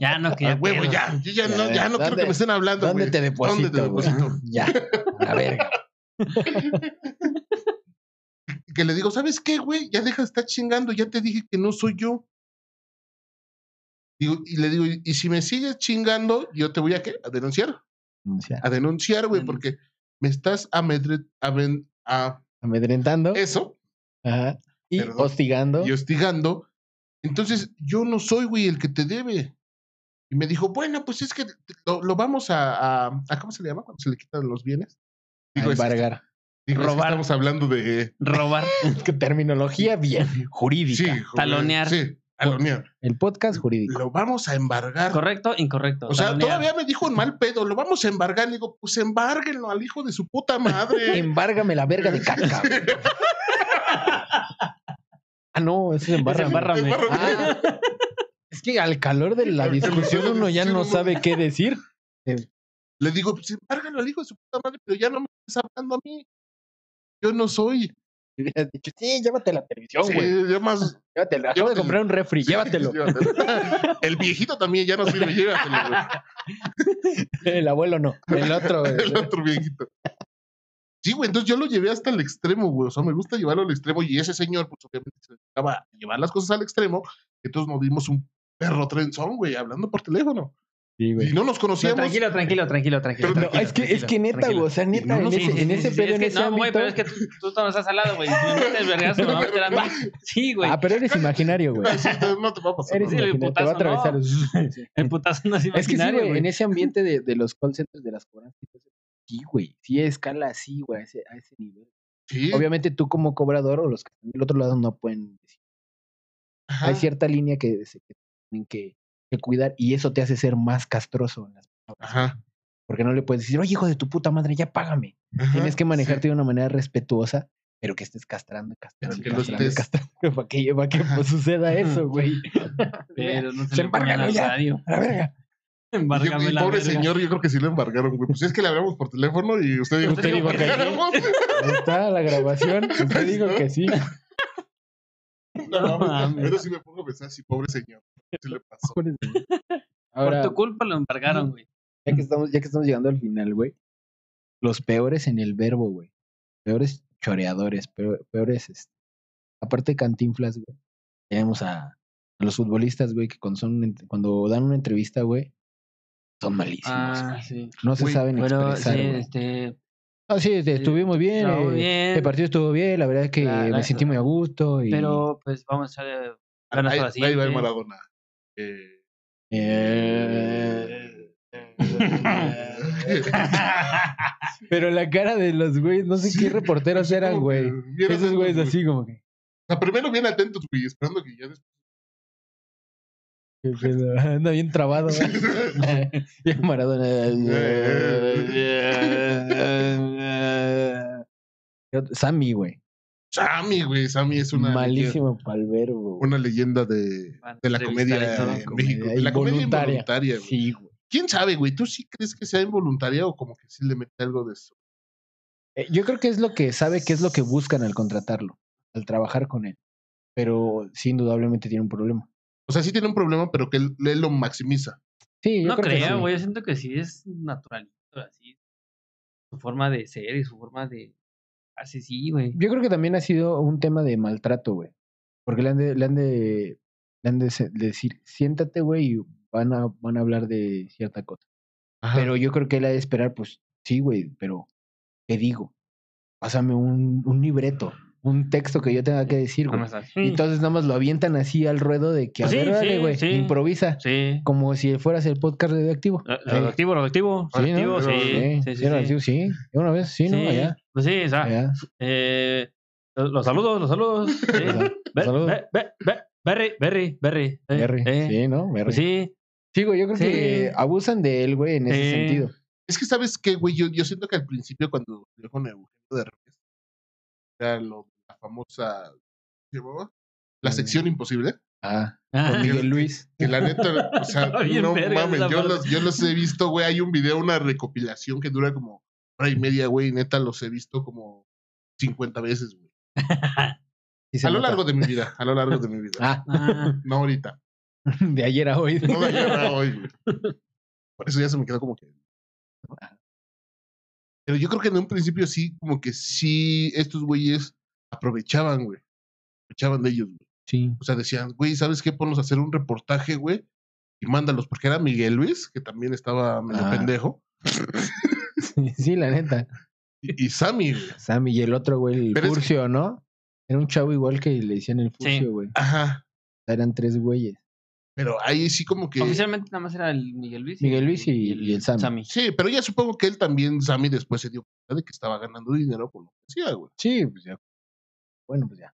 Speaker 4: Ya no
Speaker 3: A
Speaker 4: quería.
Speaker 3: huevo, ya. Yo ya
Speaker 5: Ya,
Speaker 3: no, ya no quiero
Speaker 5: ¿dónde-
Speaker 3: que me estén hablando,
Speaker 5: ¿Dónde
Speaker 3: güey.
Speaker 5: te deposito?
Speaker 3: ¿Dónde te
Speaker 5: güey?
Speaker 3: deposito?
Speaker 5: ya. A verga.
Speaker 3: Que le digo, ¿sabes qué, güey? Ya deja de estar chingando. Ya te dije que no soy yo. Digo, y le digo, y si me sigues chingando, yo te voy a, ¿qué? a denunciar.
Speaker 5: Denunciar.
Speaker 3: A denunciar, güey,
Speaker 4: Denuncia.
Speaker 3: porque me estás amedre... aven- a
Speaker 5: Amedrentando.
Speaker 3: eso
Speaker 5: Ajá. Y
Speaker 3: Perdón.
Speaker 5: hostigando.
Speaker 3: y hostigando. Entonces, yo no soy, güey, el que te debe. Y me dijo, bueno, pues es que te- lo, lo vamos a, a, a- ¿Cómo se le llama cuando se le quitan los bienes?
Speaker 5: a
Speaker 3: Digo, es que-
Speaker 5: embargar.
Speaker 3: digo, es que
Speaker 4: robar.
Speaker 3: estamos hablando de.
Speaker 4: Robar.
Speaker 5: Que terminología bien. Jurídica.
Speaker 3: Sí, joder,
Speaker 4: Talonear.
Speaker 3: Sí, talonear.
Speaker 5: El podcast jurídico.
Speaker 3: Lo vamos a embargar.
Speaker 4: Correcto, incorrecto.
Speaker 3: O sea,
Speaker 4: Talonear.
Speaker 3: todavía me dijo en mal pedo, lo vamos a embargar. Le digo, pues embárguenlo al hijo de su puta madre.
Speaker 5: Embárgame la verga de caca. güey. ah, no, eso es
Speaker 4: Ese
Speaker 5: embarra.
Speaker 4: embárrame.
Speaker 3: Embárrame.
Speaker 5: Ah, es que al calor de la
Speaker 3: Al calor de
Speaker 5: discusión
Speaker 3: la
Speaker 5: uno ya no
Speaker 3: discusión,
Speaker 5: sabe qué decir. Eh,
Speaker 3: Le digo, pues embárgalo al hijo de su puta madre, pero ya no me estás hablando a mí. Yo no soy.
Speaker 5: Y hubieras dicho, sí, llévate la televisión,
Speaker 3: Sí,
Speaker 5: güey.
Speaker 3: yo más.
Speaker 5: Llévatelo. Acabo de
Speaker 3: llévatelo.
Speaker 5: comprar un refri, llévatelo.
Speaker 3: Llévatelo. El viejito también ya no sirve, llévatelo, güey.
Speaker 5: El abuelo no. El otro, güey.
Speaker 3: El otro viejito. Sí, güey, entonces yo lo llevé hasta el extremo, güey. O sea, me gusta llevarlo al extremo y ese señor, pues obviamente, se dedicaba a llevar las cosas al extremo. Entonces nos dimos un perro trenzón, güey, hablando por teléfono.
Speaker 5: Sí,
Speaker 3: Y no nos
Speaker 4: No,
Speaker 3: conocíamos.
Speaker 4: tranquilo, tranquilo, tranquilo, tranquilo.
Speaker 3: Pero
Speaker 5: No,
Speaker 4: tranquilo,
Speaker 5: es que, es
Speaker 4: tranquilo,
Speaker 5: que neta,
Speaker 4: tranquilo.
Speaker 5: güey. O sea, neta,
Speaker 3: No, no,
Speaker 5: en
Speaker 3: sí,
Speaker 5: ese,
Speaker 3: sí,
Speaker 5: en
Speaker 3: sí,
Speaker 5: ese
Speaker 4: sí,
Speaker 5: pedo,
Speaker 4: es
Speaker 5: en
Speaker 4: que
Speaker 5: ese
Speaker 4: no,
Speaker 5: ámbito.
Speaker 4: güey, pero es que tú, tú no estás al lado, güey. Si me metes el vergazo, no, te la meto. Sí, güey.
Speaker 5: Ah, pero eres imaginario, güey.
Speaker 3: Sí, no, no te va a pasar.
Speaker 5: Eres
Speaker 4: sí,
Speaker 3: nada.
Speaker 4: el
Speaker 5: imaginario. Te va a
Speaker 4: putazo, ¿no?
Speaker 5: atravesar. Sí.
Speaker 4: El putazo no es
Speaker 5: Es que sí,
Speaker 4: imaginario,
Speaker 5: güey, en
Speaker 4: güey.
Speaker 5: ese ambiente de, de los call centers, de las cobranzas, y todo eso, sí, güey, sí escala así, güey, a ese, a ese nivel.
Speaker 3: Sí,
Speaker 5: Obviamente tú como cobrador o los que están del otro lado no pueden decir.
Speaker 3: ajá.
Speaker 5: Hay cierta línea que se que tienen que, que cuidar y eso te hace ser más castroso. en las-
Speaker 3: Ajá.
Speaker 5: Porque no le puedes decir, oye, hijo de tu puta madre, ya págame.
Speaker 3: ajá,
Speaker 5: Tienes que
Speaker 3: sí.
Speaker 5: manejarte de una manera respetuosa, pero que estés castrando, castrando,
Speaker 3: Pero que lo
Speaker 5: castrando,
Speaker 3: estés-
Speaker 5: castrando, para que, para que
Speaker 3: Ajá.
Speaker 5: pues, suceda eso, güey.
Speaker 4: Pero no se
Speaker 5: Se
Speaker 4: le ponía
Speaker 5: embarga,
Speaker 4: la
Speaker 5: ¿no? Ya.
Speaker 4: radio.
Speaker 5: A la verga.
Speaker 3: Y yo-
Speaker 4: Embárgame
Speaker 3: y
Speaker 4: la
Speaker 3: pobre
Speaker 4: verga.
Speaker 3: señor, yo creo que sí lo embargaron, güey. Pues es que le hablamos por teléfono y usted dijo
Speaker 4: Usted dijo
Speaker 3: que
Speaker 4: que sí.
Speaker 3: hablamos.
Speaker 5: Ahí está la grabación. Usted dijo que sí.
Speaker 3: No,
Speaker 4: No mames.
Speaker 3: Pero sí me pongo a pensar, sí, pobre señor. ¿Qué le pasó?
Speaker 5: Ahora,
Speaker 4: Por tu culpa lo embargaron, güey.
Speaker 5: ya que estamos, ya que estamos llegando al final, güey. Los peores en el verbo, güey. Peores choreadores, peor- peores, este, aparte de cantinflas, güey. Tenemos a, a los futbolistas, güey, que cuando, son, una ent- cuando dan una entrevista, güey, son malísimos.
Speaker 4: Ah,
Speaker 5: güey.
Speaker 4: sí.
Speaker 5: no se
Speaker 3: güey,
Speaker 5: saben
Speaker 4: Pero
Speaker 5: expresar.
Speaker 4: sí,
Speaker 5: güey.
Speaker 4: este.
Speaker 5: Ah, sí, este, estuvimos bien,
Speaker 4: Estuvo
Speaker 5: eh,
Speaker 4: bien.
Speaker 5: El partido estuvo bien, la verdad es que
Speaker 4: La- la-
Speaker 5: me sentí muy a gusto. Y,
Speaker 4: Pero pues vamos a hacer. Ganas
Speaker 3: Ahí,
Speaker 4: para la
Speaker 3: ahí va el
Speaker 4: siguiente.
Speaker 3: Maradona. Eh,
Speaker 5: Eh, pero la cara de los güeyes, no sé
Speaker 3: Sí,
Speaker 5: qué reporteros
Speaker 3: así
Speaker 5: eran,
Speaker 3: como que
Speaker 5: güey.
Speaker 3: bien
Speaker 5: Esos
Speaker 3: atentos,
Speaker 5: güeyes
Speaker 3: güey.
Speaker 5: así como que.
Speaker 3: O sea, primero bien atentos, güey, esperando que ya después.
Speaker 5: ¿Qué pedo? Anda bien trabado. güey. y el Maradona.
Speaker 3: Eh,
Speaker 5: Sammy, güey.
Speaker 3: Sammy, güey, Sammy eh. es una
Speaker 5: Malísimo pal verbo.
Speaker 3: leyenda, una leyenda de,
Speaker 4: Van a
Speaker 3: de la comedia
Speaker 4: entrevistar a
Speaker 3: en
Speaker 4: todos.
Speaker 3: México.
Speaker 5: Comedia
Speaker 3: la comedia
Speaker 5: involuntaria.
Speaker 3: involuntaria, güey.
Speaker 5: Sí, güey.
Speaker 3: ¿Quién sabe, güey? ¿Tú sí crees que sea involuntaria o como que sí le mete algo de eso?
Speaker 5: Eh, Yo creo que es lo que sabe que es lo que buscan al contratarlo, al trabajar con él. Pero sí, indudablemente tiene un problema.
Speaker 3: O sea, sí tiene un problema, pero que él, él lo maximiza.
Speaker 5: Sí, yo
Speaker 4: No
Speaker 5: creo que sí.
Speaker 4: creo, güey. Yo siento que sí es naturalito, así. Su forma de ser y su forma de. Así sí, güey.
Speaker 5: Yo creo que también ha sido un tema de maltrato, güey. Porque le han de, le han de, le han de se- de decir, siéntate, güey, y van a, van a hablar de cierta cosa.
Speaker 3: Ajá.
Speaker 5: Pero yo creo que él ha de esperar, pues, sí, güey, pero te digo, pásame un, un libreto, un texto que yo tenga que decir, güey.
Speaker 4: Vamos a-
Speaker 5: Y Entonces nada más lo avientan así al ruedo de que, a
Speaker 4: Mm. Pues sí,
Speaker 5: ver, órale,
Speaker 4: sí,
Speaker 5: güey,
Speaker 4: sí.
Speaker 5: improvisa.
Speaker 4: Sí.
Speaker 5: Como si fueras el podcast radioactivo. Sí,
Speaker 4: Ah, Radioactivo, radioactivo.
Speaker 5: Sí, ¿no?
Speaker 4: Radioactivo, sí. Sí, sí,
Speaker 5: Sí, radioactivo,
Speaker 4: sí.
Speaker 5: sí. Una vez, sí, ¿no?
Speaker 4: Sí,
Speaker 5: Allá,
Speaker 4: Pues sí, o sea,
Speaker 5: allá.
Speaker 4: Eh, los los saludos, los saludos. Sí. Ber-
Speaker 5: saludos.
Speaker 4: Ber- Ber- Ber- Berry, Berry, Berry. eh,
Speaker 5: Berry,
Speaker 4: eh.
Speaker 5: Sí, ¿no? Berry.
Speaker 4: Pues sí,
Speaker 5: Sí, güey, yo creo
Speaker 4: Sí.
Speaker 5: que abusan de él, güey, en ese
Speaker 4: Sí.
Speaker 5: sentido.
Speaker 3: Es que, ¿sabes qué, güey? Yo, yo siento que al principio, cuando dio con Eugenio Derbez, era lo, la famosa. ¿qué llamaba? La
Speaker 5: Mm.
Speaker 3: sección imposible.
Speaker 5: Ah,
Speaker 4: Ah,
Speaker 5: con Miguel Luis.
Speaker 3: Que la neta, o sea,
Speaker 4: Está bien
Speaker 3: no
Speaker 4: verga
Speaker 3: mames,
Speaker 4: esa
Speaker 3: yo
Speaker 4: parte.
Speaker 3: los, yo los he visto, güey. Hay un video, una recopilación que dura como hora y media, güey. y Neta, los he visto como 50 veces, güey.
Speaker 5: Sí se
Speaker 3: A lo
Speaker 5: nota.
Speaker 3: largo de mi vida, a lo largo de mi vida.
Speaker 5: Ah,
Speaker 4: ah,
Speaker 3: No ahorita,
Speaker 5: de ayer a hoy.
Speaker 3: no de ayer a hoy, güey. Por eso ya se me quedó como que. Pero yo creo que en un principio sí, como que sí, estos güeyes aprovechaban, güey. Aprovechaban de ellos, güey.
Speaker 5: Sí.
Speaker 3: O sea, decían, güey, ¿sabes qué? Ponlos a hacer un reportaje, güey. Y mándalos, porque era Miguel Luis, que también estaba medio
Speaker 5: Ah.
Speaker 3: pendejo,
Speaker 5: Sí, la neta.
Speaker 3: y, y Sammy, güey.
Speaker 5: Sammy y el otro, güey, el
Speaker 3: Pero es que-
Speaker 5: Furcio, ¿no? Era un chavo igual que le decían el
Speaker 4: Sí.
Speaker 5: Furcio, güey.
Speaker 3: Ajá.
Speaker 5: Eran tres güeyes.
Speaker 3: Pero ahí sí como que...
Speaker 4: oficialmente nada más era el Miguel Luis.
Speaker 5: Miguel Luis y- y el Sammy.
Speaker 3: Sí, pero ya supongo que él también, Sammy, después se dio cuenta de que estaba ganando dinero por lo que hacía, güey.
Speaker 5: Sí, pues ya. Bueno, pues ya.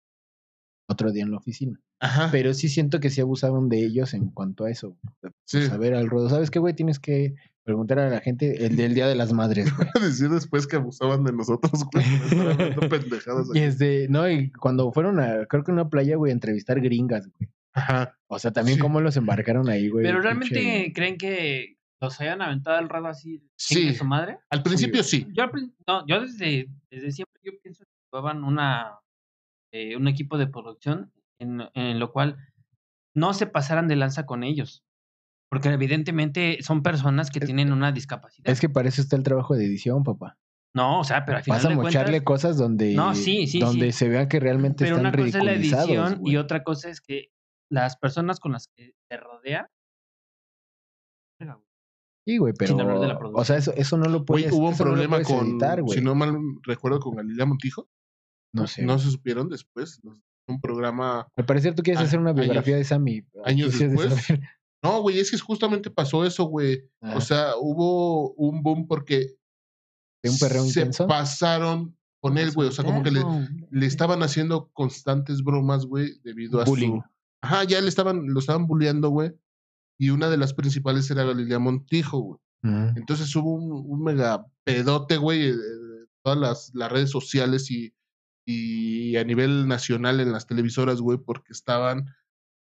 Speaker 5: Otro día en la oficina.
Speaker 3: Ajá.
Speaker 5: Pero sí siento que sí abusaban de ellos en cuanto a eso.
Speaker 3: sí.
Speaker 5: Saber al ruedo. ¿Sabes qué, güey? Tienes que preguntar a la gente el del Día de las Madres, güey.
Speaker 3: Decir después que abusaban de nosotros, güey. por estar hablando pendejadas
Speaker 5: Y
Speaker 3: aquí.
Speaker 5: este, no, y cuando fueron a, creo que una playa, güey, a entrevistar gringas, güey.
Speaker 3: Ajá.
Speaker 5: O sea, también
Speaker 3: Sí.
Speaker 5: cómo los embarcaron ahí, güey.
Speaker 4: Pero
Speaker 5: pinche-
Speaker 4: realmente creen que los hayan aventado al rato así,
Speaker 3: Sí.
Speaker 4: sí. su madre.
Speaker 3: Al principio sí.
Speaker 4: Yo, al prin- no, yo desde, desde siempre yo pienso que llevaban una, eh, un equipo de producción en, en lo cual no se pasaran de lanza con ellos. Porque evidentemente son personas que
Speaker 5: Es-
Speaker 4: tienen una discapacidad.
Speaker 5: Es que para eso está el trabajo de edición, papá.
Speaker 4: no, o sea, pero al final
Speaker 5: Vas a
Speaker 4: de cuentas,
Speaker 5: mocharle cosas donde,
Speaker 4: No, sí, sí,
Speaker 5: donde
Speaker 4: sí.
Speaker 5: se vea que realmente
Speaker 4: pero
Speaker 5: están
Speaker 4: una cosa es la
Speaker 5: ridiculizados.
Speaker 4: edición
Speaker 5: güey.
Speaker 4: y otra cosa es que las personas con las que te rodea
Speaker 5: Sí, güey, pero.
Speaker 4: sin hablar de la
Speaker 5: o sea, eso, eso no lo
Speaker 3: Güey,
Speaker 5: puedes.
Speaker 3: hubo un
Speaker 5: pues, eso no lo
Speaker 3: problema
Speaker 5: puedes
Speaker 3: con,
Speaker 5: editar, güey.
Speaker 3: si no mal recuerdo, con Galilea Montijo.
Speaker 5: No sé.
Speaker 3: No se supieron después. no sé, Un programa.
Speaker 5: Al parecer tú quieres
Speaker 3: Ah,
Speaker 5: hacer una
Speaker 3: años-
Speaker 5: biografía de Sammy.
Speaker 3: años
Speaker 5: Quisieras
Speaker 3: después.
Speaker 5: saber-
Speaker 3: No, güey, es que justamente pasó eso, güey.
Speaker 5: Ah,
Speaker 3: O sea, hubo un boom porque
Speaker 5: de un perreo
Speaker 3: se
Speaker 5: intenso.
Speaker 3: pasaron con él, güey. O sea, como que le, le estaban haciendo constantes bromas, güey, debido a
Speaker 5: Bullying.
Speaker 3: su... Ajá, ya le estaban, lo estaban bulleando, güey. Y una de las principales era Galilea Montijo, güey.
Speaker 5: Ujú.
Speaker 3: Entonces hubo un, un mega pedote, güey, eh, todas las, las redes sociales y, y a nivel nacional en las televisoras, güey, porque estaban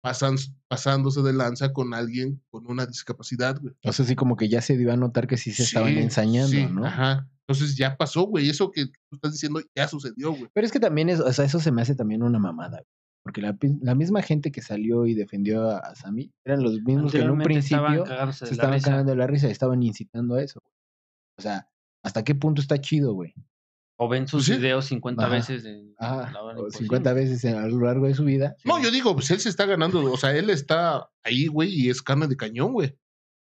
Speaker 3: pasan, pasándose de lanza con alguien con una discapacidad, güey.
Speaker 5: O sea, sí, como que ya se dio a notar que sí se estaban
Speaker 3: Sí,
Speaker 5: ensañando,
Speaker 3: sí,
Speaker 5: ¿no?
Speaker 3: Ajá. Entonces ya pasó, güey. Eso que tú estás diciendo ya sucedió, güey.
Speaker 5: Pero es que también es, o sea, eso se me hace también una mamada. güey. Porque la, pi- la misma gente que salió y defendió a, a Sammy eran los mismos que en un principio se estaban cagando de la risa, estaban incitando a eso. güey. O sea, ¿hasta qué punto está chido, güey?
Speaker 4: O ven sus
Speaker 3: Pues Sí.
Speaker 4: videos 50
Speaker 5: Ajá.
Speaker 4: veces. en
Speaker 5: Ajá,
Speaker 4: la hora
Speaker 5: o
Speaker 4: imposible.
Speaker 5: 50 veces en- a lo largo de su vida.
Speaker 3: No, yo digo, pues él se está ganando, o sea, él está ahí, güey, y es carne de cañón, güey.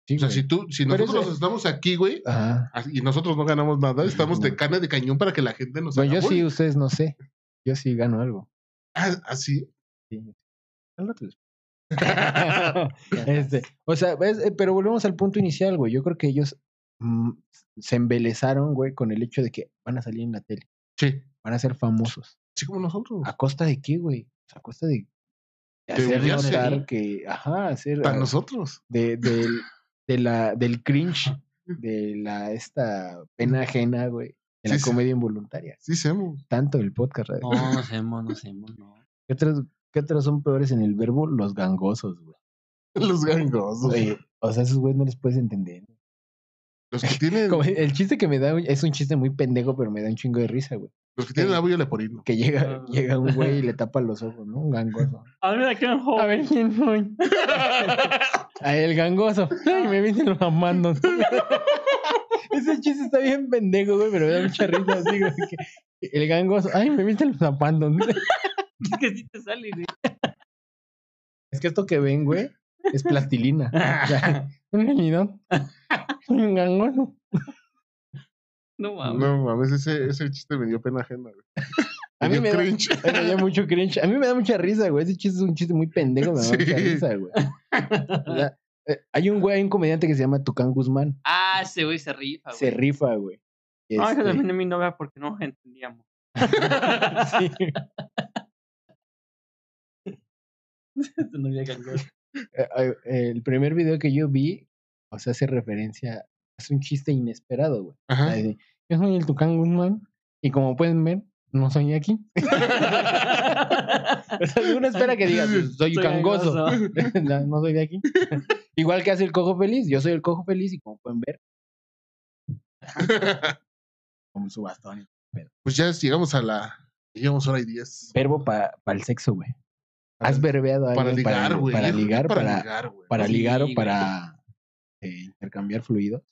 Speaker 5: Sí,
Speaker 3: O sea,
Speaker 5: güey.
Speaker 3: si tú, si
Speaker 5: Pero
Speaker 3: nosotros
Speaker 5: ese-
Speaker 3: estamos aquí, güey,
Speaker 5: Ajá.
Speaker 3: y nosotros no ganamos nada, estamos de
Speaker 5: Ujú.
Speaker 3: carne de cañón para que la gente nos
Speaker 5: Bueno, yo
Speaker 3: haga
Speaker 5: sí,
Speaker 3: bullying.
Speaker 5: ustedes no sé. Yo sí gano algo.
Speaker 3: Ah, Así.
Speaker 5: Sí. Al rato les- Este, o sea, ves, eh, pero volvemos al punto inicial, güey. Yo creo que ellos mm, se embelezaron, güey, con el hecho de que van a salir en la tele,
Speaker 3: Sí.
Speaker 5: van a ser famosos.
Speaker 3: Así como nosotros.
Speaker 5: ¿A costa de qué, güey? O sea, A costa de,
Speaker 3: De
Speaker 5: de hacer
Speaker 3: humillarse.
Speaker 5: notar que, ajá, hacer
Speaker 3: Para
Speaker 5: ah,
Speaker 3: nosotros.
Speaker 5: de, del, de la, del cringe, de la esta pena ajena, güey, de la
Speaker 3: Sí, sí.
Speaker 5: comedia involuntaria.
Speaker 3: Sí, Semo.
Speaker 5: Tanto el podcast, radio.
Speaker 4: No, no hacemos, no hacemos, no.
Speaker 5: ¿Qué otros, qué otros son peores en el verbo? Los gangosos, güey.
Speaker 3: Los gangosos.
Speaker 5: Oye, o sea, esos güeyes no les puedes entender.
Speaker 3: Los que tienen,
Speaker 5: Como el chiste que me da es un chiste muy pendejo, pero me da un chingo de risa, güey.
Speaker 3: los que tienen
Speaker 5: que-
Speaker 3: labio leporino.
Speaker 5: Que llega,
Speaker 4: Ah.
Speaker 5: llega un güey y le tapa los ojos, ¿no? Un gangoso.
Speaker 4: A ver, aquí en
Speaker 5: A ver quién soy. A el gangoso. Ay, me vienen mamando. Ese chiste está bien pendejo, güey, pero me da mucha risa así, güey. que el gangoso. Ay, me vienen los mamando.
Speaker 4: Es que sí te sale, güey.
Speaker 5: Es que esto que ven, güey, es plastilina. O sea, un almidón. Soy un gangoso.
Speaker 4: No mames.
Speaker 3: No mames, ese, ese chiste me dio pena ajena, güey.
Speaker 5: A mí
Speaker 3: dio
Speaker 5: me da,
Speaker 3: cringe.
Speaker 5: me da mucho cringe. A mí me da mucha risa, güey. Ese chiste es un chiste muy pendejo, me da
Speaker 3: Sí.
Speaker 5: mucha risa, güey. O sea, eh, hay un güey, hay un comediante que se llama Tucán Guzmán.
Speaker 4: Ah, ese güey se rifa, güey.
Speaker 5: Se rifa, güey.
Speaker 4: Ah, que
Speaker 5: Este-
Speaker 4: también a mi novia porque no entendíamos.
Speaker 5: Sí.
Speaker 4: Tu novia gangosa.
Speaker 5: Eh, eh, El primer video que yo vi, o sea, hace referencia, es un chiste inesperado, güey. O sea,
Speaker 3: Ajá.
Speaker 5: dice, Yo soy el Tucán Guzmán y como pueden ver, no soy aquí. O sea, uno espera que digas, Ah, soy,
Speaker 4: Soy
Speaker 5: cangoso.
Speaker 4: gangoso.
Speaker 5: no, no soy de aquí. Igual que hace el cojo feliz, yo soy el cojo feliz y como pueden ver, con su bastón.
Speaker 3: Pues ya llegamos a la. Llegamos hora y diez.
Speaker 5: Verbo para el sexo, güey.
Speaker 3: Para-
Speaker 5: Has verbeado a
Speaker 3: Para
Speaker 5: alguien
Speaker 3: ligar, güey.
Speaker 5: Para
Speaker 3: yo creo que
Speaker 5: ligar,
Speaker 3: para
Speaker 5: para,
Speaker 3: ligar, güey.
Speaker 5: para
Speaker 4: Sí,
Speaker 5: ligar o
Speaker 4: güey.
Speaker 5: para eh, intercambiar fluidos,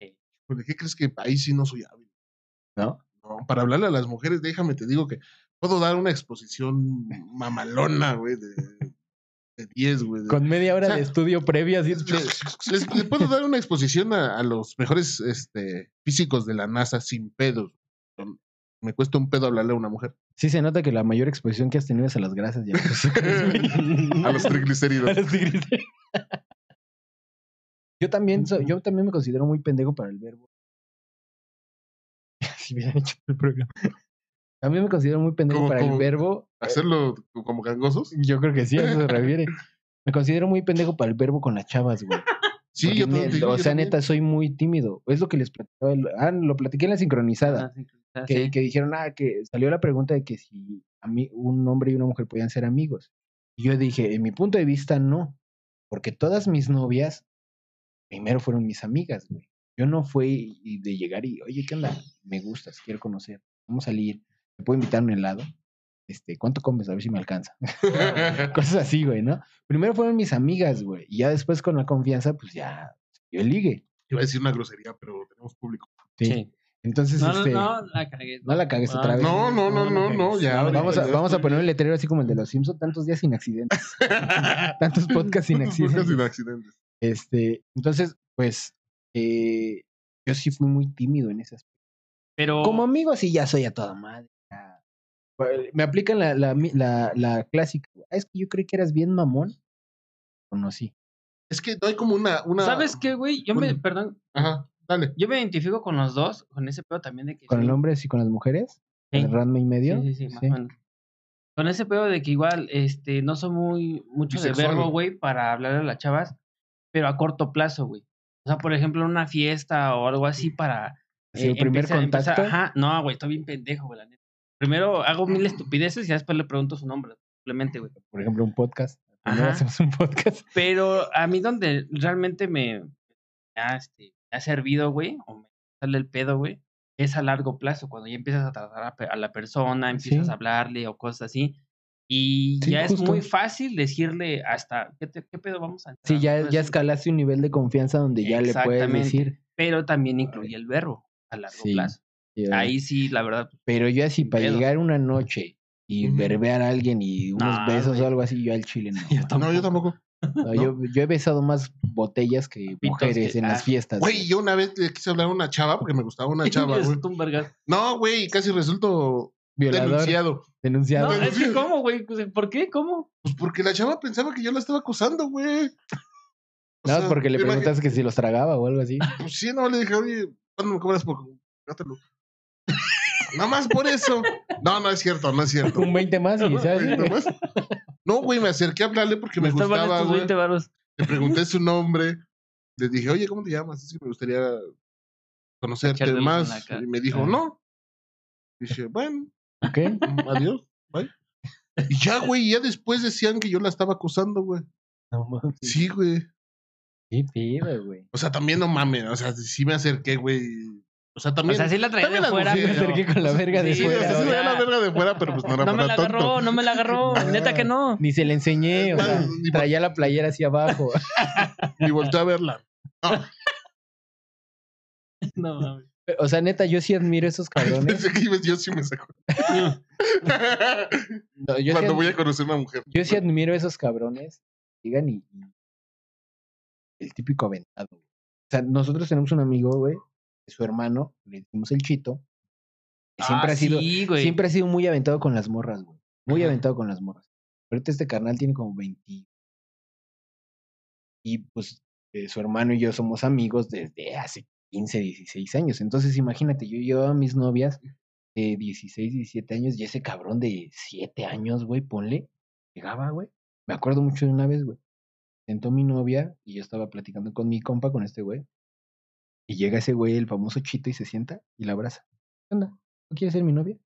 Speaker 3: Porque, Pues, ¿Qué crees que ahí sí no soy hábil?
Speaker 5: ¿no?
Speaker 3: No, para hablarle a las mujeres, déjame te digo que puedo dar una exposición mamalona, güey, de de 10, güey. de-
Speaker 5: Con media hora
Speaker 3: O sea,
Speaker 5: de estudio previo, así.
Speaker 3: Pues, Les, les puedo dar una exposición a, a los mejores este, físicos de la NASA sin pedos. Son- Me cuesta un pedo hablarle a una mujer.
Speaker 5: Sí se nota que la mayor exposición que has tenido es a las grasas y a los azúcares, güey.
Speaker 3: A los
Speaker 5: A
Speaker 3: triglicéridos.
Speaker 5: los tigres. Yo también, so- yo también me considero muy pendejo para el verbo. si hubieran hecho el programa. También me considero muy pendejo
Speaker 3: ¿Cómo-
Speaker 5: para el
Speaker 3: cómo?
Speaker 5: verbo.
Speaker 3: Hacerlo como gangosos.
Speaker 5: Yo creo que sí, a eso se refiere. Me considero muy pendejo para el verbo con las chavas, güey.
Speaker 3: Sí,
Speaker 5: Porque
Speaker 3: yo
Speaker 5: ne-
Speaker 3: también.
Speaker 5: o
Speaker 3: yo
Speaker 5: sea,
Speaker 3: también.
Speaker 5: neta, soy muy tímido. Es lo que les platicaba. el- ah, lo platiqué en la sincronizada.
Speaker 4: Ah,
Speaker 5: que,
Speaker 4: sí.
Speaker 5: que dijeron, ah, que salió la pregunta de que si a mí, un hombre y una mujer podían ser amigos. Y yo dije, en mi punto de vista, no. Porque todas mis novias primero fueron mis amigas, güey. Yo no fui y de llegar y, oye, ¿qué onda? Me gustas, quiero conocer, vamos a salir, ¿te puedo invitar a un helado? Este, ¿cuánto comes? A ver si me alcanza. Cosas así, güey, ¿no? Primero fueron mis amigas, güey. Y ya después con la confianza, pues ya, yo ligue.
Speaker 3: Iba a decir una grosería, pero tenemos público.
Speaker 5: Sí. Entonces,
Speaker 4: No,
Speaker 5: este,
Speaker 4: no, no, la cagué.
Speaker 5: no la cagues
Speaker 4: Ah,
Speaker 5: otra vez.
Speaker 3: No, no, no, no, no, ya. ahorita
Speaker 5: Vamos a,
Speaker 3: ya
Speaker 5: vamos a
Speaker 3: estoy-
Speaker 5: poner un letrero así como el de los Simpsons, tantos días sin accidentes, tantos podcasts sin
Speaker 3: Tantos podcasts
Speaker 5: accidentes.
Speaker 3: sin accidentes.
Speaker 5: Este, entonces, pues, eh, yo sí fui muy tímido en ese aspecto.
Speaker 4: Pero.
Speaker 5: Como amigo, sí, ya soy a toda madre. ya. Pues, Me aplican la, la, mi- la, la clásica. "Ah, Es que yo creí que eras bien mamón. Conocí.
Speaker 3: Es que no hay como una. una...
Speaker 4: ¿Sabes qué, güey? Yo me,
Speaker 3: Bueno.
Speaker 4: perdón,
Speaker 3: Ajá, dale.
Speaker 4: yo me identifico con los dos, con ese pedo también de que.
Speaker 5: Con
Speaker 4: soy-
Speaker 5: los hombres y con las mujeres.
Speaker 4: Sí.
Speaker 5: El Ranma y medio.
Speaker 4: Sí, sí, sí, más
Speaker 5: Sí.
Speaker 4: o menos. Con ese pedo de que igual, este, no soy muy mucho de
Speaker 3: Bisexual,
Speaker 4: verbo,
Speaker 3: ¿no?
Speaker 4: güey, para hablar a las chavas, pero a corto plazo, güey. O sea, por ejemplo, en una fiesta o algo así para. eh,
Speaker 5: Así, el primer
Speaker 4: empezar- empezar-
Speaker 5: contacto.
Speaker 4: E, ajá, no, güey, estoy bien pendejo, güey, la neta. Primero hago mil estupideces y ya después le pregunto su nombre, simplemente, güey.
Speaker 5: Por ejemplo, un podcast. Primero
Speaker 4: Ajá. Ah,
Speaker 5: hacemos un podcast.
Speaker 4: Pero a mí donde realmente me me ha, este, me ha servido, güey, o me sale el pedo, güey, es a largo plazo, cuando ya empiezas a tratar a, pe- a la persona, empiezas
Speaker 5: Sí.
Speaker 4: a hablarle o cosas así. Y
Speaker 5: Sí,
Speaker 4: ya es muy
Speaker 5: justo.
Speaker 4: fácil decirle hasta, ¿qué, te- qué pedo vamos a entrar?
Speaker 5: Sí, ya,
Speaker 4: Entonces,
Speaker 5: ya escalaste un nivel de confianza donde ya le puedes
Speaker 4: pues, Exactamente.
Speaker 5: decir.
Speaker 4: Pero también incluye el verbo a largo
Speaker 5: Sí,
Speaker 4: plazo.
Speaker 5: eh,
Speaker 4: Ahí sí, la verdad,
Speaker 5: Pero yo así, para
Speaker 4: pedo.
Speaker 5: llegar una noche y
Speaker 3: Ujú.
Speaker 5: verbear a alguien y unos
Speaker 4: Nah,
Speaker 5: besos
Speaker 4: güey.
Speaker 5: o algo así, yo al chile no. güey.
Speaker 4: Ah,
Speaker 3: No, yo tampoco.
Speaker 5: No, Yo, yo he besado más botellas que
Speaker 4: que-
Speaker 5: mujeres en las
Speaker 4: ah,
Speaker 5: fiestas.
Speaker 3: Güey, yo una vez le quise hablar a una chava porque me gustaba una chava, güey.
Speaker 4: es un vergas.
Speaker 3: No, güey, casi resulto
Speaker 5: Violador,
Speaker 3: denunciado.
Speaker 5: denunciado.
Speaker 4: No,
Speaker 3: güey,
Speaker 4: es que ¿cómo, güey? O sea, ¿Por qué? ¿Cómo?
Speaker 3: Pues porque la chava pensaba que yo la estaba acosando, güey. O
Speaker 5: Nada más
Speaker 3: sea,
Speaker 5: porque le
Speaker 3: imagi-
Speaker 5: preguntas que si los tragaba o algo así.
Speaker 3: Pues sí, no, le dije, oye, ¿cuándo me cobras por gátalo? Nada más por eso. No, no es cierto, no es cierto.
Speaker 5: Un 20 más y ¿sabes?
Speaker 3: Güey, nada más. No, güey, me acerqué a hablarle porque me,
Speaker 4: Me estaban
Speaker 3: gustaba,
Speaker 4: estos
Speaker 3: güey.
Speaker 4: 20 varos.
Speaker 3: Le pregunté su nombre. Le dije, oye, ¿cómo te llamas? Es que me gustaría conocerte
Speaker 4: Echártelos en la
Speaker 3: más.
Speaker 4: cara.
Speaker 3: Y me dijo,
Speaker 5: Ah.
Speaker 3: no. Dije, bueno,
Speaker 5: Ok.
Speaker 3: mm, adiós, bye. Y ya, güey, ya después decían que yo la estaba acosando, güey.
Speaker 5: No mames.
Speaker 3: Sí, güey.
Speaker 5: Qué pedo, güey.
Speaker 3: O sea, también no mames. O sea, sí me acerqué, güey. O sea,
Speaker 4: O
Speaker 3: también.
Speaker 4: sea, sí la traía
Speaker 3: también
Speaker 4: de
Speaker 3: las
Speaker 4: fuera,
Speaker 5: Me
Speaker 3: mujeres-
Speaker 4: pero-
Speaker 5: acerqué con la verga de
Speaker 4: Sí,
Speaker 3: o
Speaker 5: fuera,
Speaker 3: sea, sí
Speaker 5: güey.
Speaker 3: traía la verga de fuera, pero pues no era
Speaker 4: No me la
Speaker 3: para tanto.
Speaker 4: agarró, no me la agarró. Neta que no.
Speaker 5: Ni se le enseñé, o
Speaker 3: Es
Speaker 5: sea,
Speaker 3: más, ni por-
Speaker 5: traía la playera hacia abajo.
Speaker 3: Y volteé a verla.
Speaker 4: No mames.
Speaker 5: O sea, neta, yo sí admiro esos cabrones.
Speaker 3: Pensé que ibas- yo sí me sacó.
Speaker 5: No, yo sí
Speaker 3: Cuando
Speaker 5: admi-
Speaker 3: voy a conocer a una mujer.
Speaker 5: Yo sí admiro a esos cabrones. Digan y. y- El típico aventado. güey. O sea, nosotros tenemos un amigo, güey, su hermano, le decimos el chito, que siempre
Speaker 4: Ah,
Speaker 5: ha sido.
Speaker 4: sí, güey.
Speaker 5: Siempre ha sido muy aventado con las morras, güey. Muy
Speaker 4: Ajá.
Speaker 5: aventado con las morras. Ahorita este carnal tiene como 20. Y pues eh, su hermano y yo somos amigos desde hace 15, 16 años. Entonces imagínate, yo llevaba a mis novias de 16, 17 años y ese cabrón de 7 años, güey, ponle, llegaba, güey. Me acuerdo mucho de una vez, güey. Sentó mi novia y yo estaba platicando con mi compa, con este güey. Y llega ese güey, el famoso chito, y se sienta y la abraza. ¿Qué onda? ¿No quieres ser mi novia?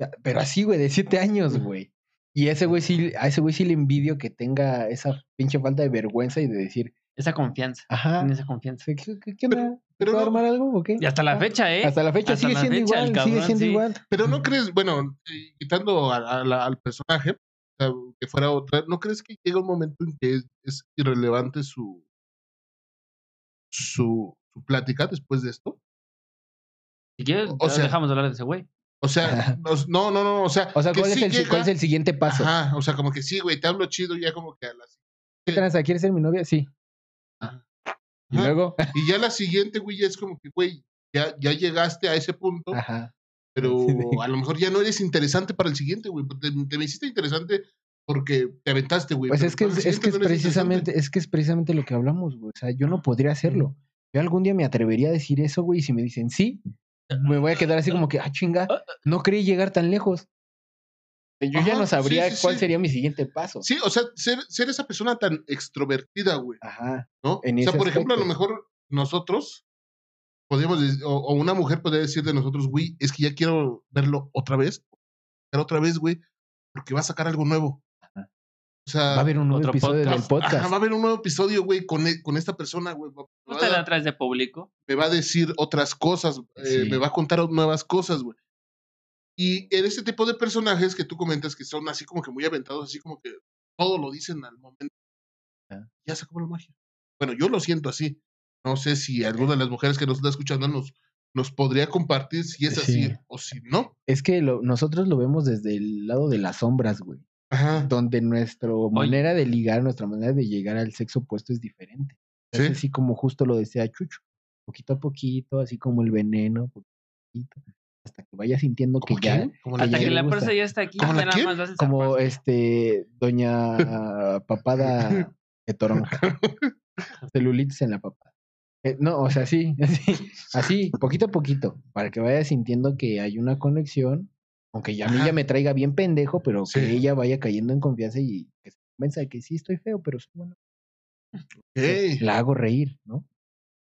Speaker 5: Ya, Ah, Pero así, güey, de siete años, güey. Y ese güey sí, a ese güey sí le envidio que tenga esa pinche falta de vergüenza y de decir,
Speaker 4: Esa confianza.
Speaker 5: ajá,
Speaker 4: Tiene esa confianza.
Speaker 5: ¿qué, qué- qué onda?
Speaker 3: pero
Speaker 5: ¿Puedo
Speaker 3: no-
Speaker 5: armar algo o qué?
Speaker 4: Y hasta la
Speaker 5: Ah,
Speaker 4: fecha, ¿eh?
Speaker 5: Hasta la fecha
Speaker 4: hasta
Speaker 5: sigue
Speaker 4: la
Speaker 5: siendo
Speaker 4: fecha, el
Speaker 5: igual, sigue
Speaker 4: cabrón,
Speaker 5: siendo
Speaker 4: sí.
Speaker 5: igual.
Speaker 3: Pero no crees, bueno, eh, quitando a- a la- al personaje, o sea, que fuera otra, ¿no crees que llega un momento en que es, es irrelevante su, su su plática después de esto?
Speaker 4: Si quieres,
Speaker 3: O
Speaker 4: ya
Speaker 3: sea-
Speaker 4: dejamos de hablar de ese güey.
Speaker 3: O sea, nos- no, no, no, o sea,
Speaker 5: O sea,
Speaker 3: que
Speaker 5: ¿cuál,
Speaker 3: sí
Speaker 5: es el, si- cuál es
Speaker 3: llega-
Speaker 5: el siguiente paso?
Speaker 3: Ajá, o sea, como que sí, güey, te hablo chido ya como que a las
Speaker 5: ¿Qué tranza? ¿Quieres ser mi novia? Sí.
Speaker 4: Ajá.
Speaker 5: Y
Speaker 3: Ajá.
Speaker 5: luego,
Speaker 3: y ya la siguiente, güey, ya es como que, güey, ya, ya llegaste a ese punto,
Speaker 5: ajá.
Speaker 3: pero
Speaker 5: Ah, sí, de-
Speaker 3: a lo mejor ya no eres interesante para el siguiente, güey, pues, te, te me hiciste interesante porque te aventaste, güey.
Speaker 5: Pues
Speaker 3: pero
Speaker 5: es que
Speaker 3: para el
Speaker 5: es, es
Speaker 3: siguiente
Speaker 5: que es
Speaker 3: no eres interesante.
Speaker 5: precisamente, es que es precisamente lo que hablamos, güey. O sea, yo no podría hacerlo. Yo algún día me atrevería a decir eso, güey, y si me dicen sí, me voy a quedar así como que, ah, chinga, no creí llegar tan lejos. Yo ya
Speaker 3: Ajá,
Speaker 5: no
Speaker 3: sí,
Speaker 5: sabría
Speaker 3: sí, sí.
Speaker 5: cuál sería mi siguiente paso.
Speaker 3: Sí, o sea, ser, ser esa persona tan extrovertida, güey,
Speaker 5: Ajá.
Speaker 3: ¿no?
Speaker 5: En
Speaker 3: o sea,
Speaker 5: ese
Speaker 3: por ejemplo, a lo
Speaker 5: aspecto.
Speaker 3: mejor nosotros podríamos, dec- o, o una mujer podría decir de nosotros, güey, es que ya quiero verlo otra vez, pero otra vez, güey, porque va a sacar algo nuevo.
Speaker 5: Ajá.
Speaker 3: O sea,
Speaker 5: Va a haber un nuevo
Speaker 6: Otro
Speaker 5: episodio
Speaker 6: podcast.
Speaker 5: del Ah, podcast.
Speaker 3: ajá, va a haber un nuevo episodio, güey, con, e- con esta persona, güey. Va-
Speaker 6: No
Speaker 3: me va a
Speaker 6: te
Speaker 3: dar-
Speaker 6: la traes de público.
Speaker 3: me va a decir otras cosas, eh,
Speaker 5: Sí.
Speaker 3: me va a contar nuevas cosas, güey. Y en este tipo de personajes que tú comentas que son así como que muy aventados, así como que todo lo dicen al momento,
Speaker 5: Ah.
Speaker 3: ya se acabó la magia. Bueno, yo lo siento así. No sé si alguna de las mujeres que nos está escuchando nos, nos podría compartir si es
Speaker 5: Sí.
Speaker 3: así o si no.
Speaker 5: Es que lo- nosotros lo vemos desde el lado de las sombras, güey.
Speaker 3: Ajá.
Speaker 5: Donde nuestra manera de ligar, nuestra manera de llegar al sexo opuesto es diferente.
Speaker 3: Sí.
Speaker 5: Es así como justo lo decía Chucho. Poquito a poquito, así como el veneno, poquito, a poquito, hasta que vaya sintiendo que
Speaker 3: ¿Cómo
Speaker 5: ya.
Speaker 3: quién? ¿Cómo
Speaker 5: Hasta
Speaker 6: Hasta
Speaker 3: llaman?
Speaker 5: ya
Speaker 6: que
Speaker 5: le
Speaker 6: la
Speaker 5: gusta.
Speaker 6: persona ya está aquí,
Speaker 3: ¿Cómo
Speaker 6: ya
Speaker 3: la
Speaker 6: nada
Speaker 3: quién?
Speaker 6: más vas a
Speaker 5: Como
Speaker 6: zafar.
Speaker 5: este, doña papada de toronja. Celulitis en la papada. Eh, no, o sea, sí, así, así, poquito a poquito, para que vaya sintiendo que hay una conexión, aunque ya a mí
Speaker 3: Ajá.
Speaker 5: ya me traiga bien pendejo, pero
Speaker 3: Sí.
Speaker 5: que ella vaya cayendo en confianza y que se convenza de que sí estoy feo, pero soy bueno. pues, eh,
Speaker 3: Ok,
Speaker 5: La hago reír, ¿no?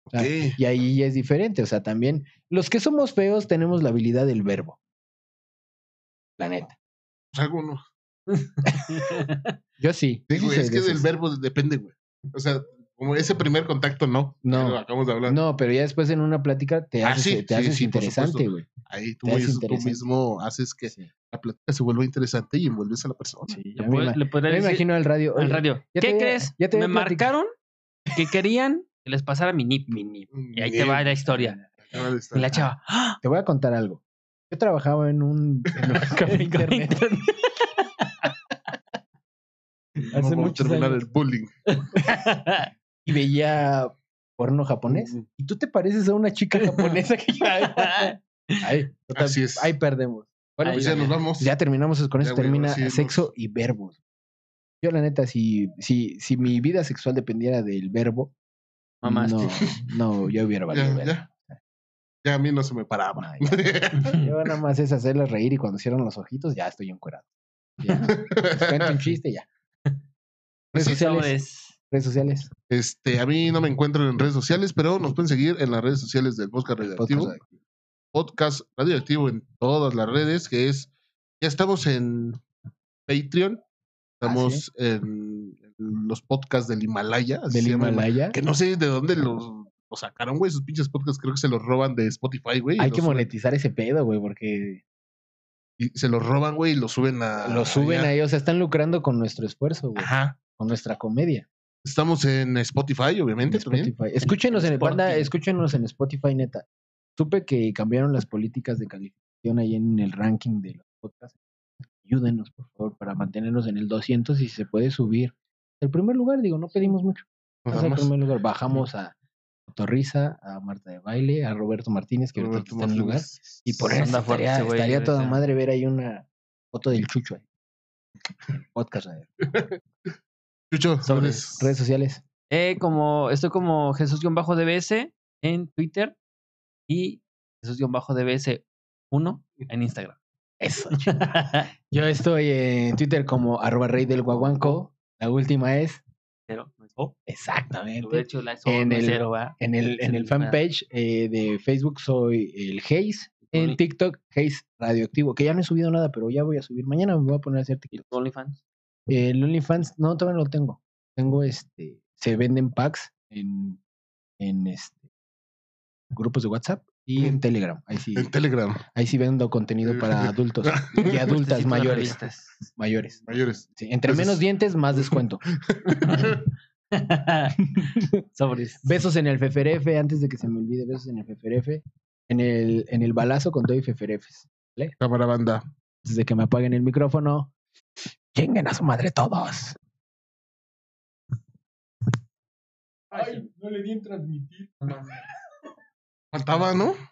Speaker 5: O sea,
Speaker 3: ok.
Speaker 5: Y ahí ya es diferente, o sea, también los que somos feos tenemos la habilidad del verbo. La neta.
Speaker 3: Pues algo no.
Speaker 5: Yo sí.
Speaker 3: Sí,
Speaker 5: yo
Speaker 3: güey,
Speaker 5: sí soy
Speaker 3: es
Speaker 5: de
Speaker 3: que del
Speaker 5: esos.
Speaker 3: verbo depende, güey. O sea, como ese primer contacto, no.
Speaker 5: No.
Speaker 3: Lo acabamos de hablar.
Speaker 5: No, pero ya después en una plática te
Speaker 3: Ah,
Speaker 5: haces, e,
Speaker 3: sí,
Speaker 5: te
Speaker 3: sí,
Speaker 5: haces
Speaker 3: sí, por
Speaker 5: interesante,
Speaker 3: supuesto.
Speaker 5: güey.
Speaker 3: Ahí tú,
Speaker 5: Ya es
Speaker 3: güey, tú
Speaker 5: interesante.
Speaker 3: mismo haces que
Speaker 5: Sí,
Speaker 3: la plática se vuelva interesante y envuelves a la persona.
Speaker 5: sí, ya
Speaker 4: Le,
Speaker 5: me,
Speaker 4: puede-
Speaker 5: ima-
Speaker 4: le podría
Speaker 5: me
Speaker 4: decir
Speaker 5: imagino al radio.
Speaker 4: al
Speaker 5: "Oye,
Speaker 4: radio.
Speaker 5: ya te
Speaker 4: ¿Qué
Speaker 5: había-
Speaker 4: crees?
Speaker 5: ya te
Speaker 4: me
Speaker 5: había platicado".
Speaker 4: marcaron que querían que les pasara mi nip, mi nip. Y ahí te va la historia.
Speaker 3: Mm, Acaba de
Speaker 4: Y
Speaker 3: estar.
Speaker 4: la chava. ¡Ah!
Speaker 5: Te voy a contar algo. Yo trabajaba en un, en un café de internet
Speaker 3: No
Speaker 5: hace
Speaker 3: vamos a
Speaker 5: muchos
Speaker 3: terminar
Speaker 5: años
Speaker 3: el bullying.
Speaker 5: y veía porno japonés.
Speaker 3: Mm.
Speaker 5: Y tú te pareces a una chica japonesa que Ay, total,
Speaker 3: Así es.
Speaker 5: Ahí perdemos.
Speaker 3: Bueno,
Speaker 4: Ahí
Speaker 3: pues ya nos vamos.
Speaker 5: Ya terminamos con
Speaker 3: Ya,
Speaker 5: eso.
Speaker 3: güey,
Speaker 5: termina
Speaker 3: ahora sí nos-
Speaker 5: sexo y verbos. Yo, la neta, si, si, si mi vida sexual dependiera del verbo,
Speaker 4: Mamaste.
Speaker 5: no, no, yo hubiera valido
Speaker 3: ya,
Speaker 5: verga.
Speaker 3: ya. Ya a mí no se me paraba.
Speaker 5: No, Ah, ya. Yo nada más es hacerlas reír y cuando cierran los ojitos ya estoy encuerado. Ya. Les cuento un chiste ya. Redes
Speaker 3: Sí,
Speaker 5: sociales.
Speaker 4: Sobres.
Speaker 5: Redes sociales.
Speaker 3: Este, a mí no me encuentran en redes sociales, pero nos pueden seguir en las redes sociales del Podcast Radioactivo.
Speaker 5: Podcast.
Speaker 3: Podcast Radioactivo en todas las redes, que es. Ya estamos en Patreon. Estamos en en los podcasts del Himalaya. así
Speaker 5: Del
Speaker 3: se llama el-
Speaker 5: Himalaya.
Speaker 3: Que no sé de dónde los, los sacaron, güey. Sus pinches podcasts creo que se los roban de Spotify, güey. y
Speaker 5: Hay
Speaker 3: los
Speaker 5: que
Speaker 3: suben-
Speaker 5: monetizar ese pedo, güey, porque
Speaker 3: y se los roban, güey, y los suben a.
Speaker 5: lo suben
Speaker 3: allá.
Speaker 5: ahí. O sea, están lucrando con nuestro esfuerzo, güey.
Speaker 3: Ah, Ajá.
Speaker 5: Con nuestra comedia.
Speaker 3: Estamos en Spotify, obviamente, también.
Speaker 5: Spotify. Escúchenos en, banda,
Speaker 4: Spotify.
Speaker 5: escúchenos en Spotify, neta. Supe que cambiaron las políticas de calificación ahí en el ranking de los podcasts. Ayúdenos, por favor, para mantenernos en el 200 y si se puede subir. El primer lugar, digo, no pedimos mucho.
Speaker 3: Nada
Speaker 5: Pasa al
Speaker 3: más.
Speaker 5: primer lugar. Bajamos a Torriza, a Marta de Baile, a Roberto Martínez, que ahorita
Speaker 3: Roberto
Speaker 5: está en el lugar.
Speaker 3: Martínez.
Speaker 5: Y por
Speaker 4: Anda
Speaker 5: eso
Speaker 4: fuerte
Speaker 5: estaría,
Speaker 4: ese güey,
Speaker 5: estaría toda
Speaker 4: neta.
Speaker 5: madre ver ahí una foto del Chucho ahí. El Podcast, a ver.
Speaker 3: Chucho,
Speaker 4: Sobre
Speaker 3: eres-
Speaker 5: redes sociales.
Speaker 4: Eh, como, estoy como Jesús-DBS en Twitter y Jesús-DBS1 en Instagram.
Speaker 5: Eso. Yo estoy en Twitter como arroba rey del guaguanco. La última es.
Speaker 4: Pero no es O. Lo he
Speaker 5: Exactamente.
Speaker 4: hecho la es O,
Speaker 5: En
Speaker 4: no es
Speaker 5: el-
Speaker 4: cero, ¿va?
Speaker 5: En el, en el fanpage eh, de Facebook soy el Hayes. En
Speaker 4: Oli.
Speaker 5: TikTok, Hayes Radioactivo, que ya no he subido nada, pero ya voy a subir. Mañana me voy a poner a hacer
Speaker 4: Y
Speaker 5: TikTok.
Speaker 4: los OnlyFans.
Speaker 5: Eh, El OnlyFans, no, todavía no lo tengo. Tengo este. Se venden packs en, en este, grupos de WhatsApp y en Telegram. Ahí sí,
Speaker 3: Mm. En Telegram.
Speaker 5: ahí sí vendo contenido para adultos y adultas
Speaker 4: Puestecito de
Speaker 5: mayores.
Speaker 4: revistas.
Speaker 5: Mayores.
Speaker 3: Mayores.
Speaker 5: Sí, entre
Speaker 3: Entonces-
Speaker 5: menos dientes, más descuento.
Speaker 4: Sobres.
Speaker 5: Besos en el feferefe, antes de que se me olvide, besos en el feferefe. En el, en el balazo con todo y feferefes.
Speaker 3: Cámara banda.
Speaker 5: Antes de que me apaguen el micrófono, chinguen a su madre todos.
Speaker 3: Faltaba, ¿no?